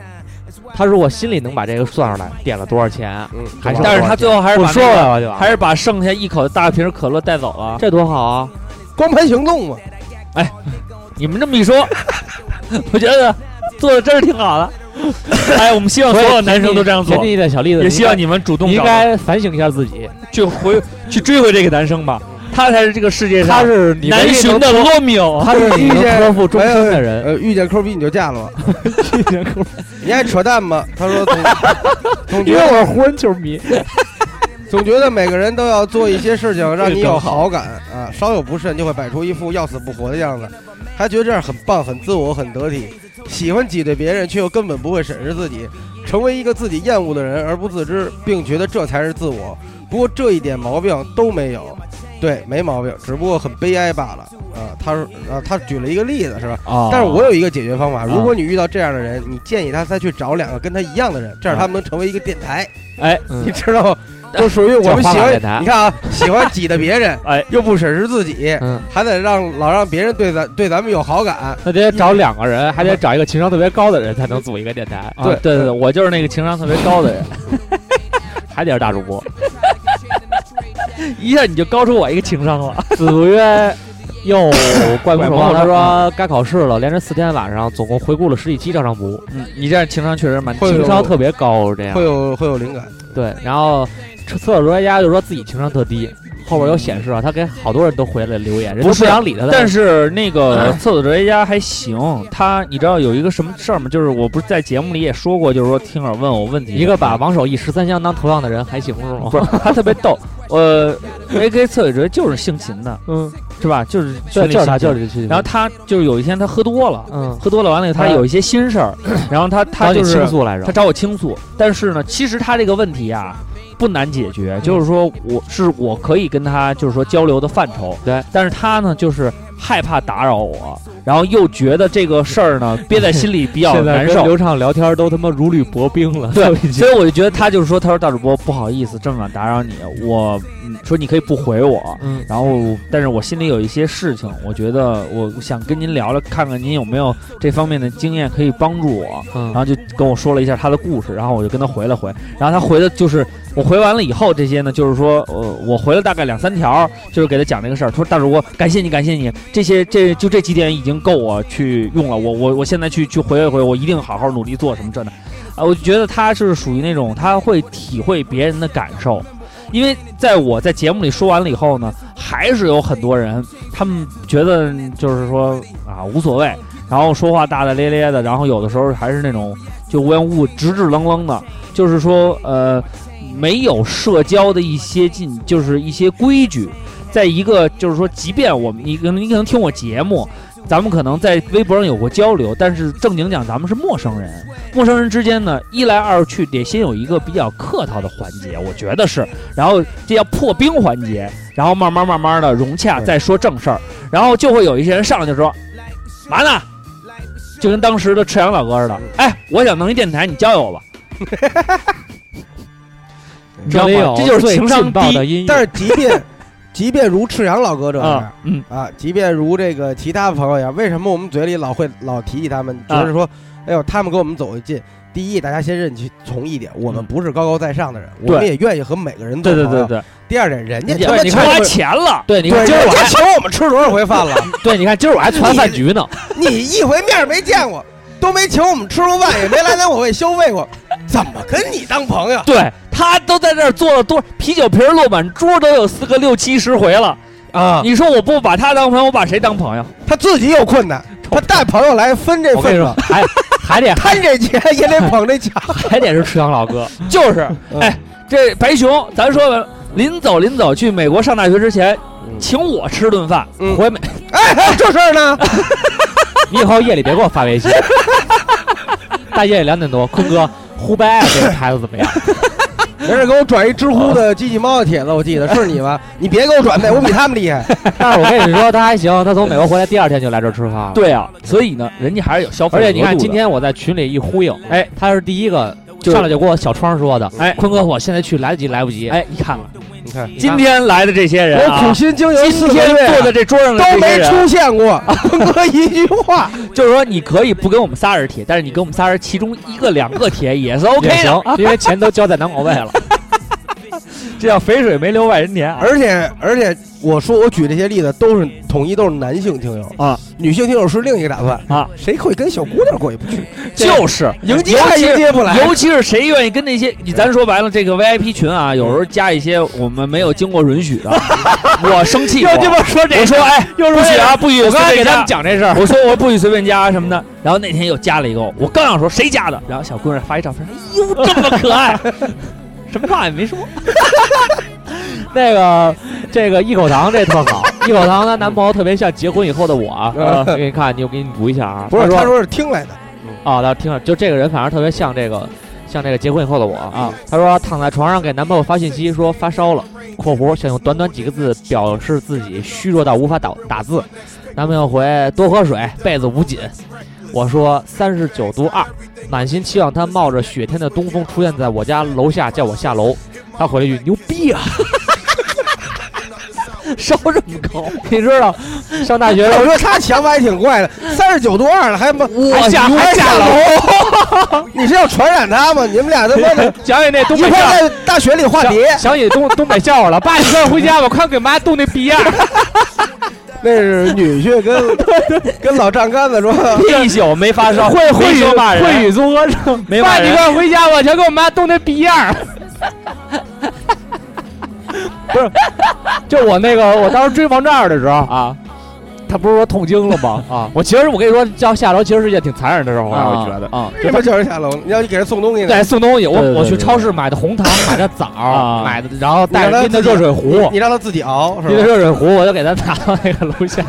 Speaker 5: 他如果心里能把这个算出来，点了多少钱，啊
Speaker 4: 嗯，
Speaker 5: 还
Speaker 2: 但是他最后还是
Speaker 5: 我
Speaker 2: 把
Speaker 5: 说
Speaker 2: 那个
Speaker 5: 了吧，对吧？
Speaker 2: 还是把剩下一口大瓶可乐带走了。
Speaker 5: 这多 好啊！
Speaker 4: 光盘行动嘛。
Speaker 2: 你们这么一说，我觉得做的真是挺好的。哎，我们希望所有男生都这样
Speaker 5: 前
Speaker 2: 做，
Speaker 5: 提的小例子，
Speaker 2: 也希望
Speaker 5: 你
Speaker 2: 你们主
Speaker 5: 应该
Speaker 2: 动
Speaker 5: 你
Speaker 2: 找
Speaker 5: 应该反省一下 自己。
Speaker 2: 去回去追回这个男生吧，他才是这个世界
Speaker 5: 他
Speaker 2: 上
Speaker 5: 是你唯
Speaker 2: 南
Speaker 5: 一能
Speaker 2: 巡的罗密欧。
Speaker 5: 他是你能
Speaker 4: 遇见
Speaker 5: 托付终身的
Speaker 4: 哎
Speaker 5: 人。
Speaker 4: 呃，遇见抠逼你就嫁了吧。 你爱扯淡吗？他 说总总觉
Speaker 5: 因为
Speaker 4: 得
Speaker 5: 我是湖
Speaker 2: 哎
Speaker 5: 人球迷，
Speaker 4: 总觉得每个人都要做一些事情让你
Speaker 5: 这
Speaker 4: 有
Speaker 5: 更好
Speaker 4: 好感啊，稍有不慎就会摆出一副要死不活的样子，还觉得这样很棒、很自我、很得体，喜欢挤兑别人，却又根本不会审视自己，成为一个自己厌恶的人而不自知，并觉得这才是自我。不过这一点毛病都没有，对，没毛病，只不过很悲哀罢了啊。他说啊，他举了一个例子是吧？
Speaker 2: 啊
Speaker 4: 但是我有一个解决方法，如果你遇到这样的人，你建议他再去找两个跟他一样的人，这样他们能成为一个电台。
Speaker 2: 哎，
Speaker 5: 嗯
Speaker 4: 你知道吗？都属于 我
Speaker 5: 叫
Speaker 4: 们
Speaker 5: 花
Speaker 4: 喜
Speaker 5: 马
Speaker 4: 欢
Speaker 5: 电台，
Speaker 4: 你看啊，喜欢挤兑别人，
Speaker 2: 哎，
Speaker 4: 又不审视自己，
Speaker 5: 嗯，
Speaker 4: 还得让老让别人对咱对咱们有好感。
Speaker 5: 那得找两个人，还得找一个情商特别高的人才能组一个电台，
Speaker 2: 对对对，我就是那个情商特别高的人，
Speaker 5: 还得是大主播。
Speaker 2: 一下你就高出我一个情商了。
Speaker 5: 子不曰 又怪不
Speaker 2: 怪不
Speaker 5: 说，
Speaker 2: 说
Speaker 5: 他
Speaker 2: 啊
Speaker 5: 说该考试了，连着四天晚上总共回顾了十几期照常不误，
Speaker 2: 嗯，你这样情商确实蛮低
Speaker 4: 会
Speaker 5: 情
Speaker 4: 有
Speaker 5: 商特别高是嗯这样
Speaker 4: 会。有会有灵感，
Speaker 5: 对，然后测测手专家就说自己情商特低，后边有显示啊，他给好多人都回来留言，人
Speaker 2: 不
Speaker 5: 都不
Speaker 2: 是
Speaker 5: 想理他的。
Speaker 2: 但是那
Speaker 5: 哎
Speaker 2: 个厕所哲学家还行，他你知道有一个什么事儿吗？就是我不是在节目里也说过，就是说听友问我问题，
Speaker 5: 一个把王守义十三香当头像的人还行是吗
Speaker 2: 不？是他特别逗， 呃，AK 厕所哲就是姓秦的，
Speaker 5: 嗯，
Speaker 2: 是吧？就是
Speaker 5: 对，
Speaker 2: 群里
Speaker 5: 就是他，
Speaker 2: 姓秦
Speaker 5: 就是这
Speaker 2: 然后他就是有一天他喝多了，
Speaker 5: 嗯，
Speaker 2: 喝多了完了以后他
Speaker 5: 嗯
Speaker 2: 有一些心事儿，然后他他
Speaker 5: 找你
Speaker 2: 就是
Speaker 5: 倾诉来着
Speaker 2: 他，找我倾诉，但是呢，其实他这个问题啊不难解
Speaker 5: 嗯
Speaker 2: 决，就是说我是我可以跟他就是说交流的范畴，
Speaker 5: 对，
Speaker 2: 但是他呢就是害怕打扰我，然后又觉得这个事儿呢憋在心里比较
Speaker 5: 现在
Speaker 2: 难
Speaker 5: 跟
Speaker 2: 受
Speaker 5: 刘。畅聊天都他妈如履薄冰了，
Speaker 2: 对
Speaker 5: 都已经
Speaker 2: 所以我就觉得他就是说，他说大主播不好意思这么晚打扰你，我嗯说你可以不回我，
Speaker 5: 嗯
Speaker 2: 然后但是我心里有一些事情，我觉得我想跟您聊聊，看看您有没有这方面的经验可以帮助我。然
Speaker 5: 嗯
Speaker 2: 后就跟我说了一下他的故事，然后我就跟他回了回，然后他回的就是我回完了以后，这些呢就是说，呃，我回了大概两三条，就是给他讲这个事儿。他说大主播，感谢你，感谢你，这些这就这几点已经够我去用了，我我我现在去去回一回，我一定好好努力做什么这那，啊，我就觉得他是属于那种他会体会别人的感受。因为在我在节目里说完了以后呢，还是有很多人，他们觉得就是说啊无所谓，然后说话大大咧咧的，然后有的时候还是那种就无缘无故直直愣愣的，就是说呃没有社交的一些进，就是一些规矩。在一个就是说，即便我们你可能你可能听我节目，咱们可能在微博上有过交流，但是正经讲，咱们是陌生人，陌生人之间呢，一来二去得先有一个比较客套的环节，我觉得是，然后这叫破冰环节，然后慢慢慢慢的融洽，
Speaker 4: 对
Speaker 2: 再说正事儿，然后就会有一些人上来就说，嘛呢？就跟当时的赤阳老哥似的，哎，我想弄一电台，你教教我吧。你知道
Speaker 5: 这里有
Speaker 2: 吗？这就是
Speaker 5: 最
Speaker 2: 情商
Speaker 5: 劲爆
Speaker 2: 低
Speaker 5: 的音乐，
Speaker 4: 但是即便即便如赤阳老哥这样
Speaker 2: 啊，嗯，
Speaker 4: 啊，即便如这个其他朋友一样，为什么我们嘴里老会老提起他们，
Speaker 2: 啊
Speaker 4: 就是说，哎呦，他们跟我们走得近。第一，大家先认从一点，
Speaker 5: 嗯
Speaker 4: 我们不是高高在上的人，我们也愿意和每个人做
Speaker 2: 对
Speaker 4: 朋
Speaker 2: 对
Speaker 4: 友。
Speaker 2: 对对，
Speaker 4: 第二点，人家
Speaker 2: 你
Speaker 4: 他妈
Speaker 2: 你
Speaker 4: 请我
Speaker 2: 花
Speaker 4: 们
Speaker 2: 钱了，
Speaker 5: 对，你
Speaker 4: 对，
Speaker 5: 看今儿我
Speaker 4: 人家
Speaker 5: 还
Speaker 4: 请我们吃多少回饭了？
Speaker 5: 对，你看今儿我还攒饭局呢，
Speaker 4: 你一回面没见过，都没请我们吃过饭，也没来咱我为消费过，怎么跟你当朋友？
Speaker 2: 对他都在这儿做了多啤酒瓶儿落满桌，都有四个六七十回了。
Speaker 4: 啊，
Speaker 2: 你说我不把他当朋友，我把谁当朋友？
Speaker 4: 他自己有困难，他带朋友来分这
Speaker 5: 我跟你
Speaker 4: 份
Speaker 5: 说
Speaker 4: 吧，，
Speaker 5: 还还得
Speaker 4: 摊这钱也得捧这 钱。
Speaker 5: 还得是赤阳老哥，
Speaker 2: 就是
Speaker 4: 嗯，
Speaker 2: 哎，这白熊，咱说完临走临走去美国上大学之前，
Speaker 4: 嗯
Speaker 2: 请我吃顿饭，
Speaker 4: 嗯
Speaker 2: 我也没
Speaker 4: 哎，还有这事儿呢？
Speaker 5: 你以后夜里别给我发 微信，大夜里两点多，坤哥呼
Speaker 2: 啊
Speaker 5: 拜这个牌子怎么样？
Speaker 4: 没事，给我转一知乎的机器猫的帖子，我记得是你吧？你别给我转呗，我比他们 厉害。
Speaker 5: 但是我跟你说，他还行，他从美国回来第二天就来这儿吃饭了。，
Speaker 2: 对啊，所以呢，人家还是有消费
Speaker 5: 而
Speaker 2: 额度的。
Speaker 5: 且你看，今天我在群里一呼应，哎，他是第一个
Speaker 2: 就是
Speaker 5: 上来就跟我小窗说的，
Speaker 2: 哎
Speaker 5: 坤哥，我现在去来得及来不及？，
Speaker 2: 哎，你看看
Speaker 4: 你看，
Speaker 2: 今天来的这些
Speaker 5: 哎
Speaker 2: 人
Speaker 4: 我苦
Speaker 2: 啊，
Speaker 4: 心经营四
Speaker 2: 今
Speaker 4: 个
Speaker 2: 天
Speaker 4: 月
Speaker 2: 坐
Speaker 4: 啊
Speaker 2: 在这桌上的
Speaker 4: 都
Speaker 2: 这些
Speaker 4: 没
Speaker 2: 人，
Speaker 4: 出现过，坤哥一句 话。
Speaker 2: 就是说你可以不跟我们仨人贴，但是你跟我们仨人其中一个两个贴也是 OK
Speaker 5: 也
Speaker 2: 的，
Speaker 5: 行，因为钱都交在南广卫了。
Speaker 2: 这叫肥水没流外人田啊。
Speaker 4: 而且而且，我说我举这些例子都是统一都是男性听友
Speaker 2: 啊，
Speaker 4: 女性听友是另一个打算
Speaker 2: 啊，
Speaker 4: 谁会跟小姑娘过意不去？
Speaker 2: 就是
Speaker 4: 迎接
Speaker 2: 尤
Speaker 4: 还
Speaker 2: 其
Speaker 4: 迎接不来，
Speaker 2: 尤其是谁愿意跟那些你咱说白了，这个 VIP 群啊，有时候加一些我们没有经过允许 的，我生气过。
Speaker 5: 妈说
Speaker 2: 我说哎，不许啊，不许！
Speaker 5: 我刚才
Speaker 2: 随便
Speaker 5: 给
Speaker 2: 加
Speaker 5: 他们，讲这事儿，
Speaker 2: 我说我不许随便加什么的。然后那天又加了一个，我刚想说谁加的，然后小姑娘发一照片，哎呦这么可 爱，什么话也没说。
Speaker 5: 那个这个一口糖这特好，一口糖她男朋友特别像结婚以后的我啊，
Speaker 4: 嗯
Speaker 5: 我给你看，你我给你读一下啊，
Speaker 4: 不是，
Speaker 5: 她
Speaker 4: 他说是听来的，
Speaker 5: 啊，他听着，就这个人反正特别像这个，像这个结婚以后的我啊。他说躺在床上给男朋友发信息说发烧了（括弧想用短短几个字表示自己虚弱到无法打打字），男朋友回多喝水，被子捂紧。我说三十九度二，满心期望他冒着雪天的东风出现在我家楼下叫我下楼。他回了一句牛逼啊！ 烧这么 高，你知道上大学的时候
Speaker 4: 我说他想法也挺怪的，三十九度二了还不
Speaker 5: 嗯
Speaker 4: 哎
Speaker 5: 还下还下
Speaker 4: 楼，你是要传染他吗？你们俩他妈 的
Speaker 5: 讲给那东
Speaker 4: 一
Speaker 5: 北
Speaker 4: 块
Speaker 5: 校
Speaker 4: 儿在大学里化
Speaker 5: 想
Speaker 4: 蝶，
Speaker 5: 想起东东北笑话了，爸，你快回家吧，快给妈冻那 逼样儿。
Speaker 4: 那是女婿跟 跟老丈杆子说，
Speaker 2: 一宿没发烧，
Speaker 5: 会会
Speaker 2: 没
Speaker 5: 语
Speaker 2: 说骂人，
Speaker 5: 会语综合症，
Speaker 2: 没骂
Speaker 5: 爸，你
Speaker 2: 人。
Speaker 5: 快回家吧，全给我妈冻那逼样儿。 不是，就我那个，我当时追王炸的时候啊，他不是说痛经了吗？ 啊，我其实我跟你说，叫下楼其实是一件挺残忍的事儿，我
Speaker 2: 啊
Speaker 5: 觉得。
Speaker 2: 啊，
Speaker 4: 这不叫人下楼，你要你给人送东西呢
Speaker 5: 对，，送东西，我
Speaker 2: 对对对
Speaker 5: 我去
Speaker 2: 对
Speaker 5: 超市买的红糖，买的 枣，
Speaker 2: 啊
Speaker 5: 买的，然后带
Speaker 4: 你
Speaker 5: 着
Speaker 4: 让他
Speaker 5: 拎的
Speaker 4: 自己
Speaker 5: 热水壶，
Speaker 4: 你让他自己熬是
Speaker 5: 拎的
Speaker 4: 吧？
Speaker 5: 热水壶，我就给他拿 到那个楼下。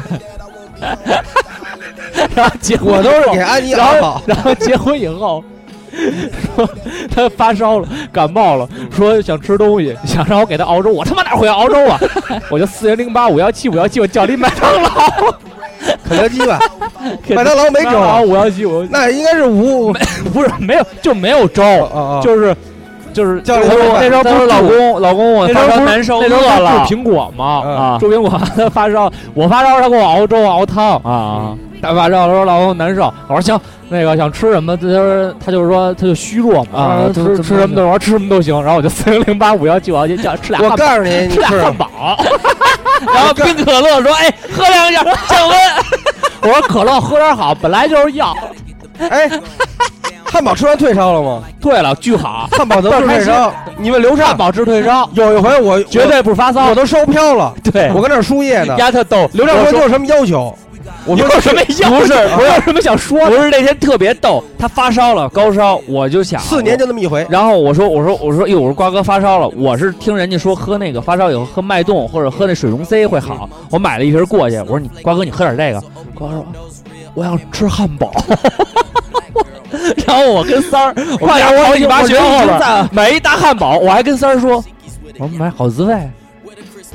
Speaker 5: 然后结婚
Speaker 4: 我都
Speaker 5: 以
Speaker 4: 是
Speaker 5: 后
Speaker 4: 给安妮
Speaker 5: 然
Speaker 4: 熬
Speaker 5: 后
Speaker 4: 好，
Speaker 5: 然后结婚以后，说他发烧了，感冒了，说想吃东西，想让我给他熬粥，我他妈哪会熬粥啊？我就四零零八五幺七五幺七，我叫你麦当劳。
Speaker 11: 肯德基吧， 麦当劳没粥
Speaker 5: 啊，
Speaker 11: 啊，
Speaker 5: 五幺七，我
Speaker 11: 那应该是无
Speaker 5: 不是没有就没有粥，
Speaker 4: 哦
Speaker 11: 啊啊，
Speaker 5: 就是就是
Speaker 11: 教
Speaker 5: 我
Speaker 11: 练说
Speaker 5: 那时候不是
Speaker 2: 老公，老公，我
Speaker 5: 那时
Speaker 2: 发
Speaker 5: 候
Speaker 2: 烧
Speaker 5: 不是
Speaker 2: 难受，
Speaker 5: 那时候
Speaker 2: 饿
Speaker 5: 不
Speaker 2: 了
Speaker 5: 是苹果嗯吗？
Speaker 11: 啊
Speaker 2: 啊
Speaker 5: 周苹果他发烧， 我发烧，他给我熬粥熬汤，
Speaker 2: 啊
Speaker 5: 他发烧，他说老公难受，我说行，那个想吃什么，他就是他就是说他就虚弱嘛，
Speaker 2: 啊
Speaker 5: 我说
Speaker 2: 都
Speaker 5: 吃
Speaker 2: 都
Speaker 5: 吃什么都我说吃什么都行，然后我就四零零八五幺九 幺叫吃俩
Speaker 11: 我
Speaker 5: 汉堡，
Speaker 11: 告诉你，你
Speaker 4: 啊
Speaker 5: 吃俩
Speaker 11: 吃
Speaker 5: 汉堡，然后冰可乐说哎喝两下降温， 我说可乐喝点好，本来就是药，
Speaker 11: 哎，汉堡吃完退烧了吗？
Speaker 5: 对了巨好，
Speaker 11: 汉堡能治退烧？你问刘
Speaker 5: 汉
Speaker 11: 畅，
Speaker 5: 堡治退烧，
Speaker 11: 有一回我
Speaker 5: 绝对不发
Speaker 11: 我
Speaker 5: 骚
Speaker 11: 我，都烧飘了，
Speaker 5: 对，
Speaker 11: 我跟那儿输液呢。
Speaker 5: 丫特逗，
Speaker 11: 刘畅说你有什么要求？我说
Speaker 5: 有什么要不是我有什么想说
Speaker 2: 不
Speaker 5: 的，
Speaker 2: 是那天特别逗，他发烧了，高烧，我就
Speaker 5: 啊
Speaker 2: 想
Speaker 11: 四年就那么一回，
Speaker 2: 然后我说我说我说，哎哟，我说瓜哥发烧了，我是听人家说喝那个发烧以后喝脉动或者喝那水溶 C 会好，我买了一瓶过去，我说你瓜哥你喝点这个，瓜哥说嗯我要吃汉堡， 然后我跟三儿，我们俩跑你妈学校后边儿买一大汉堡，我还跟三儿说，我说买好滋味。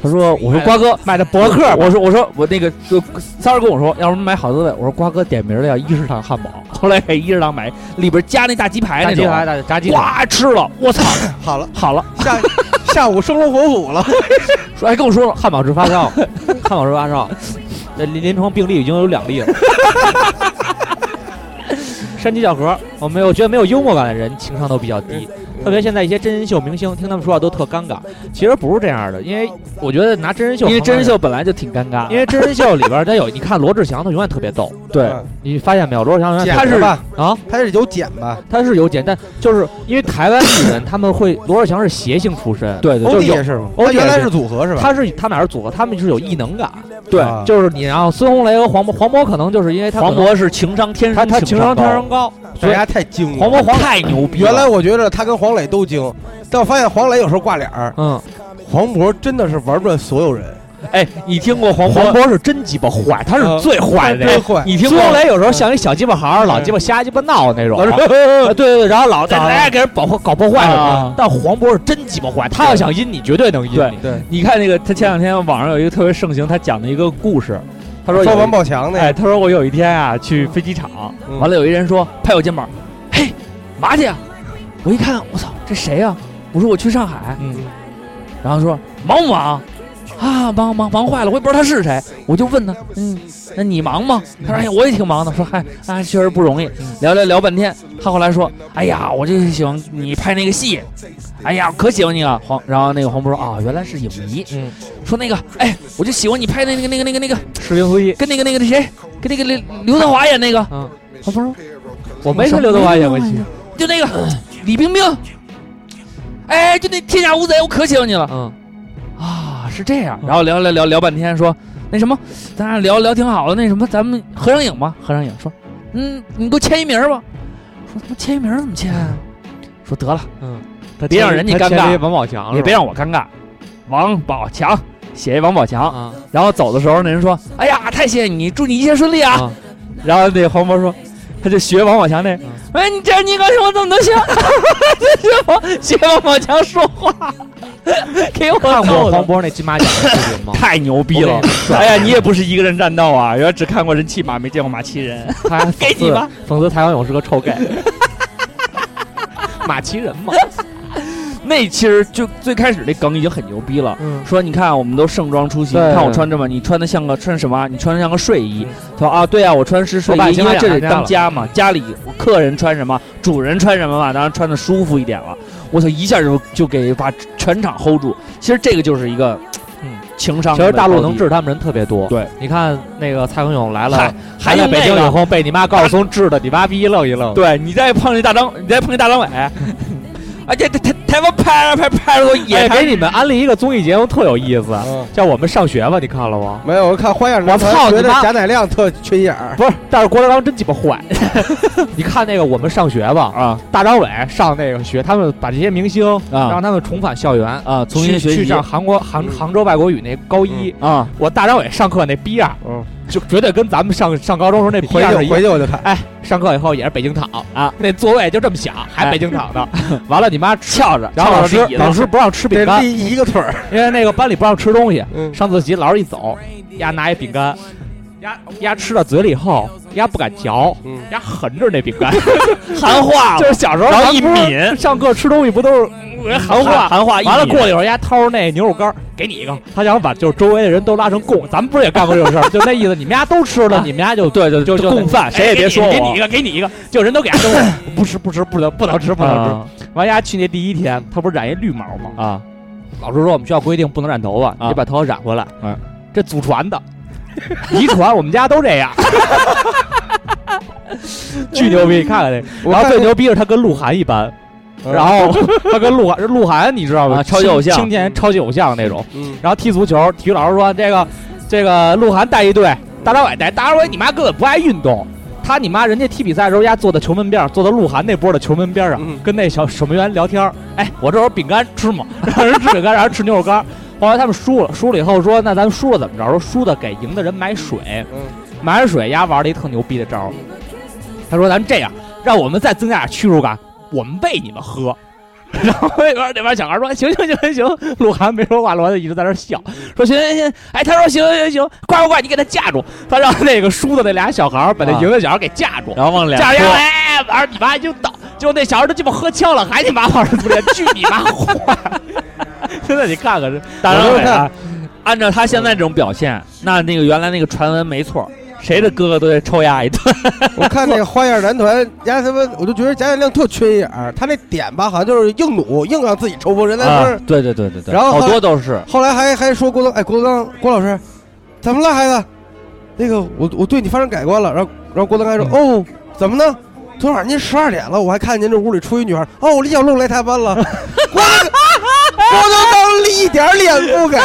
Speaker 2: 他说：“我说瓜哥买的博客，我说我说我那个就三儿跟我说，要不然买好滋味。我说瓜哥点名儿的要一食堂汉堡，后来给一食堂买里边加那大鸡排那种，
Speaker 5: 大炸鸡
Speaker 2: 哇，吃了，我操，
Speaker 11: 好了，
Speaker 2: 好了，
Speaker 11: 下下午生龙活虎了。
Speaker 2: 说
Speaker 5: 哎
Speaker 2: 还跟我说了汉堡治发 烧，汉堡治发烧，
Speaker 5: 那临临床病例已经有两例了。山鸡小河，我没有我觉得没有幽默感的人情商都比较低，特别现在一些真人秀明星听他们说话都特尴尬，其实不是这样的，因为我觉得拿真人秀，
Speaker 2: 因为真人，秀本来就挺尴尬，
Speaker 5: 因为真人秀里边儿他有，你看罗志祥他永远特别逗，
Speaker 2: 对
Speaker 5: 你发现没有？罗志祥永远
Speaker 11: 剪
Speaker 5: 他
Speaker 11: 了
Speaker 5: 是
Speaker 11: 嗯吧，
Speaker 5: 啊，
Speaker 11: 他是有剪吧？
Speaker 5: 他是有简单，就是因为台湾艺人他们会，罗志祥是谐星出身，
Speaker 2: 对对
Speaker 11: 欧
Speaker 5: 就
Speaker 11: 弟
Speaker 5: 有
Speaker 11: 也是吗？
Speaker 5: 欧
Speaker 11: 他
Speaker 5: 弟也
Speaker 11: 原来
Speaker 5: 是
Speaker 11: 是组合是吧？
Speaker 5: 他是他们俩是组合，他们是有异能感，
Speaker 2: 对
Speaker 11: 啊
Speaker 5: 就是你然后孙红雷和黄渤，黄渤可能就是因为他可
Speaker 2: 黄
Speaker 5: 能
Speaker 2: 渤是情商天
Speaker 5: 他
Speaker 2: 生，
Speaker 5: 他情商天生高，
Speaker 11: 大
Speaker 5: 所以
Speaker 11: 家太精
Speaker 5: 黄
Speaker 11: 了。
Speaker 5: 渤黄
Speaker 2: 太牛逼了，
Speaker 11: 原来我觉得他跟黄磊都精，但我发现黄磊有时候挂脸儿，
Speaker 5: 嗯，
Speaker 11: 黄渤真的是玩转所有人。
Speaker 2: 哎，你听过黄
Speaker 5: 黄
Speaker 2: 渤？呃
Speaker 5: 渤是真鸡巴坏，他
Speaker 11: 嗯
Speaker 5: 是最坏的
Speaker 11: 真
Speaker 5: 那个。
Speaker 11: 坏，
Speaker 5: 你听
Speaker 2: 过
Speaker 5: 孙红雷有时候像一小鸡巴孩儿，老鸡巴瞎鸡巴闹那种。
Speaker 11: 老师
Speaker 5: 啊对对对，然后老在哎给人搞破搞破坏什么
Speaker 2: 啊
Speaker 5: 的。但黄渤是真鸡巴坏，他要想阴你，绝对能阴
Speaker 2: 对
Speaker 5: 你。
Speaker 11: 对，
Speaker 2: 你看那个，他前两天网上有一个特别盛行，他讲的一个故事，他说有
Speaker 11: 说王宝强那
Speaker 2: 哎，他说我有一天啊去飞机场，
Speaker 11: 嗯
Speaker 2: 完了有一人说拍我肩膀，嘿，嘛去呀？我一看，我操，这谁呀、我说我去上海，
Speaker 5: 嗯
Speaker 2: 然后说忙不忙？啊，忙忙忙坏了，我也不知道他是谁，我就问他，嗯，那你忙吗？他说，哎呀，我也挺忙的。说，嗨、哎，啊，确实不容易。
Speaker 5: 嗯
Speaker 2: 聊聊聊半天，他后来说，哎呀，我就喜欢你拍那个戏，哎呀，可喜欢你了。黄，然后那个黄渤说，啊、原来是影迷，
Speaker 5: 嗯，
Speaker 2: 说那个，哎，我就喜欢你拍的那个那个那个那个
Speaker 5: 士兵突击，
Speaker 2: 跟那个那个那谁，跟那个刘刘德华演那个，
Speaker 5: 嗯，
Speaker 2: 他不是
Speaker 5: 我没跟刘德华演过戏。
Speaker 2: 就那个李冰冰，哎，就那天下无贼，我可喜欢你了
Speaker 5: 嗯，
Speaker 2: 啊，是这样。然后聊聊聊聊半天，说那什么，咱俩聊聊挺好的，那什么，咱们合张影吧，合张影。说，嗯，你给我签一名吧。说他妈签一名怎么签啊？说得了，
Speaker 5: 他
Speaker 2: 别让人家
Speaker 5: 他
Speaker 2: 尴
Speaker 5: 签
Speaker 2: 尬
Speaker 5: 了嗯一王宝强
Speaker 2: 也
Speaker 5: 是吧
Speaker 2: 别让我尴尬。王宝强，写一王宝强。
Speaker 5: 啊
Speaker 2: 然后走的时候，那人说：“哎呀，太谢谢你，祝你一切顺利啊！”
Speaker 5: 啊
Speaker 2: 然后那黄渤说，他就学王宝强那，哎，你这你高兴我怎么能行？ 学王学王宝强说话，给我
Speaker 5: 看过
Speaker 2: 逗
Speaker 5: 黄
Speaker 2: 的？
Speaker 5: 渤那金马奖的视 频吗
Speaker 2: 太牛逼了
Speaker 5: 我 跟！
Speaker 2: 哎呀，你也不是一个人战斗啊，原来只看过人气马，没见过马骑人。
Speaker 5: 他 还讽
Speaker 2: 给
Speaker 5: 刺
Speaker 2: 你吧，
Speaker 5: 讽刺谭小勇是个臭 gay，马奇人嘛。
Speaker 2: 那其实就最开始那梗已经很牛逼了。
Speaker 5: 嗯，
Speaker 2: 说你看我们都盛装出席，
Speaker 5: 对
Speaker 2: 你看我穿这么，你穿的像个穿什么啊？你穿的像个睡衣。他说啊，对啊，我穿是睡
Speaker 5: 我把
Speaker 2: 衣，
Speaker 5: 钱
Speaker 2: 因为
Speaker 5: 买
Speaker 2: 这得
Speaker 5: 回家了
Speaker 2: 当家嘛，家里客人穿什么，主人穿什么嘛，当然穿的舒服一点了。我操，一下就就给把全场 hold 住。其实这个就是一个，嗯
Speaker 5: 嗯，
Speaker 2: 情商
Speaker 5: 其
Speaker 2: 的
Speaker 5: 实
Speaker 2: 高低。
Speaker 5: 大陆能治他们人特别多。
Speaker 2: 对，
Speaker 5: 你看那个蔡康永来了
Speaker 2: 嗨，还有
Speaker 5: 来了北京以
Speaker 2: 有。
Speaker 5: 后被你妈高晓松治的，你妈逼一愣一愣。，
Speaker 2: 对你再碰见大张，哎你再碰见大张伟，
Speaker 5: 哎
Speaker 2: 而且台台台湾拍啊拍拍的我也
Speaker 5: 也哎给你们安利一个综艺节目，特有意思，
Speaker 11: 嗯，
Speaker 5: 叫《我们上学吧》，你看了吗？
Speaker 11: 没有，我看《花样年
Speaker 5: 我
Speaker 11: 华
Speaker 5: 操》，
Speaker 11: 觉
Speaker 5: 你
Speaker 11: 得
Speaker 5: 妈
Speaker 11: 贾乃亮特缺心眼儿。
Speaker 5: 不是，但是郭德纲真鸡巴坏。 你看那个《我们上学吧》
Speaker 2: 啊，
Speaker 5: 大张伟上那个学，他们把这些明星
Speaker 2: 啊
Speaker 5: 让他们重返校园，
Speaker 2: 啊，重新
Speaker 5: 去
Speaker 2: 学习
Speaker 5: 去上韩国杭杭州外国语那高一。
Speaker 2: 啊，
Speaker 5: 我大张伟上课那逼样，
Speaker 11: 嗯，
Speaker 5: 就绝对跟咱们上上高中时候那逼
Speaker 11: 回
Speaker 5: 样
Speaker 11: 去
Speaker 5: 是一样
Speaker 11: 回去我就看，
Speaker 5: 哎，上课以后也是北京躺啊，那座位就这么小，还北京躺呢。完了，你妈翘着，然后老师
Speaker 2: 翘着
Speaker 5: 老师不让吃饼
Speaker 11: 得
Speaker 5: 干，
Speaker 11: 立一个腿儿。
Speaker 5: 因为那个班里不让吃东西。
Speaker 11: 嗯
Speaker 5: 上自习，老师一走，丫拿一饼干，鸭鸭吃到嘴里以后，鸭不敢嚼，
Speaker 4: 嗯
Speaker 5: 鸭横着那饼干，
Speaker 12: 含化
Speaker 5: 就
Speaker 12: 了，
Speaker 5: 是小时候
Speaker 12: 然后
Speaker 5: 咱
Speaker 12: 一
Speaker 5: 不是
Speaker 12: 抿
Speaker 5: 上课吃东西不都是嗯
Speaker 12: 含化含化一抿，
Speaker 5: 完了，过了一会儿，丫掏出那牛肉干儿，给你一个。他想把就是周围的人都拉成供，咱们不是也干过这种事儿？就那意思，你们家都吃
Speaker 2: 啊
Speaker 5: 了，你们家就对对就就哎
Speaker 2: 共犯，谁也别说
Speaker 5: 给你
Speaker 2: 我。
Speaker 5: 一个，给你一个，就人都给他都不吃不吃，不能不能吃不能
Speaker 2: 啊
Speaker 5: 吃。完丫去那第一天，他不是染一绿毛吗？
Speaker 2: 啊，
Speaker 5: 老师说我们学校规定不能染头发，你得把头发染回来。
Speaker 2: 嗯
Speaker 5: 这祖传的， 遗传，我们家都这样。 巨牛逼，你看看这。
Speaker 4: 我
Speaker 5: 然后
Speaker 4: 看
Speaker 5: 最牛逼是他跟鹿晗一般，
Speaker 4: 嗯
Speaker 5: 然后他跟鹿晗，鹿晗你知道吗？
Speaker 2: 啊超级偶像
Speaker 5: 青青年超级偶像那种。
Speaker 4: 嗯，
Speaker 5: 然后踢足球，体育老师说这个这个鹿晗带一队，大张伟带，大张伟你妈根本不爱运动。他你妈人家踢比赛的时候，丫坐在球门边儿，坐到鹿晗那波的球门边儿上，
Speaker 4: 嗯
Speaker 5: 跟那小守门员聊天儿。哎，我这有饼干吃吗？ 让人吃饼干，让人吃牛肉干儿。后来他们输了，输了以后说，那咱们输了怎么着？说输的给赢的人买水，
Speaker 4: 嗯
Speaker 5: 买点水，丫玩了一特牛逼的招儿。他说咱这样，让我们再增加点屈辱感，我们喂你们喝。 然后那边那边小孩说：“行行行行行。”鹿晗没说话，鹿晗就一直在那儿笑，说：“行行行。”哎，他说：“行行行，快快快，你给他架住！”他让那个输的那俩小孩儿把那
Speaker 2: 啊
Speaker 5: 赢的小孩儿给架住，
Speaker 2: 然后往脸
Speaker 5: 架住以后，
Speaker 2: 说，
Speaker 5: 哎，玩儿你妈就倒，结果那小孩儿都鸡巴喝呛了，还你妈往上出脸，去你妈 话！现在你看看这
Speaker 2: 大张伟
Speaker 4: 我就
Speaker 2: 啊
Speaker 4: 看，
Speaker 2: 按照他现在这种表现，那那个原来那个传闻没错，谁的哥哥都得抽丫一顿。
Speaker 4: 我看那个花样男团，家他妈，我就觉得贾乃亮特缺眼儿，他那点吧，好像就是硬努，硬让自己抽不人来分
Speaker 2: 啊
Speaker 4: 儿。，
Speaker 2: 对对对对对，
Speaker 4: 然后
Speaker 2: 好
Speaker 4: 后来
Speaker 2: 多都是
Speaker 4: 后来还还说郭德，哎，郭德纲，郭老师，怎么了，孩子？那个，我我对你发生改观了。然后然后郭德纲说，
Speaker 5: 嗯
Speaker 4: 哦，怎么呢？昨晚上您十二点了，我还看见这屋里出一女孩。哦，李小璐来探 班了。郭德郭德纲一点脸不给，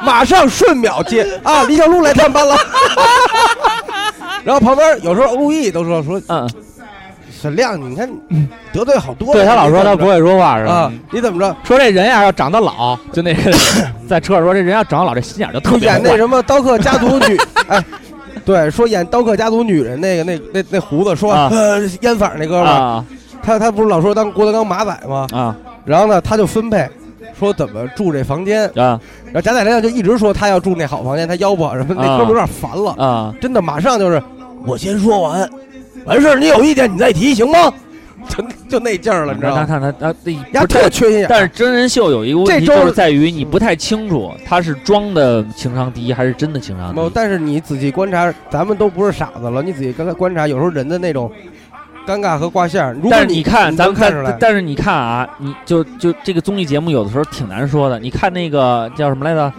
Speaker 4: 马上瞬秒接啊！李小璐来探班了。 然后旁边有时候陆毅都说说
Speaker 2: 嗯，
Speaker 4: 沈亮，你看得罪好多了。
Speaker 5: 嗯对他老说他
Speaker 4: 你怎
Speaker 5: 不
Speaker 4: 么
Speaker 5: 会说话是
Speaker 4: 着
Speaker 5: 吧
Speaker 4: 啊？，你怎么着？
Speaker 5: 说这人呀要长得老，就那 个在车上说这人要长得老，这心眼儿就特别
Speaker 4: 演那
Speaker 5: 坏。
Speaker 4: 什么《刀客家族 女》哎，对，说演《刀客家族女人》那个那那那胡子说、
Speaker 2: 啊
Speaker 4: 呃烟嗓那哥们儿、
Speaker 2: 啊
Speaker 4: 他他不是老说当郭德纲马仔吗？
Speaker 2: 啊
Speaker 4: 然后呢，他就分配说怎么住这房间，
Speaker 2: 啊
Speaker 4: 然后贾乃亮就一直说他要住那好房间，他腰不好什么，那
Speaker 2: 啊
Speaker 4: 哥们儿有点烦了，
Speaker 2: 啊！
Speaker 4: 真的马上就是我先说完，完事儿你有意见你再提行吗？ 就就那劲儿了，你知道
Speaker 2: 他
Speaker 4: 吗？
Speaker 2: 他他
Speaker 5: 啊
Speaker 2: 他，那
Speaker 4: 丫
Speaker 2: 不是
Speaker 4: 特缺心眼儿，
Speaker 2: 但是真人秀有一个问题，
Speaker 4: 这周
Speaker 2: 就是在于你不太清楚他是装的情商低还是真的情商
Speaker 4: 没有
Speaker 2: 低。
Speaker 4: 但是你仔细观察，咱们都不是傻子了。你仔细刚才观察，有时候人的那种尴尬和挂线儿，如果
Speaker 2: 但是你看，咱
Speaker 4: 能
Speaker 2: 们
Speaker 4: 看出来
Speaker 2: 但，但是你看啊，你就就这个综艺节目有的时候挺难说的。你看那个叫什么来着？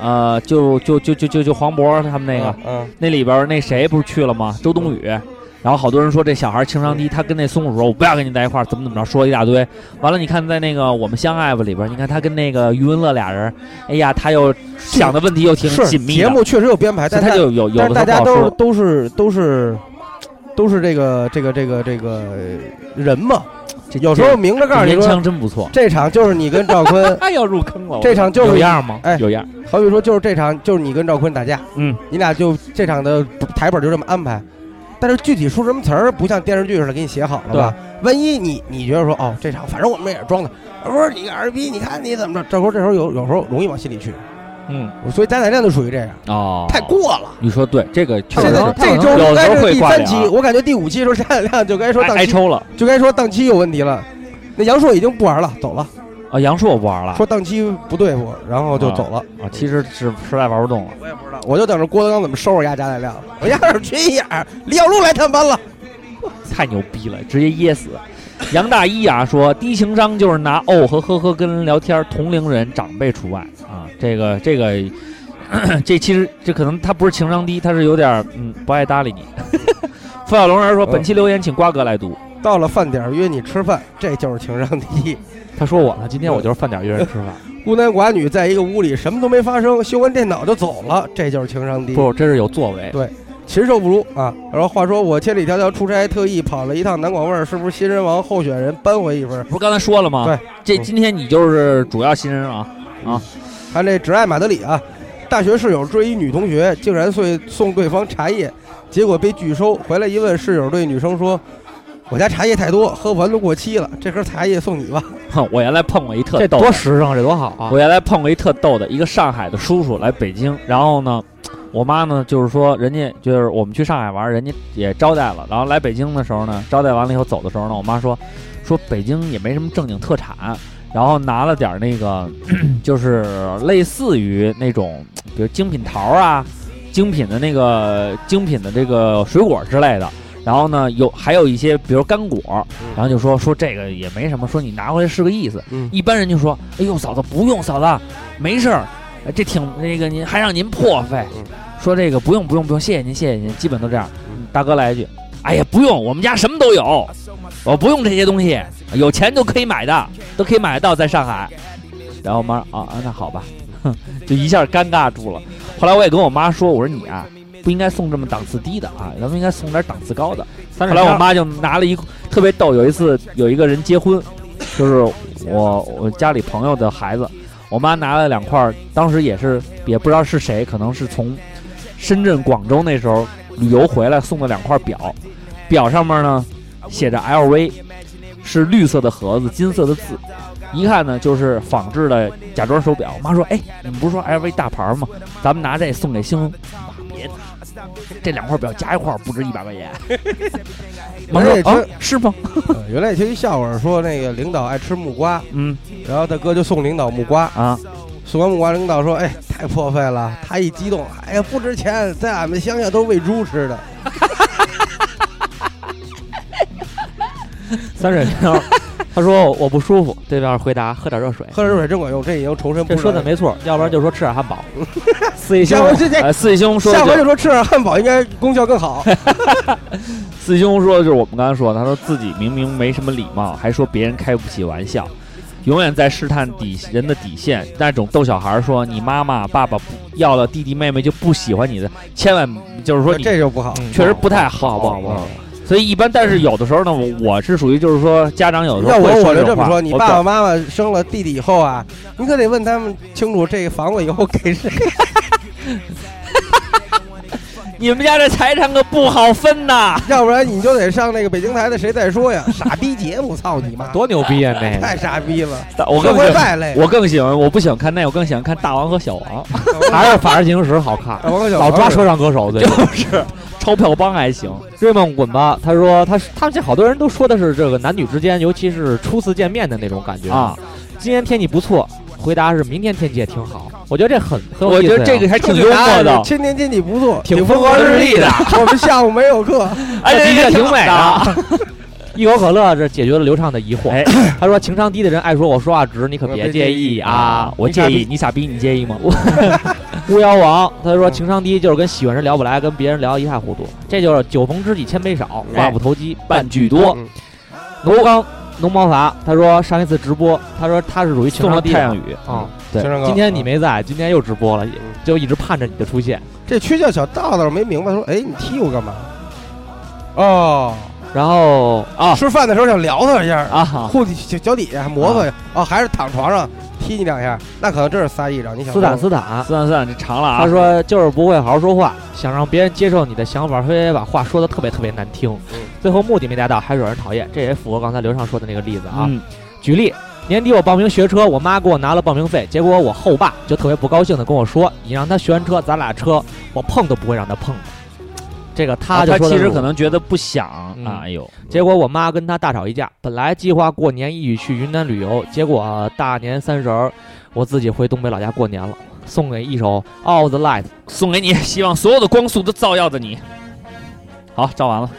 Speaker 2: 呃，就就就就就就黄渤他们那个，
Speaker 4: 嗯，
Speaker 2: 那里边儿那谁不是去了吗？周冬雨。然后好多人说这小孩情商低，他跟那松鼠说：“我不要跟你在一块儿，怎么怎么着，说一大堆。”完了，你看在那个《我们相爱吧》里边儿，你看他跟那个余文乐俩人，哎呀，他又想的问题又挺
Speaker 4: 是
Speaker 2: 紧密
Speaker 4: 节
Speaker 2: 的，
Speaker 4: 目确实有编排，
Speaker 2: 所以他
Speaker 4: 但大
Speaker 2: 啊就有有
Speaker 4: 但
Speaker 2: 的
Speaker 4: 是
Speaker 2: 时
Speaker 4: 大
Speaker 2: 候不
Speaker 4: 家
Speaker 2: 好
Speaker 4: 都
Speaker 2: 说。
Speaker 4: 是都是都是都是这个这个这个这个人嘛，
Speaker 2: 这
Speaker 4: 有时
Speaker 2: 这
Speaker 4: 候明着告诉
Speaker 2: 这
Speaker 4: 你
Speaker 2: 烟
Speaker 4: 说
Speaker 2: 枪真不错，，
Speaker 4: 这场就是你跟赵坤
Speaker 2: 他要入坑了
Speaker 4: 这场就
Speaker 2: 有
Speaker 4: 是
Speaker 2: 样吗？
Speaker 4: 哎
Speaker 2: 有样。
Speaker 4: 好比说就是这场就是你跟赵坤打架，
Speaker 2: 嗯，
Speaker 4: 你俩就这场的台本就这么安排。但是具体说什么词儿，不像电视剧似的给你写好了吧？万一你你觉得说哦，这场反正我们也是装的，不是你个二逼，你看你怎么着？这时候这时候有有时候容易往心里去，
Speaker 2: 嗯，
Speaker 4: 所以贾乃亮就属于这样，
Speaker 2: 哦，
Speaker 4: 太过了。
Speaker 2: 你说对，这个确
Speaker 4: 现
Speaker 2: 实
Speaker 4: 在
Speaker 2: 是
Speaker 4: 这周
Speaker 2: 有
Speaker 4: 应
Speaker 2: 时
Speaker 4: 该
Speaker 2: 候
Speaker 4: 是
Speaker 2: 会
Speaker 4: 第
Speaker 2: 挂
Speaker 4: 三
Speaker 2: 脸
Speaker 4: 期，
Speaker 2: 啊，
Speaker 4: 我感觉第五期的时候贾乃亮就该说
Speaker 2: 挨
Speaker 4: 档
Speaker 2: 挨
Speaker 4: 期，
Speaker 2: 抽了
Speaker 4: 就该说档期有问题了。那杨烁已经不玩了，走了，
Speaker 2: 啊！杨烁我不玩了
Speaker 4: 说档期不对付，然后就走了。
Speaker 2: 啊，其实是实在玩不动了。
Speaker 4: 我也不知道，我就等着郭德纲怎么收拾丫贾乃亮了。我丫是缺心眼儿，李小璐来探班了。
Speaker 2: 太牛逼了，直接噎死。杨大一啊说，低情商就是拿哦和呵呵跟人聊天，同龄人长辈除外啊。这个这个， 咳咳这其实这可能他不是情商低，他是有点儿嗯不爱搭理你。 付小龙人说，本期留言请瓜哥来读。
Speaker 4: 到了饭点儿约你吃饭，这就是情商低。
Speaker 5: 他说我呢，啊今天
Speaker 2: 嗯
Speaker 5: 我就是饭点儿约人吃饭。
Speaker 4: 孤男寡女在一个屋里，什么都没发生，修完电脑就走了，这就是情商低。
Speaker 5: 不，这是有作为。
Speaker 4: 禽兽不如啊！然后话说我千里迢迢出差，特意跑了一趟南广味儿，是不是新人王候选人扳回一分？
Speaker 2: 不是刚才说了吗？
Speaker 4: 对，
Speaker 2: 这
Speaker 4: 嗯
Speaker 2: 今天你就是主要新人啊。
Speaker 4: 他这只爱马德里啊，大学室友追一女同学，竟然送送对方茶叶，结果被拒收。回来一问，室友对女生说：“我家茶叶太多，喝不完都过期了，这盒茶叶送你吧。
Speaker 2: 哼，我原来碰过一特
Speaker 5: 这
Speaker 2: 逗的
Speaker 5: 多实诚，这多好啊！
Speaker 2: 我原来碰过一特逗的，一个上海的叔叔来北京，然后呢，我妈呢，就是说人家就是我们去上海玩，人家也招待了，然后来北京的时候呢，招待完了以后走的时候呢，我妈说说北京也没什么正经特产，然后拿了点儿那个就是类似于那种比如精品桃儿啊。精品的那个精品的这个水果之类的，然后呢有还有一些比如干果，然后就说说这个也没什么，说你拿回来是个意思。
Speaker 4: 嗯
Speaker 2: 一般人就说，哎呦嫂子不用嫂子，没事儿，呃这挺那个您还让您破费，
Speaker 4: 嗯
Speaker 2: 说这个不用不用不用，谢谢您谢谢您，基本都这样。
Speaker 4: 嗯
Speaker 2: 大哥来一句，哎呀不用，我们家什么都有，我哦不用这些东西，有钱就可以买的，都可以买得到，在上海。然后我妈啊啊那好吧，哼就一下尴尬住了。后来我也跟我妈说，我说你啊。不应该送这么档次低的啊，咱们应该送点档次高的。后来我妈就拿了一特别逗，有一次有一个人结婚，就是我我家里朋友的孩子，我妈拿了两块儿，当时也是也不知道是谁，可能是从深圳、广州那时候旅游回来送的两块表，表上面呢写着 LV，是绿色的盒子，金色的字。一看呢，就是仿制的假装手表。我妈说：“哎，你们不是说 LV 大牌吗？咱们拿这送给星，啊别这两块表加一块儿不值一百块钱。”我妈
Speaker 4: 而且
Speaker 2: 说：“啊
Speaker 4: 这，
Speaker 2: 是吗
Speaker 4: 呃原来也听一笑话说，那个领导爱吃木瓜，？”
Speaker 2: 嗯
Speaker 4: 然后他哥就送领导木瓜，
Speaker 2: 啊，
Speaker 4: 送完木瓜，领导说：“哎，太破费了。”他一激动，哎呀，不值钱，在俺们乡下都是喂猪吃的。
Speaker 13: 三水那边他说我不舒服，对面回答喝点热水。
Speaker 4: 喝热水真管用，这已经重申
Speaker 5: 这
Speaker 4: 不
Speaker 5: 说的
Speaker 4: 没。
Speaker 5: 没错，要不然就说吃点 汉堡，撕一
Speaker 4: 下
Speaker 5: 箱
Speaker 4: 回之前，
Speaker 2: 哎，四弟兄说的
Speaker 4: 下
Speaker 2: 就
Speaker 4: 回就说吃点汉堡应该功效 更好。
Speaker 2: 四兄说的就是我们刚才说的，他说自己明明没什么礼貌，还说别人开不起玩笑，永远在试探底人的底线。那种逗小孩儿说你妈妈爸爸不要了弟弟妹妹就不喜欢你的，千万就是说你嗯
Speaker 4: 这就不好。
Speaker 2: 确实不太好，
Speaker 13: 不好不好不好
Speaker 2: 所以一般，但是有的时候呢，我我是属于就是说家长有的时
Speaker 4: 要
Speaker 2: 候
Speaker 4: 我
Speaker 2: 会
Speaker 4: 我就
Speaker 2: 这
Speaker 4: 这么
Speaker 2: 话
Speaker 4: 说，你
Speaker 2: 我
Speaker 4: 爸
Speaker 2: 表
Speaker 4: 爸妈妈生了弟弟以后啊，你可得问他们清楚这个房子以后给谁。
Speaker 2: 你们家这财产可不好分呐。
Speaker 4: 要不然你就得上那个北京台的《谁在说》呀，傻逼节目，操你妈，
Speaker 5: 多牛逼啊！那
Speaker 4: 太
Speaker 5: 个
Speaker 4: 傻逼了，
Speaker 2: 我
Speaker 4: 社
Speaker 2: 更
Speaker 4: 会
Speaker 2: 喜
Speaker 4: 败类。
Speaker 2: 我更喜欢，我不喜欢看那，我更喜欢看《大王和小王》，
Speaker 5: 还是《法制进行时》好看，
Speaker 4: 王小
Speaker 5: 老抓说唱歌手，对
Speaker 2: 就。是钞票帮还行。
Speaker 5: 追梦滚吧，他说他是他们这好多人都说的是这个男女之间，尤其是初次见面的那种感觉
Speaker 2: 啊。
Speaker 5: 今天天气不错，回答是明天天气也挺好。我觉得这很很有
Speaker 2: 我
Speaker 5: 意
Speaker 2: 觉
Speaker 5: 思
Speaker 2: 得
Speaker 5: 呀
Speaker 2: 这个还挺
Speaker 4: 这
Speaker 2: 幽
Speaker 4: 个答
Speaker 2: 默
Speaker 4: 案
Speaker 2: 的
Speaker 4: 是，天天天气不错，
Speaker 5: 挺
Speaker 4: 风
Speaker 5: 风
Speaker 4: 和
Speaker 5: 和
Speaker 4: 日
Speaker 5: 日
Speaker 4: 丽
Speaker 5: 丽
Speaker 4: 的。 我们下午没有 课，
Speaker 2: 哎，
Speaker 5: 的确
Speaker 2: 这
Speaker 5: 挺
Speaker 2: 这
Speaker 5: 美的。
Speaker 2: 啊
Speaker 5: 一口可乐这解决了刘畅的疑惑。
Speaker 2: 哎
Speaker 5: 他说情商低的人爱说我说话直，你可别介意啊。
Speaker 2: 我
Speaker 5: 你傻
Speaker 2: 介
Speaker 5: 逼
Speaker 2: 意，你傻逼，你介意吗？
Speaker 5: 巫妖王他
Speaker 2: 嗯
Speaker 5: 说情商低就是跟喜欢人聊不来，跟别人聊一塌糊涂。这就是酒逢知己千杯少，
Speaker 2: 哎
Speaker 5: 话不投机半
Speaker 2: 半句
Speaker 5: 多
Speaker 2: 多，
Speaker 5: 浓刚浓毛发，他说上一次直播，他说他是属于情
Speaker 2: 送了
Speaker 5: 商低
Speaker 2: 太
Speaker 5: 的
Speaker 2: 阳雨，
Speaker 5: 啊。
Speaker 2: 对
Speaker 4: 哦先生哥
Speaker 5: 今天你没在，今天又直播了，也就一直盼着你的出现。
Speaker 4: 这缺角小道道没明白，说哎，你踢我干嘛？哦，
Speaker 5: 然后啊
Speaker 4: 吃饭的时候想撩他一下，
Speaker 5: 啊，
Speaker 4: 护底脚脚底下磨蹭一下，哦，还是躺床上踢你两下，那可能真是仨一掌。你想
Speaker 5: 斯坦斯坦，
Speaker 2: 四三三，这长了啊。
Speaker 5: 他说就是不会好好说话，想让别人接受你的想法，非得把话说的特别特别难听，
Speaker 2: 嗯
Speaker 5: 最后目的没达到，还惹人讨厌。这也符合刚才刘畅说的那个例子啊。
Speaker 2: 嗯，
Speaker 5: 举例，年底我报名学车，我妈给我拿了报名费，结果我后爸就特别不高兴的跟我说：“你让他学完车，咱俩车我碰都不会让他碰的。”这个他
Speaker 2: 啊
Speaker 5: 就
Speaker 2: 他
Speaker 5: 说的
Speaker 2: 其
Speaker 5: 是
Speaker 2: 实
Speaker 5: 我
Speaker 2: 可能觉得不想
Speaker 5: 嗯
Speaker 2: 啊，哎呦，
Speaker 5: 结果我妈跟他大吵一架，本来计划过年一起去云南旅游，结果、呃大年三十儿我自己回东北老家过年了，送给一首《All the Light》。
Speaker 2: 送给你， 希望所有的光速都照耀着你。好，照完了，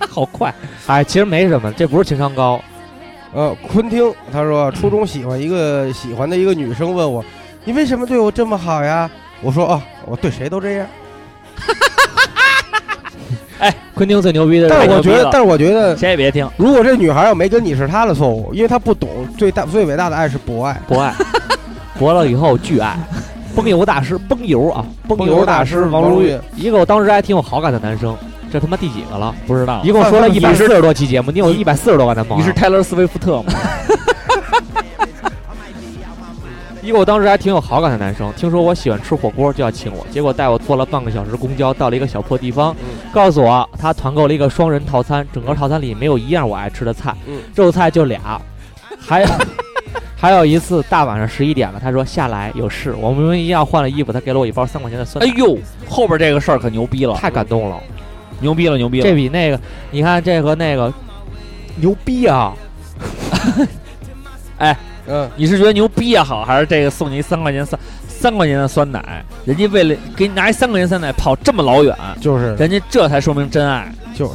Speaker 2: 好快。
Speaker 5: 哎，其实没什么，这不是情商高，
Speaker 4: 呃，昆汀他说初中喜欢一个喜欢的一个女生问我，你为什么对我这么好呀？我说哦，我对谁都这样。
Speaker 5: 昆汀最牛逼的
Speaker 4: 但
Speaker 5: 是
Speaker 4: 是
Speaker 2: 太
Speaker 4: 我
Speaker 2: 牛逼
Speaker 4: 觉得
Speaker 2: 了，
Speaker 4: 但是我觉得，
Speaker 2: 谁也别听，
Speaker 4: 如果这女孩要没跟你是她的错误，因为她不懂最大最伟大的爱是博爱。
Speaker 5: 博爱， 博了以后巨爱，崩油大师，崩油啊，崩油大师
Speaker 4: 崩油大师王
Speaker 5: 如
Speaker 4: 如
Speaker 5: 玉
Speaker 4: 玉，
Speaker 5: 一个我当时还挺有好感的男生，这他妈第几个了？
Speaker 2: 不知道。
Speaker 5: 一共说了
Speaker 4: 你
Speaker 5: 一
Speaker 4: 是
Speaker 5: 百四十多期节目，你有一百四十多个男朋
Speaker 2: 你
Speaker 5: 友
Speaker 2: 是。泰勒·斯威夫特吗？
Speaker 5: 一个我当时还挺有好感的男生，听说我喜欢吃火锅就要请我，结果带我坐了半个小时公交，到了一个小破地方，告诉我他团购了一个双人套嗯餐，整个套餐里没有一样我爱吃的菜，
Speaker 4: 嗯
Speaker 5: 肉菜就俩，还有还还有一次大晚上十一点了，他说下来有事，我明明一样换了衣服，他给了我一包三块钱的酸
Speaker 2: 哎
Speaker 5: 奶，
Speaker 2: 呦，后边这个事儿可牛逼了，
Speaker 5: 太感动了。
Speaker 2: 牛逼了，牛逼了！
Speaker 5: 这比那个，你看这和那个牛逼啊！
Speaker 4: 嗯，
Speaker 2: 你是觉得牛逼也好，还是这个送你三块钱三三块钱的酸奶，人家为了给你拿一三块钱酸奶跑这么老远，
Speaker 11: 就是
Speaker 2: 人家这才说明真爱，
Speaker 11: 就是，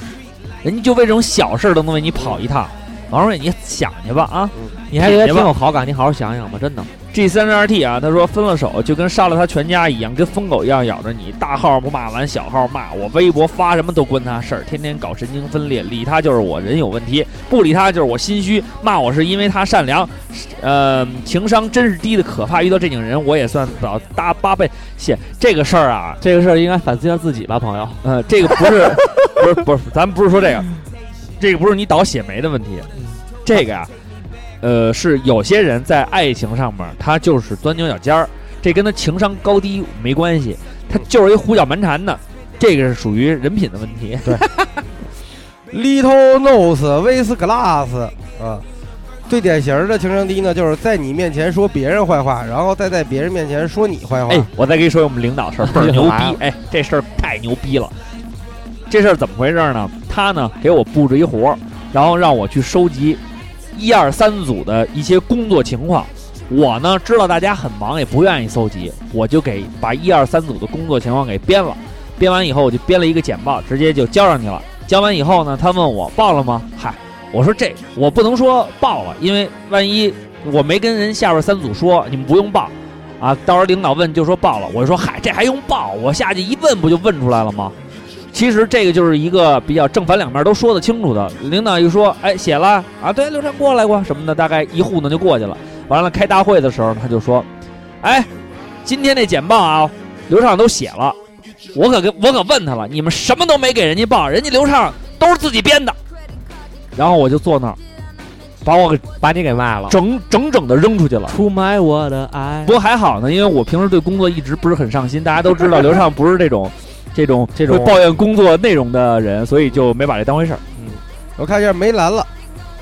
Speaker 2: 人家就为这种小事儿都能为你跑一趟。王瑞，你想去吧啊
Speaker 5: 你还觉得
Speaker 2: 品
Speaker 5: 挺
Speaker 2: 吧
Speaker 5: 有好感，你好好想想吧，真的。
Speaker 2: ！G 三十 RT 啊，他说分了手就跟杀了他全家一样，跟疯狗一样咬着你，大号不骂完，小号骂我，微博发什么都关他事儿，天天搞神经分裂，理他就是我人有问题，不理他就是我心虚，骂我是因为他善良，呃，情商真是低的可怕，遇到这种人我也算早搭八倍谢这个事儿啊，
Speaker 5: 这个事儿应该反思一下自己吧，朋友。
Speaker 2: 呃，这个不是，不是，不是，咱们不是说这个，这个不是你倒血霉的问题，这个呀、呃，是有些人在爱情上面他就是钻牛角尖儿，这跟他情商高低没关系，他就是一胡搅蛮缠的，这个是属于人品的问题。
Speaker 11: Little Nose v i s Glass 啊，最典型的情商低呢，就是在你面前说别人坏话，然后再在别人面前说你坏话。
Speaker 2: 哎，我再给你说一我们领导事儿，倍儿牛
Speaker 5: 哎呀
Speaker 2: 逼！哎，这事儿太牛逼了。这事儿怎么回事呢？他呢给我布置一活儿，然后让我去收集一二三组的一些工作情况。我呢知道大家很忙，也不愿意搜集，我就给把一二三组的工作情况给编了。编完以后，我就编了一个简报，直接就交上去了。交完以后呢，他问我报了吗？嗨，我说这我不能说报了，因为万一我没跟人下边三组说，你们不用报。啊，到时候领导问就说报了，我就说嗨，这还用报？我下去一问不就问出来了吗？其实这个就是一个比较正反两面都说得清楚的。领导一说，哎，写了啊，对，刘畅过来过什么的，大概一糊弄就过去了。完了，开大会的时候他就说，哎，今天这简报啊，刘畅都写了，我可跟我可问他了，你们什么都没给人家报，人家刘畅都是自己编的。然后我就坐那儿，把我给
Speaker 5: 把你给卖了，
Speaker 2: 整整整的扔出去了。
Speaker 5: 出卖我的爱
Speaker 2: 不。过还好呢，因为我平时对工作一直不是很上心，大家都知道刘畅不是这种 这种
Speaker 5: 这种
Speaker 2: 会抱怨工作内容的人，所以就没把这当回事儿。
Speaker 11: 我看一下梅兰了，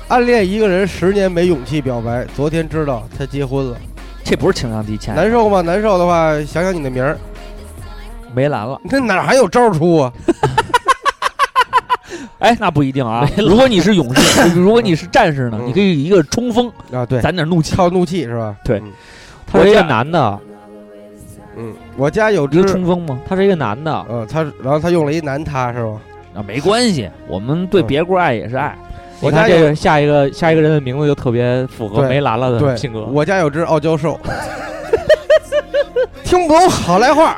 Speaker 11: 暗恋一个人十年没勇气表白，昨天知道他结婚了，
Speaker 2: 这不是情商低，亲爱的，
Speaker 11: 难受吗？难受的话，想想你的名儿，
Speaker 2: 梅兰了。
Speaker 11: 那哪还有招出啊？
Speaker 2: 哎，那不一定 啊。如果你是勇士， 如果你是战士呢，
Speaker 11: 嗯
Speaker 2: 你可以一个冲锋，
Speaker 11: 啊，对，
Speaker 2: 攒点怒气。
Speaker 11: 靠怒气是吧？
Speaker 2: 对
Speaker 11: 嗯
Speaker 5: 他是一个男的，
Speaker 11: 嗯，我家有
Speaker 2: 一
Speaker 11: 只
Speaker 2: 个，冲锋吗？
Speaker 5: 他是一个男的。
Speaker 11: 呃，他然后他用了一男他是吧？
Speaker 2: 啊，没关系，我们
Speaker 5: 嗯
Speaker 2: 对别国爱也是爱。
Speaker 5: 你
Speaker 11: 我
Speaker 5: 看
Speaker 11: 家
Speaker 5: 这
Speaker 11: 有
Speaker 5: 个下一个下一个人的名字就特别符合
Speaker 11: 对
Speaker 5: 梅兰了的
Speaker 11: 对
Speaker 5: 性格。
Speaker 11: 我家有只傲娇兽， 听不懂好赖话，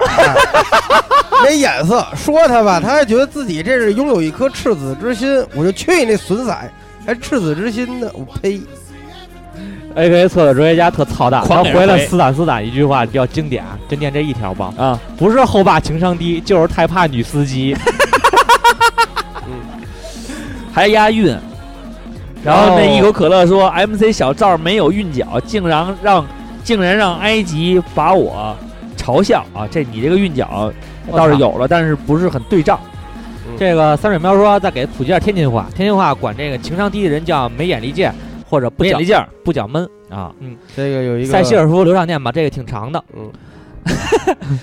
Speaker 11: 哎没眼色。说他吧，他还觉得自己这是拥有一颗赤子之心。我就去你那损仔，还赤子之心呢！我呸！
Speaker 5: A K 厕所哲学家特操蛋，他
Speaker 2: 狂给人
Speaker 5: 回了
Speaker 2: 回
Speaker 5: 斯坦斯坦一句话比较经典，就念这一条吧。
Speaker 2: 啊，
Speaker 5: 不是后爸情商低，就是太怕女司 机。
Speaker 2: 还押韵。然后那一口可乐说：“MC 小赵没有韵脚，竟然让竟然让埃及把我嘲笑啊！这你这个韵脚倒是有了，但是不是很对仗。
Speaker 5: 这个三水喵说再给普及点天津话，天津话管这个情商低的人叫没眼力见，或者不
Speaker 2: 没
Speaker 5: 讲
Speaker 2: 眼力劲儿，
Speaker 5: 不讲闷啊。嗯，
Speaker 11: 这个有一个
Speaker 5: 塞西尔夫留长念吧，这个挺长的。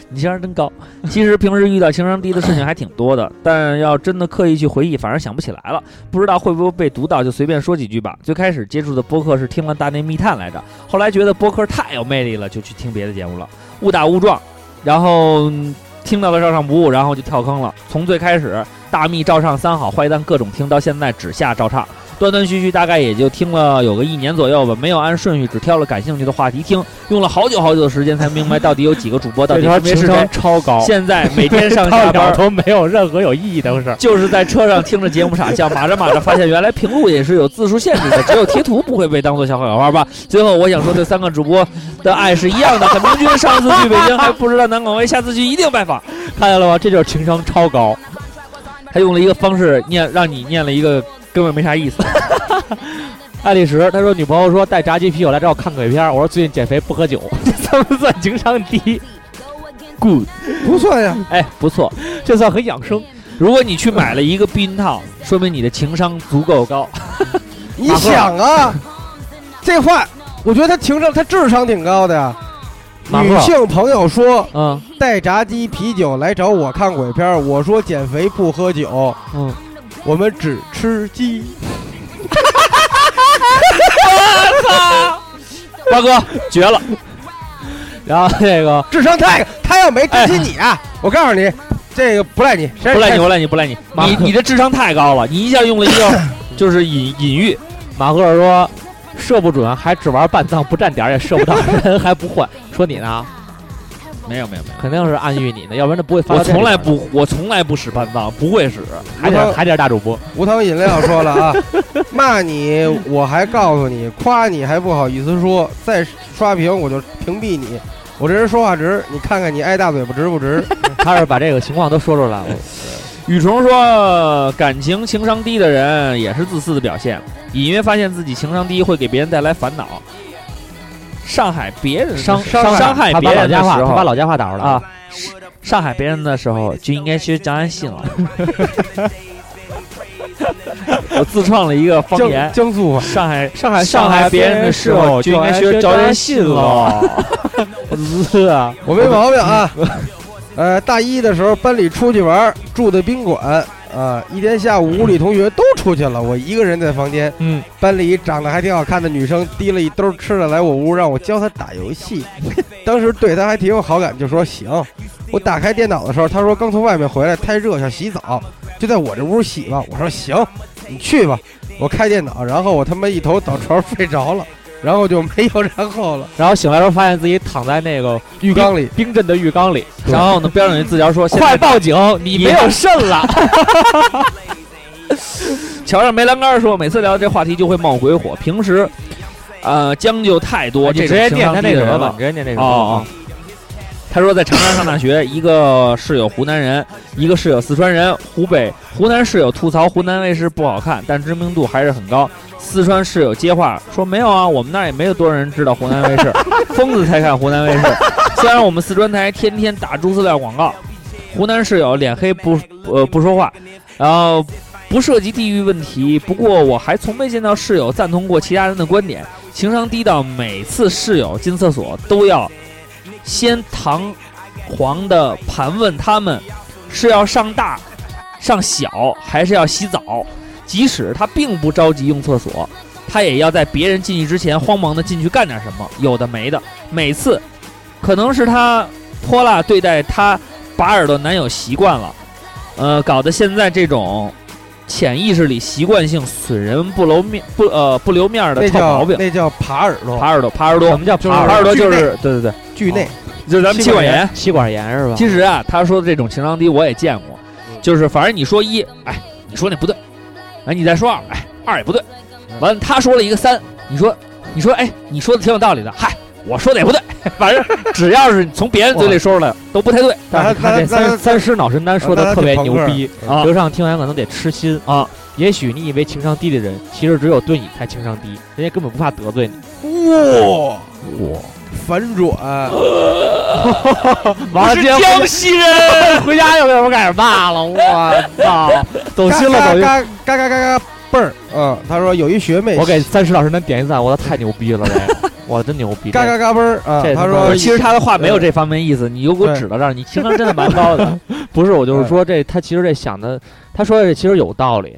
Speaker 2: 你情商真高。 其实平时遇到情商低的事情还挺多的，但要真的刻意去回忆，反而想不起来了。不知道会不会被读到，就随便说几句吧。最开始接触的播客是听了《大内密探》来着，后来觉得播客太有魅力了，就去听别的节目了，误打误撞，然后。嗯听到了照上不误，然后就跳坑了。从最开始大密照上三好坏蛋各种听，到现在只下照唱，断断续续大概也就听了有个一年左右吧，没有按顺序，只挑了感兴趣的话题听，用了好久好久的时间才明白到底有几个主播，到底分别是谁。
Speaker 5: 超高
Speaker 2: 现在每天上
Speaker 5: 到
Speaker 2: 下
Speaker 5: 了
Speaker 2: 班
Speaker 5: 都没有任何有意义的事儿。
Speaker 2: 就是在车上听着节目傻笑，码着码着发现原来评论也是有字数限制的，只有贴图不会被当做小小花吧。最后我想说，这三个主播的爱是一样的。很明君上次去北京还不知道南广威，下次去一定拜访。
Speaker 5: 看见了吗？这就是情商超高。
Speaker 2: 他用了一个方式念，让你念了一个根本没啥意思。
Speaker 5: 爱丽丝，她说女朋友说带炸鸡啤酒来找我看鬼片儿，我说最近减肥不喝酒，这算不算情商低？
Speaker 2: Good，
Speaker 11: 不算呀，
Speaker 2: 哎，不错。
Speaker 5: 这算很养生。
Speaker 2: 如果你去买了一个避孕套，说明你的情商足够高。
Speaker 11: 你想啊，这话
Speaker 4: 我觉得他情商，他智商挺高的呀。
Speaker 5: 马
Speaker 4: 女
Speaker 5: 赫
Speaker 4: 性朋友说
Speaker 5: 嗯
Speaker 4: 带炸鸡、啤酒来找我看鬼片儿，我说减肥不喝酒，
Speaker 5: 嗯，
Speaker 4: 我们只吃鸡。
Speaker 5: 八哥绝了。然后那个
Speaker 4: 智商太，他要没珍惜你啊，我告诉你，这个不赖你，谁让
Speaker 2: 哎不赖
Speaker 4: 太
Speaker 2: 你，不赖你，不赖你，
Speaker 5: 马
Speaker 2: 你你的智商太高了，你一下用了一个就是隐隐喻，
Speaker 5: 马赫说射不准，还只玩半藏不占点儿，也射不到人，还不换。说你呢，
Speaker 2: 没有没有没有，
Speaker 5: 肯定是暗喻你的，要不然他不会发
Speaker 2: 我
Speaker 5: 到这
Speaker 2: 从
Speaker 5: 里
Speaker 2: 来
Speaker 5: 边儿
Speaker 2: 不我从来不使半藏，不会使，
Speaker 5: 海底儿海底儿大主播。
Speaker 4: 无糖饮料说了 啊，骂你我还告诉你，夸你还不好意思说，再刷屏我就屏蔽你。我这人说话直，你看看你挨大嘴巴值不值？
Speaker 5: 他是把这个情况都说出 来了。
Speaker 2: 雨虫说，感情情商低的人也是自私的表现，隐约发现自己情商低会给别人带来烦恼，伤害别人的
Speaker 5: 伤
Speaker 2: 时候伤害
Speaker 5: 他
Speaker 2: 别
Speaker 5: 把老
Speaker 2: 人的
Speaker 5: 家
Speaker 2: 时
Speaker 5: 话，
Speaker 2: 候
Speaker 5: 他把老家话打出来
Speaker 2: 啊。，伤害别人的时候就应该学张安信 了。我自创了一个 方
Speaker 4: 江
Speaker 2: 言，
Speaker 4: 江苏话，
Speaker 2: 上海
Speaker 5: 上海
Speaker 2: 伤害别人的时候就应该学张安信了。
Speaker 5: 是 啊，
Speaker 4: 我没毛病啊。呃，大一的时候班里出去玩，住的宾馆啊、一天下午屋里同学都出去了，我一个人在房间。
Speaker 5: 嗯，
Speaker 4: 班里长得还挺好看的女生提了一兜吃的来我屋，让我教她打游戏。 当时对她还挺有好感，就说行。我打开电脑的时候，她说刚从外面回来，太热想洗澡，就在我这屋洗吧。我说行，你去吧。我开电脑，然后我他妈一头倒床睡着了，然后就没有然后了。
Speaker 5: 然后醒来时候发现自己躺在那个
Speaker 4: 浴缸里，
Speaker 5: 冰镇的浴缸里，
Speaker 2: 然后呢，标准字条说：“现
Speaker 5: 快
Speaker 2: 在
Speaker 5: 报警，你没有肾了。
Speaker 2: 桥上没栏杆。”说每次聊这话题就会冒鬼火，平时呃将就太多，
Speaker 5: 哎你
Speaker 2: 这
Speaker 5: 直
Speaker 2: 种
Speaker 5: 接
Speaker 2: 情
Speaker 5: 念
Speaker 2: 商
Speaker 5: 他
Speaker 2: 低
Speaker 5: 那
Speaker 2: 的
Speaker 5: 什
Speaker 2: 人
Speaker 5: 么
Speaker 2: 了
Speaker 5: 吧，你直接念那什么。
Speaker 2: 哦哦，他说在长沙上大学，一个室友湖南人，一个室友四川人。湖北湖南室友吐槽湖南卫视不好看，但知名度还是很高。四川室友接话说没有啊，我们那儿也没有多少人知道湖南卫视，疯子才看湖南卫视。虽然我们四川台天天打猪饲料广告，湖南室友脸黑不呃不说话，然后不涉及地域问题。不过我还从没见到室友赞同过其他人的观点，情商低到每次室友进厕所都要先堂皇的盘问他们是要上大、上小还是要洗澡。即使他并不着急用厕所，他也要在别人进去之前慌忙的进去干点什么，有的没的。每次可能是他泼辣对待他把耳朵男友习惯了，呃，搞得现在这种潜意识里习惯性损人不留面不呃不留面儿的
Speaker 4: 那
Speaker 2: 臭毛
Speaker 4: 叫
Speaker 2: 病。
Speaker 4: 那叫耙耳朵，
Speaker 2: 耙耳朵，耙耳朵，
Speaker 5: 什么叫
Speaker 4: 哦就是
Speaker 5: 爬
Speaker 2: 耙耳朵啊就
Speaker 4: 剧
Speaker 2: 是对对对，
Speaker 4: 剧内。
Speaker 2: 就是咱们气管炎。，
Speaker 5: 气管炎是吧？
Speaker 2: 其实啊，他说的这种情商低我也见过，就是反正你说一，哎，你说那不对，哎，你再说二，哎，二也不对，完了他说了一个三，你说你说哎，你说的挺有道理的，嗨，我说的也不对， 反正只要是从别人嘴里说出来的都不太对
Speaker 5: 但是他这三三师脑神丹说的特别牛逼，
Speaker 2: 啊。
Speaker 5: 刘畅听完可能得痴心啊。也许你以为情商低的人，其实只有对你才情商低，人家根本不怕得罪 你。
Speaker 4: 哇哇，反转！
Speaker 5: 完了，
Speaker 2: 江西人，
Speaker 5: 回家又被我开始骂 了，我操，走心了，走心。
Speaker 4: 嘎嘎嘎嘎嘎嘎倍儿。嗯，他说有一学妹，
Speaker 5: 我给三十老师能点一赞，我操，太牛逼了， 这我真牛逼。
Speaker 4: 嘎嘎嘎倍儿啊。
Speaker 5: 这
Speaker 4: 他
Speaker 5: 他妈
Speaker 4: 说
Speaker 5: 的
Speaker 2: 其实他的话没有这方面意思，你就给我
Speaker 4: 对
Speaker 2: 指到这儿，你情商真的蛮高 的。
Speaker 5: 不是，我就是说这他其实这想的，他说的这其实有道理，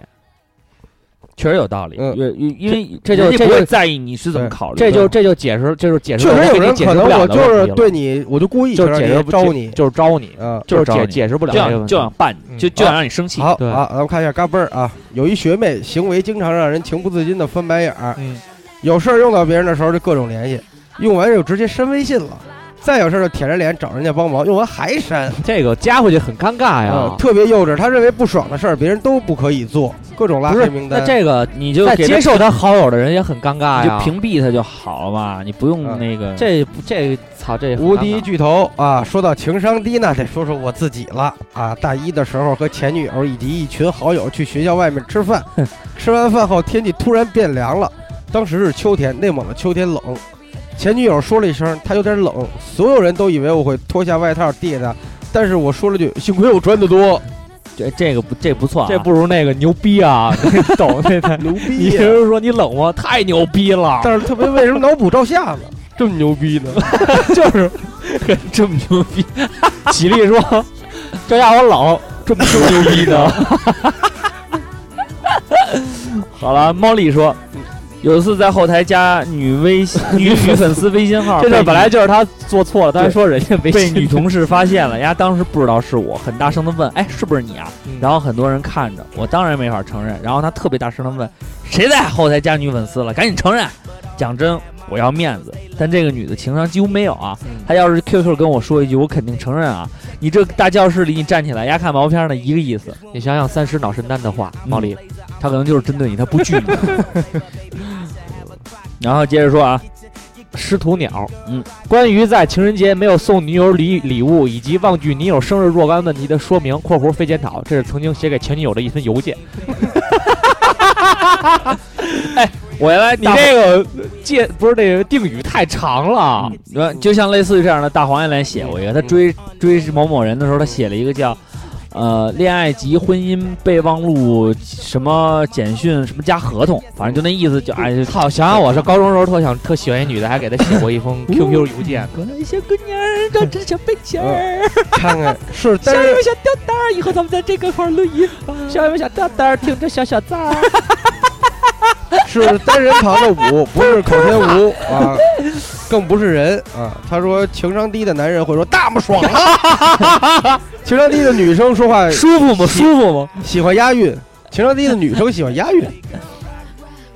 Speaker 2: 确实有道理，
Speaker 4: 嗯
Speaker 2: 因为因为
Speaker 5: 这就
Speaker 2: 人家不
Speaker 5: 这
Speaker 2: 会
Speaker 5: 就
Speaker 2: 在意你是怎么考虑的，
Speaker 5: 这就这就解释，这就是解释
Speaker 4: 确实
Speaker 5: 我
Speaker 4: 有
Speaker 5: 给你
Speaker 4: 人
Speaker 5: 解
Speaker 4: 可
Speaker 5: 释不
Speaker 4: 能
Speaker 5: 了
Speaker 4: 我
Speaker 5: 的
Speaker 4: 就是
Speaker 5: 问题了
Speaker 4: 对你，我就故意
Speaker 5: 就
Speaker 4: 让
Speaker 5: 解释
Speaker 4: 你
Speaker 5: 不
Speaker 4: 招你。
Speaker 5: 就是招你，
Speaker 4: 嗯，
Speaker 2: 就是
Speaker 5: 解
Speaker 2: 招你
Speaker 5: 解释不了
Speaker 2: 就
Speaker 5: 这个
Speaker 2: 想
Speaker 5: 问题，
Speaker 2: 就想办你，
Speaker 5: 嗯
Speaker 2: 就就想让你生气。
Speaker 4: 好
Speaker 5: 对
Speaker 4: 啊，咱们看一下嘎嘣儿啊，有一学妹行为经常让人情不自禁的翻白眼儿，
Speaker 5: 嗯
Speaker 4: 有事儿用到别人的时候就各种联系，用完就直接删微信了，再有事儿就舔着脸找人家帮忙，用完还删。
Speaker 5: 这个加回去很尴尬呀
Speaker 4: 嗯，。特别幼稚，他认为不爽的事儿别人都不可以做，各种拉
Speaker 5: 不
Speaker 4: 黑
Speaker 5: 是，
Speaker 4: 名
Speaker 5: 那
Speaker 4: 单。
Speaker 5: 这个
Speaker 2: 你就
Speaker 5: 在
Speaker 2: 给他
Speaker 5: 接受他好友的人也很尴
Speaker 2: 你
Speaker 5: 尬
Speaker 2: 就
Speaker 5: 呀。
Speaker 2: 屏蔽他就好了嘛，你不用
Speaker 4: 嗯
Speaker 2: 那个。
Speaker 5: 这这操这很
Speaker 4: 无
Speaker 5: 尴
Speaker 4: 敌
Speaker 5: 尬
Speaker 4: 巨头啊！说到情商低呢，得说说我自己了啊！大一的时候和前女友以及一群好友去学校外面吃饭，吃完饭后天气突然变凉了，当时是秋天，内蒙的秋天冷。前女友说了一声，她有点冷，所有人都以为我会脱下外套递给她，但是我说了句幸亏我穿的多，
Speaker 2: 这这个不这不错啊，
Speaker 5: 这不如那个牛逼 啊！懂 那台，
Speaker 4: 牛
Speaker 5: 你
Speaker 4: 逼
Speaker 5: 就
Speaker 4: 呀！
Speaker 5: 是说你冷漠太牛逼了，
Speaker 4: 但是特别为什么脑补照相呢？ 这么牛逼呢？
Speaker 5: 就是
Speaker 2: 这么牛逼，
Speaker 5: 起立说， 这家伙冷，这么牛牛逼呢？
Speaker 2: 好了，猫丽说，有一次在后台加女微信女 女粉丝微信号，
Speaker 5: 这事儿
Speaker 2: 被
Speaker 5: 本来就是他做错了，他还说人家没
Speaker 2: 被
Speaker 5: 信
Speaker 2: 女同事发现 了，丫当时不知道是我，很大声的问，哎，是不是你啊？
Speaker 5: 嗯
Speaker 2: 然后很多人看着，我当然没法承认。然后他特别大声的问，谁在后台加女粉丝了？赶紧承认！讲真，我要面子，但这个女的情商几乎没有啊。
Speaker 5: 嗯
Speaker 2: 她要是 QQ 跟我说一句，我肯定承认啊。你这大教室里你站起来，丫看毛片呢，一个意思。
Speaker 5: 你想想三十脑神丹的话，
Speaker 2: 毛
Speaker 5: 毛
Speaker 2: 利
Speaker 5: 利，
Speaker 2: 他可能就是针对你，他不惧 你。 然后接着说啊，
Speaker 5: 师徒鸟，
Speaker 2: 嗯，
Speaker 5: 关于在情人节没有送女友礼礼物以及忘记女友生日若干问题的说明（括弧非检讨），这是曾经写给前女友的一封邮件。哎，我原来你
Speaker 2: 大
Speaker 5: 这个介不是那个定语太长了，
Speaker 2: 呃，就像类似于这样的，大黄原来写过一个，
Speaker 5: 嗯
Speaker 2: 他追追是某某人的时候，他写了一个叫。呃，恋爱及婚姻备忘录，什么简讯，什么加合同，反正就那意思就，哎，
Speaker 5: 操！想想我是高中时候特想特喜欢一女的，还给她写过 一封 QQ
Speaker 2: 哦
Speaker 5: 邮件。
Speaker 2: 可爱小姑娘儿，长着小背心 儿，
Speaker 4: 看
Speaker 5: 哎
Speaker 4: 看是，但
Speaker 2: 小
Speaker 4: 是
Speaker 2: 小吊带儿，以后咱们在这个块儿录 音吧。
Speaker 5: 小小小大大听着小小赞，
Speaker 4: 是单人旁的五，不是口天吴啊，更不是人啊。他说情商低的男人会说大么爽啊，情商低的女生说话
Speaker 2: 舒服吗？舒服吗？
Speaker 4: 喜欢押韵，情商低的女生喜欢押韵。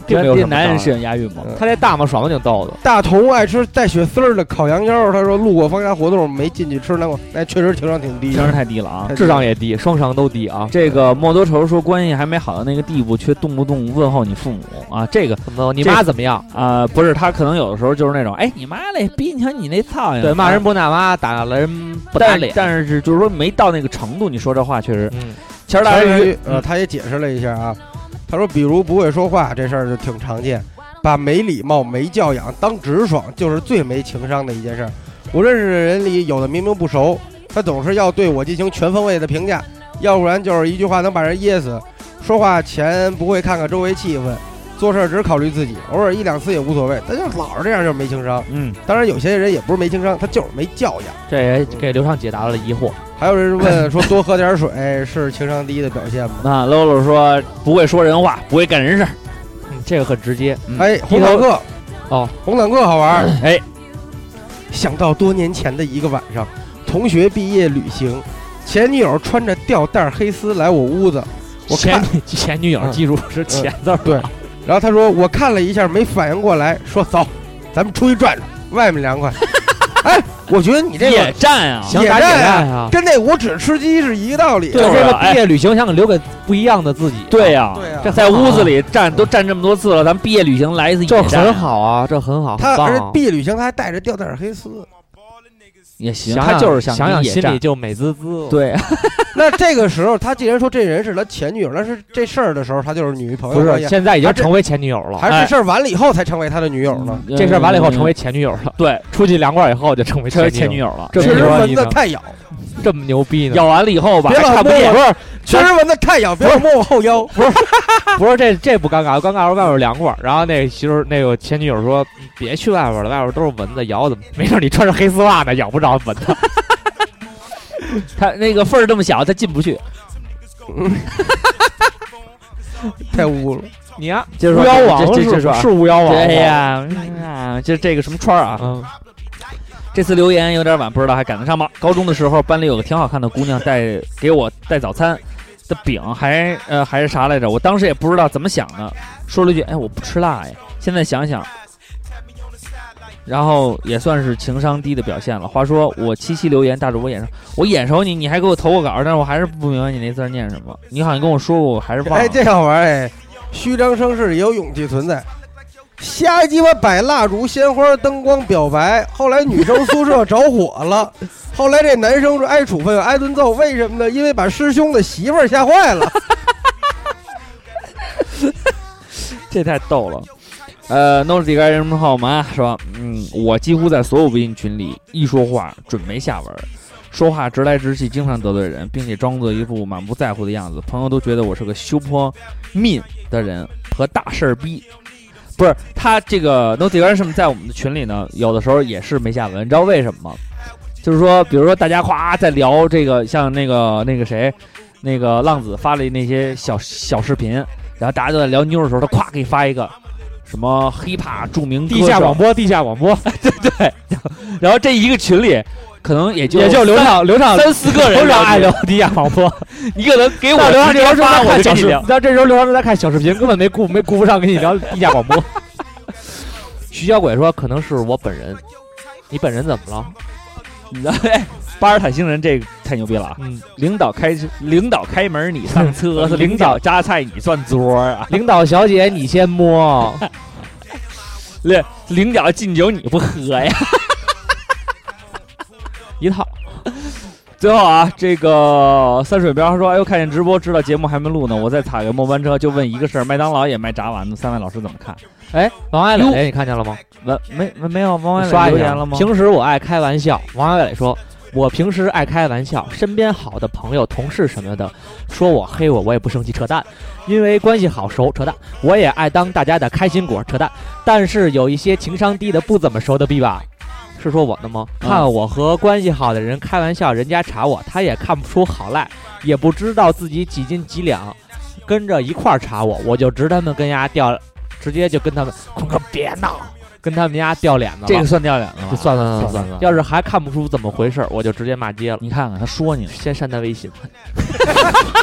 Speaker 5: 并没有什么
Speaker 2: 男人
Speaker 5: 障碍嗯
Speaker 2: 是有押韵吗？
Speaker 5: 他这大么爽的挺逗的。
Speaker 4: 大同爱吃带血丝儿的烤羊腰，他说路过方家胡同没进去吃，那我那确实情商挺低
Speaker 2: 情商
Speaker 4: 的。
Speaker 2: 太低了啊！
Speaker 4: 太低
Speaker 5: 智商也低，双商都低啊。
Speaker 2: 这个莫多愁说关系还没好到那个地步，却动不动问候你父母啊，这个
Speaker 5: 怎么？你
Speaker 2: 这
Speaker 5: 妈怎么样？
Speaker 2: 啊、不是他可能有的时候就是那种，哎，你妈嘞，逼你瞧你那操性，
Speaker 5: 对，骂人不打妈，打了人不打
Speaker 2: 但是
Speaker 5: 脸。
Speaker 2: 但是就是说没到那个程度，你说这话确实。
Speaker 5: 嗯，
Speaker 2: 前儿嗯大
Speaker 4: 大
Speaker 2: 人
Speaker 4: 鱼，呃，他也解释了一下啊，他说比如不会说话这事儿就挺常见，把没礼貌、没教养当直爽，就是最没情商的一件事儿。我认识的人里，有的明明不熟，他总是要对我进行全方位的评价，要不然就是一句话能把人噎死。说话前不会看看周围气氛，做事儿只考虑自己，偶尔一两次也无所谓。但就是老是这样，就是没情商。
Speaker 2: 嗯，
Speaker 4: 当然有些人也不是没情商，他就是没教养。
Speaker 5: 这也给刘畅解答了疑惑。
Speaker 4: 还有人问说多喝点水是情商低的表现吗？
Speaker 2: 那 Lolo 说不会说人话，不会干人事儿。
Speaker 5: 嗯，这个很直接。
Speaker 4: 哎，红
Speaker 5: 头
Speaker 4: 坦克
Speaker 5: 哦，
Speaker 4: 红坦克好玩儿。
Speaker 2: 哎，
Speaker 4: 想到多年前的一个晚上，同学毕业旅行，前女友穿着吊带黑丝来我屋子，我
Speaker 5: 前
Speaker 4: 看，
Speaker 5: 女嗯前女友
Speaker 4: 嗯
Speaker 5: 记住是前字儿。
Speaker 4: 对然后她说我看了一下没反应过来，说走，咱们出去转转，外面凉快。 哎，我觉得你这
Speaker 2: 野
Speaker 4: 个
Speaker 2: 战啊，
Speaker 5: 想
Speaker 4: 野
Speaker 5: 打野
Speaker 4: 战啊
Speaker 5: 战啊！
Speaker 4: 跟那我只吃鸡是一个道理。
Speaker 5: 对，
Speaker 2: 就是
Speaker 5: 这个
Speaker 2: 哎
Speaker 5: 毕业旅行想留给不一样的自己。啊
Speaker 2: 对呀、
Speaker 4: 对呀、
Speaker 5: 这
Speaker 2: 在屋子
Speaker 5: 里
Speaker 2: 里站都站这么多次了，咱们毕业旅行来一次野
Speaker 5: 这
Speaker 2: 战、
Speaker 5: 很，好啊，这很好，
Speaker 4: 他
Speaker 5: 很棒
Speaker 4: 而
Speaker 5: 啊
Speaker 4: 且毕业旅行他还带着吊带黑丝，
Speaker 2: 也行。
Speaker 5: 想
Speaker 2: 他就是
Speaker 5: 想
Speaker 2: 跟
Speaker 5: 想
Speaker 2: 野
Speaker 5: 心
Speaker 2: 战
Speaker 5: 里。就美滋滋。，
Speaker 2: 对，
Speaker 4: 那这个时候他既然说这人是他前女友，那是这事儿的时候他就是女朋
Speaker 5: 不
Speaker 4: 友关
Speaker 5: 是
Speaker 4: 系，
Speaker 5: 现在已经
Speaker 4: 还是
Speaker 5: 成为前女友了。哎
Speaker 4: 还是这事儿完了以后才成为他的女友呢？
Speaker 2: 嗯
Speaker 5: 这事儿完了以后成为前女友了，
Speaker 2: 对，
Speaker 5: 出去凉快以后就嗯成为
Speaker 2: 成为前
Speaker 5: 前
Speaker 2: 女
Speaker 5: 友，啊
Speaker 2: 友了。
Speaker 5: 这
Speaker 4: 确
Speaker 5: 么
Speaker 4: 实
Speaker 5: 牛
Speaker 4: 蚊
Speaker 5: 逼
Speaker 4: 子
Speaker 5: 呢？
Speaker 4: 太咬，
Speaker 5: 这么牛逼呢？
Speaker 2: 咬完了以后吧，
Speaker 4: 别
Speaker 2: 还
Speaker 4: 老
Speaker 2: 看不
Speaker 4: 摸
Speaker 2: 见
Speaker 4: 我，确实蚊子太咬，别老摸我后腰。
Speaker 5: 不是这这不尴尬，尴尬是外边凉快儿。然后那媳妇儿那个前女友说：“嗯别去外边了，外边都是蚊子咬怎么？没事，你穿着黑丝袜呢，咬不着蚊子。
Speaker 2: 他那个缝儿这么小，他进不去。
Speaker 4: 太污了。
Speaker 5: 你呀、
Speaker 2: 接着
Speaker 5: 巫
Speaker 2: 说，
Speaker 5: 妖王
Speaker 2: 这这这
Speaker 5: 是
Speaker 2: 说啊
Speaker 5: 是巫妖王吗。
Speaker 2: 对呀，嗯啊就这个什么川儿啊，
Speaker 5: 嗯，
Speaker 2: 这次留言有点晚，不知道还赶得上吗？高中的时候，班里有个挺好看的姑娘带给我带早餐的饼，还呃还是啥来着？我当时也不知道怎么想的，说了一句：“哎，我不吃辣哎。”现在想想，然后也算是情商低的表现了。话说我七夕留言，大主播眼熟，我眼熟你，你还给我投过稿，但是我还是不明白你那字儿念什么。你好像跟我说过，我还是忘了。
Speaker 4: 哎，这好玩哎，虚张声势也有勇气存在。瞎鸡巴摆蜡烛、鲜花、灯光表白，后来女生宿舍着火了，后来这男生是挨处分、挨顿揍，为什么呢？因为把师兄的媳妇儿吓坏了。
Speaker 2: 这太逗了。呃，Nose 盖人之后嘛说，嗯，我几乎在所有微信群里一说话准没下文，说话直来直去，经常得罪人，并且装作一副满不在乎的样子，朋友都觉得我是个修破命的人和大事儿逼。不是他这个 Nose 盖为什么在我们的群里呢？有的时候也是没下文，你知道为什么吗？就是说，比如说大家夸在聊这个，像那个那个谁，那个浪子发了那些小小视频，然后大家都在聊妞的时候，他咵给你发一个什么 hiphop 著名歌
Speaker 5: 地下
Speaker 2: 手
Speaker 5: 广播，地下广播，
Speaker 2: 然后这一个群里可能也就
Speaker 5: 也就刘
Speaker 2: 三
Speaker 5: 畅，刘畅
Speaker 2: 三四个人
Speaker 5: 刘畅
Speaker 2: 聊
Speaker 5: 爱
Speaker 2: 天
Speaker 5: 聊地下广播。
Speaker 2: 你可能给我
Speaker 5: 到
Speaker 2: 直接
Speaker 5: 刘畅这时候
Speaker 2: 发，
Speaker 5: 正在
Speaker 2: 我就
Speaker 5: 看小
Speaker 2: 跟你
Speaker 5: 视
Speaker 2: 聊
Speaker 5: 频，。到这时候刘畅正在看小视频，根本没顾没顾不上跟你聊地下广播。 徐小鬼说：“可能是我本人，你本人怎么了？
Speaker 2: 你知道，哎巴尔坦星人这个太牛逼了啊！
Speaker 5: 嗯，
Speaker 2: 领导开领导开门你上车，是 领导夹菜你转桌啊，
Speaker 5: 领导小姐，你先摸。
Speaker 2: 领导敬酒你不喝呀。
Speaker 5: 一套
Speaker 2: 最后啊，这个三水彪说：“哎呦，看见直播知道节目还没录呢，我在踩个末班车，就问一个事儿，麦当劳也卖炸丸子，三位老师怎么看？”
Speaker 5: 哎，王爱
Speaker 2: 哟
Speaker 5: 磊，你看见了吗？
Speaker 2: 完没没没有王
Speaker 5: 刷
Speaker 2: 伟
Speaker 5: 一
Speaker 2: 留
Speaker 5: 下
Speaker 2: 言了吗？
Speaker 5: 平时我爱开玩笑，王伟磊说，我平时爱开玩笑，身边好的朋友、同事什么的，说我黑我，我也不生气，扯淡。因为关系好熟，扯淡。我也爱当大家的开心果，扯淡。但是有一些情商低的、不怎么熟的逼吧。是说我的吗？
Speaker 2: 嗯
Speaker 5: 看我和关系好的人开玩笑，人家查我，他也看不出好赖，也不知道自己几斤几两，跟着一块儿查我，我就直他们跟丫掉，直接就跟他们坤哥别闹，跟他们家掉脸子了。
Speaker 2: 这个算掉脸了吧？
Speaker 5: 就算了算了
Speaker 2: 算
Speaker 5: 算
Speaker 2: 了
Speaker 5: 了，要是还看不出怎么回事儿，我就直接骂街了。
Speaker 2: 你看看他说你了。
Speaker 5: 先删他微信吧。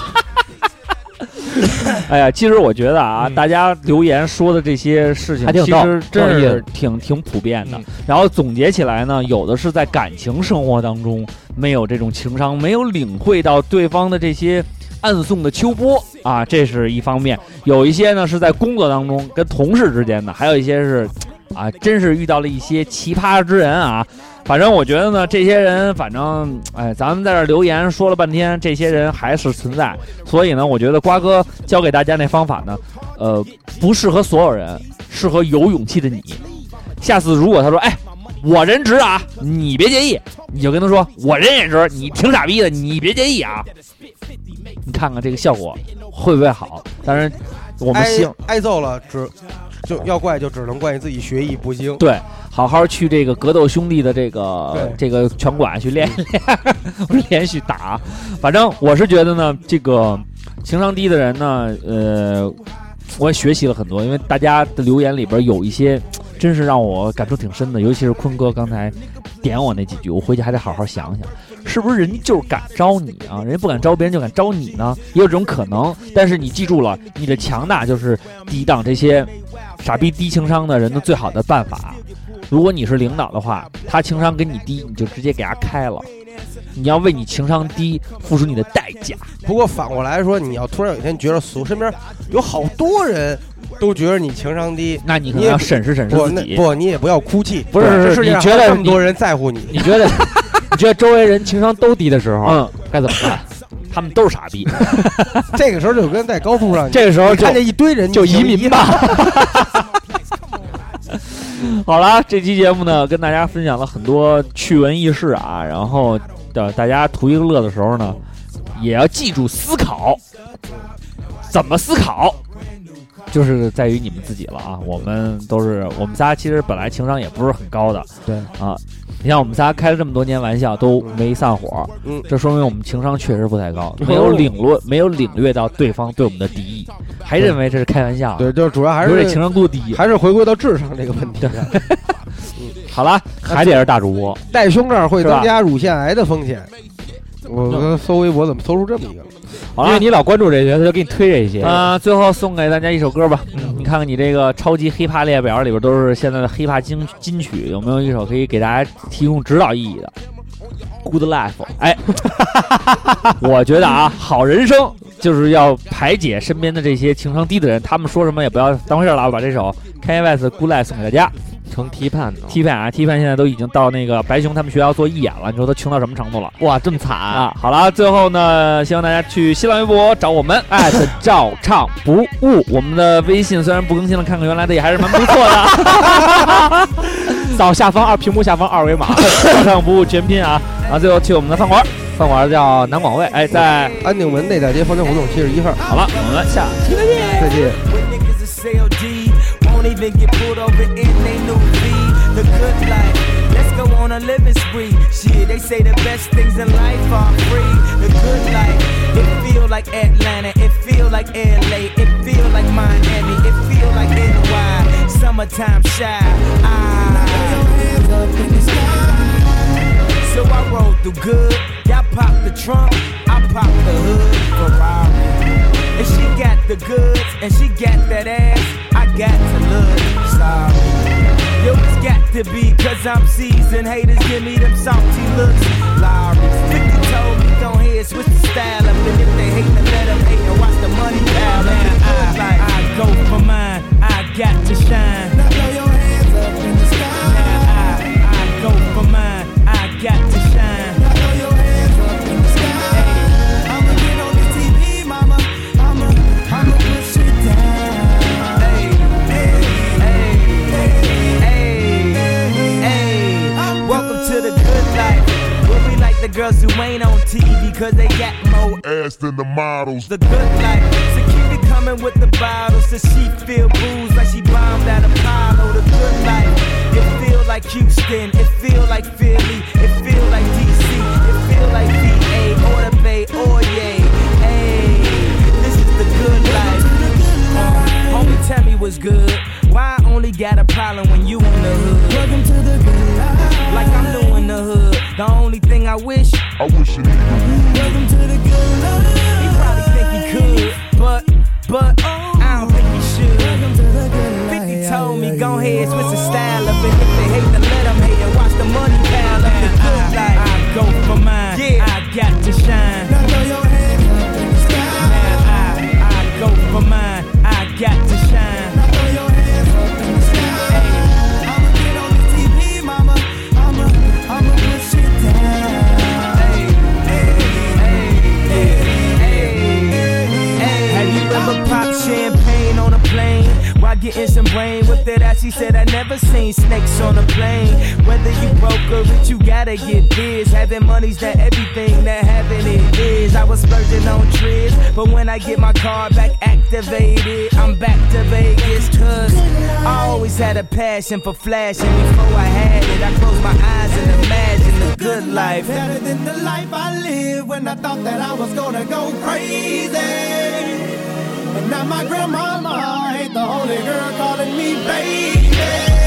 Speaker 2: 哎呀，其实我觉得啊，
Speaker 5: 嗯
Speaker 2: 大家留言说的这些事情
Speaker 5: 还，挺有
Speaker 2: 其
Speaker 5: 道
Speaker 2: 实真
Speaker 5: 有意
Speaker 2: 是
Speaker 5: 思
Speaker 2: 挺挺普遍的
Speaker 5: 嗯。
Speaker 2: 然后总结起来呢，有的是在感情生活当中没有这种情商，没有领会到对方的这些暗送的秋波啊，这是一方面；有一些呢是在工作当中跟同事之间的，还有一些是。啊，真是遇到了一些奇葩之人啊！反正我觉得呢，这些人，反正哎，咱们在这儿留言说了半天，这些人还是存在。所以呢，我觉得瓜哥教给大家那方法呢，呃，不适合所有人，适合有勇气的你。下次如果他说，哎，我人直啊，你别介意，你就跟他说，我人也直，你挺傻逼的，你别介意啊。你看看这个效果会不会好？当然，我们
Speaker 4: 挨
Speaker 2: 希望
Speaker 4: 挨揍了，只就要怪就只能怪你自己学艺不精。
Speaker 2: 对，好好去这个格斗兄弟的这个这个拳馆去练一练，连续打。反正我是觉得呢，这个情商低的人呢，呃，我也学习了很多，因为大家的留言里边有一些。真是让我感触挺深的，尤其是坤哥刚才点我那几句，我回去还得好好想想，是不是人家就是敢招你啊？人家不敢招别人，就敢招你呢？也有这种可能。但是你记住了，你的强大就是抵挡这些傻逼低情商的人的最好的办法。啊如果你是领导的话，他情商跟你低，你就直接给他开了。你要为你情商低付出你的代价。
Speaker 4: 不过反过来说，你要突然有一天觉得俗，身边有好多人都觉得你情商低，
Speaker 2: 那你可能
Speaker 4: 你也
Speaker 2: 要
Speaker 4: 不
Speaker 2: 审视审视
Speaker 4: 不，
Speaker 2: 自
Speaker 4: 那
Speaker 2: 己。
Speaker 4: 不，你也不要哭泣。
Speaker 5: 不是
Speaker 4: 这
Speaker 5: 不是
Speaker 4: 世界上
Speaker 5: 你觉得
Speaker 4: 还有这么
Speaker 5: 你
Speaker 4: 多人在乎你，
Speaker 5: 你 觉得你觉得周围人情商都低的时候，
Speaker 2: 嗯，
Speaker 5: 该怎么办？
Speaker 2: 他们都是傻 逼。
Speaker 4: 这个时候就跟在高速上，
Speaker 5: 这个时候
Speaker 4: 你
Speaker 5: 就
Speaker 4: 看见一堆人
Speaker 5: 就
Speaker 4: 你
Speaker 5: 移民吧。
Speaker 2: 好了，这期节目呢，跟大家分享了很多趣闻轶事啊，然后呃，大家图一个乐的时候呢，也要记住思考，怎么思考，就是在于你们自己了啊。我们都是我们仨，其实本来情商也不是很高的，
Speaker 5: 对
Speaker 2: 啊。你像我们仨开了这么多年玩笑都没散伙，
Speaker 4: 嗯
Speaker 2: 这说明我们情商确实不太高，没有领略没有领略到对方对我们的敌意，还认为这是开玩笑，啊
Speaker 4: 对，就是主要还
Speaker 2: 你说这情
Speaker 4: 是
Speaker 2: 商多低？
Speaker 4: 还是回归到智商这个问题上，啊
Speaker 2: 好了，还得是大主播。
Speaker 4: 戴胸罩会
Speaker 2: 是吧
Speaker 4: 增加乳腺癌的风险。
Speaker 5: 嗯
Speaker 4: 我刚才搜微博怎么搜出这么一个来？
Speaker 2: 好了
Speaker 5: 因为你老关注这些，他就给你推这些。
Speaker 2: 啊、最后送给大家一首歌吧。嗯你看看你这个超级黑怕列表里边都是现在的黑怕金金曲，有没有一首可以给大家提供指导意义的？Good Life，哎， 我觉得啊，好人生就是要排解身边的这些情商低的人，他们说什么也不要当回事儿了。我把这首 Kanye West Good Life 送给大家。
Speaker 5: 成批判的。
Speaker 14: T 派啊，T 派现在都已经到那个白熊他们学校做义演了，你说都穷到什么程度了
Speaker 5: 哇，这么惨！
Speaker 14: 啊？好了，最后呢，希望大家去新浪微博找我们，艾特照唱不误。我们的微信虽然不更新了，看看原来的也还是蛮不错的。
Speaker 5: 扫下方二屏幕下方二维码。
Speaker 14: 照唱不误全拼啊！然后最后去我们的饭馆，饭馆叫南广味，哎，在
Speaker 11: 安定门内大街方家胡同七十一号，
Speaker 14: 好了，我们下。
Speaker 11: 再见。
Speaker 6: When niggas is COD, won't even get pulled over in they new V. The good life, let's go on a living spree. Shit, they say the best things in life are free. The good life, it feel like Atlanta, it feel like LA, it feel like Miami, it feel like NY. Summertime shy, ah. So I roll through good, y'all pop the trunk, I pop the hood, Ferrari. And she got the goods, and she got that ass. I got to look sorry. Yo, it's got to be, cause I'm seasoned. Haters give me them salty looks. Larry, 50 told me don't hear, switch the style up. And if they hate, then let them hate and watch the money pile up. And I, like, I go for mine, I got to shine. Now throw your hands up in the sky. I, I go for mine, I got to shine. Now throw your hands up in the sky. I'ma get on the TV, mama. I'ma, I'ma push it down. Hey, hey, hey, hey, hey, hey. Welcome to the good life. Where we like the girls who ain't on TV, cause they got more
Speaker 15: ass than the models.
Speaker 6: the good life. So keep it coming with the bottles. So she feel booze like she bombed at Apollo. The good life. It feel like Houston. It feel like Philly. It feel like DC. It feel like VA or the Bay or yay. Hey, this is the good life. Uh, homie, tell me what's good. Why I only got a problem when you in the hood? Welcome to the good life. Like I'm new in the hood. The only thing I wish
Speaker 15: I wish it.
Speaker 6: Welcome to the good life. He probably think he could, but but I don't think he should. Oh. Welcome to the good life. 50 told me go ahead, switch the style up, and if they hate, then let 'em hate and watch the money pile up. The good life. I go for mine. Yeah, I got to shine. Now throw your hands up in the sky. I, I go for mine. I got to shine. Now throw your hands up in the sky. I'ma get on the TV, mama. I'ma, I'ma push it down. Hey, hey, hey, hey, hey. Have you ever popped champagne on a plane? While getting some brain with it, as she said, I never seen snakes on a plane. Whether you broke or rich, you gotta get biz. Having money's that everything that having it is. I was splurging on trips, but when I get my car back activated, I'm back to Vegas. Cause I always had a passion for flashing. Before I had it, I closed my eyes and imagined the good life.
Speaker 16: Better than the life I lived when I thought that I was gonna go crazy. And now my grandmama hate the holy girl calling me baby.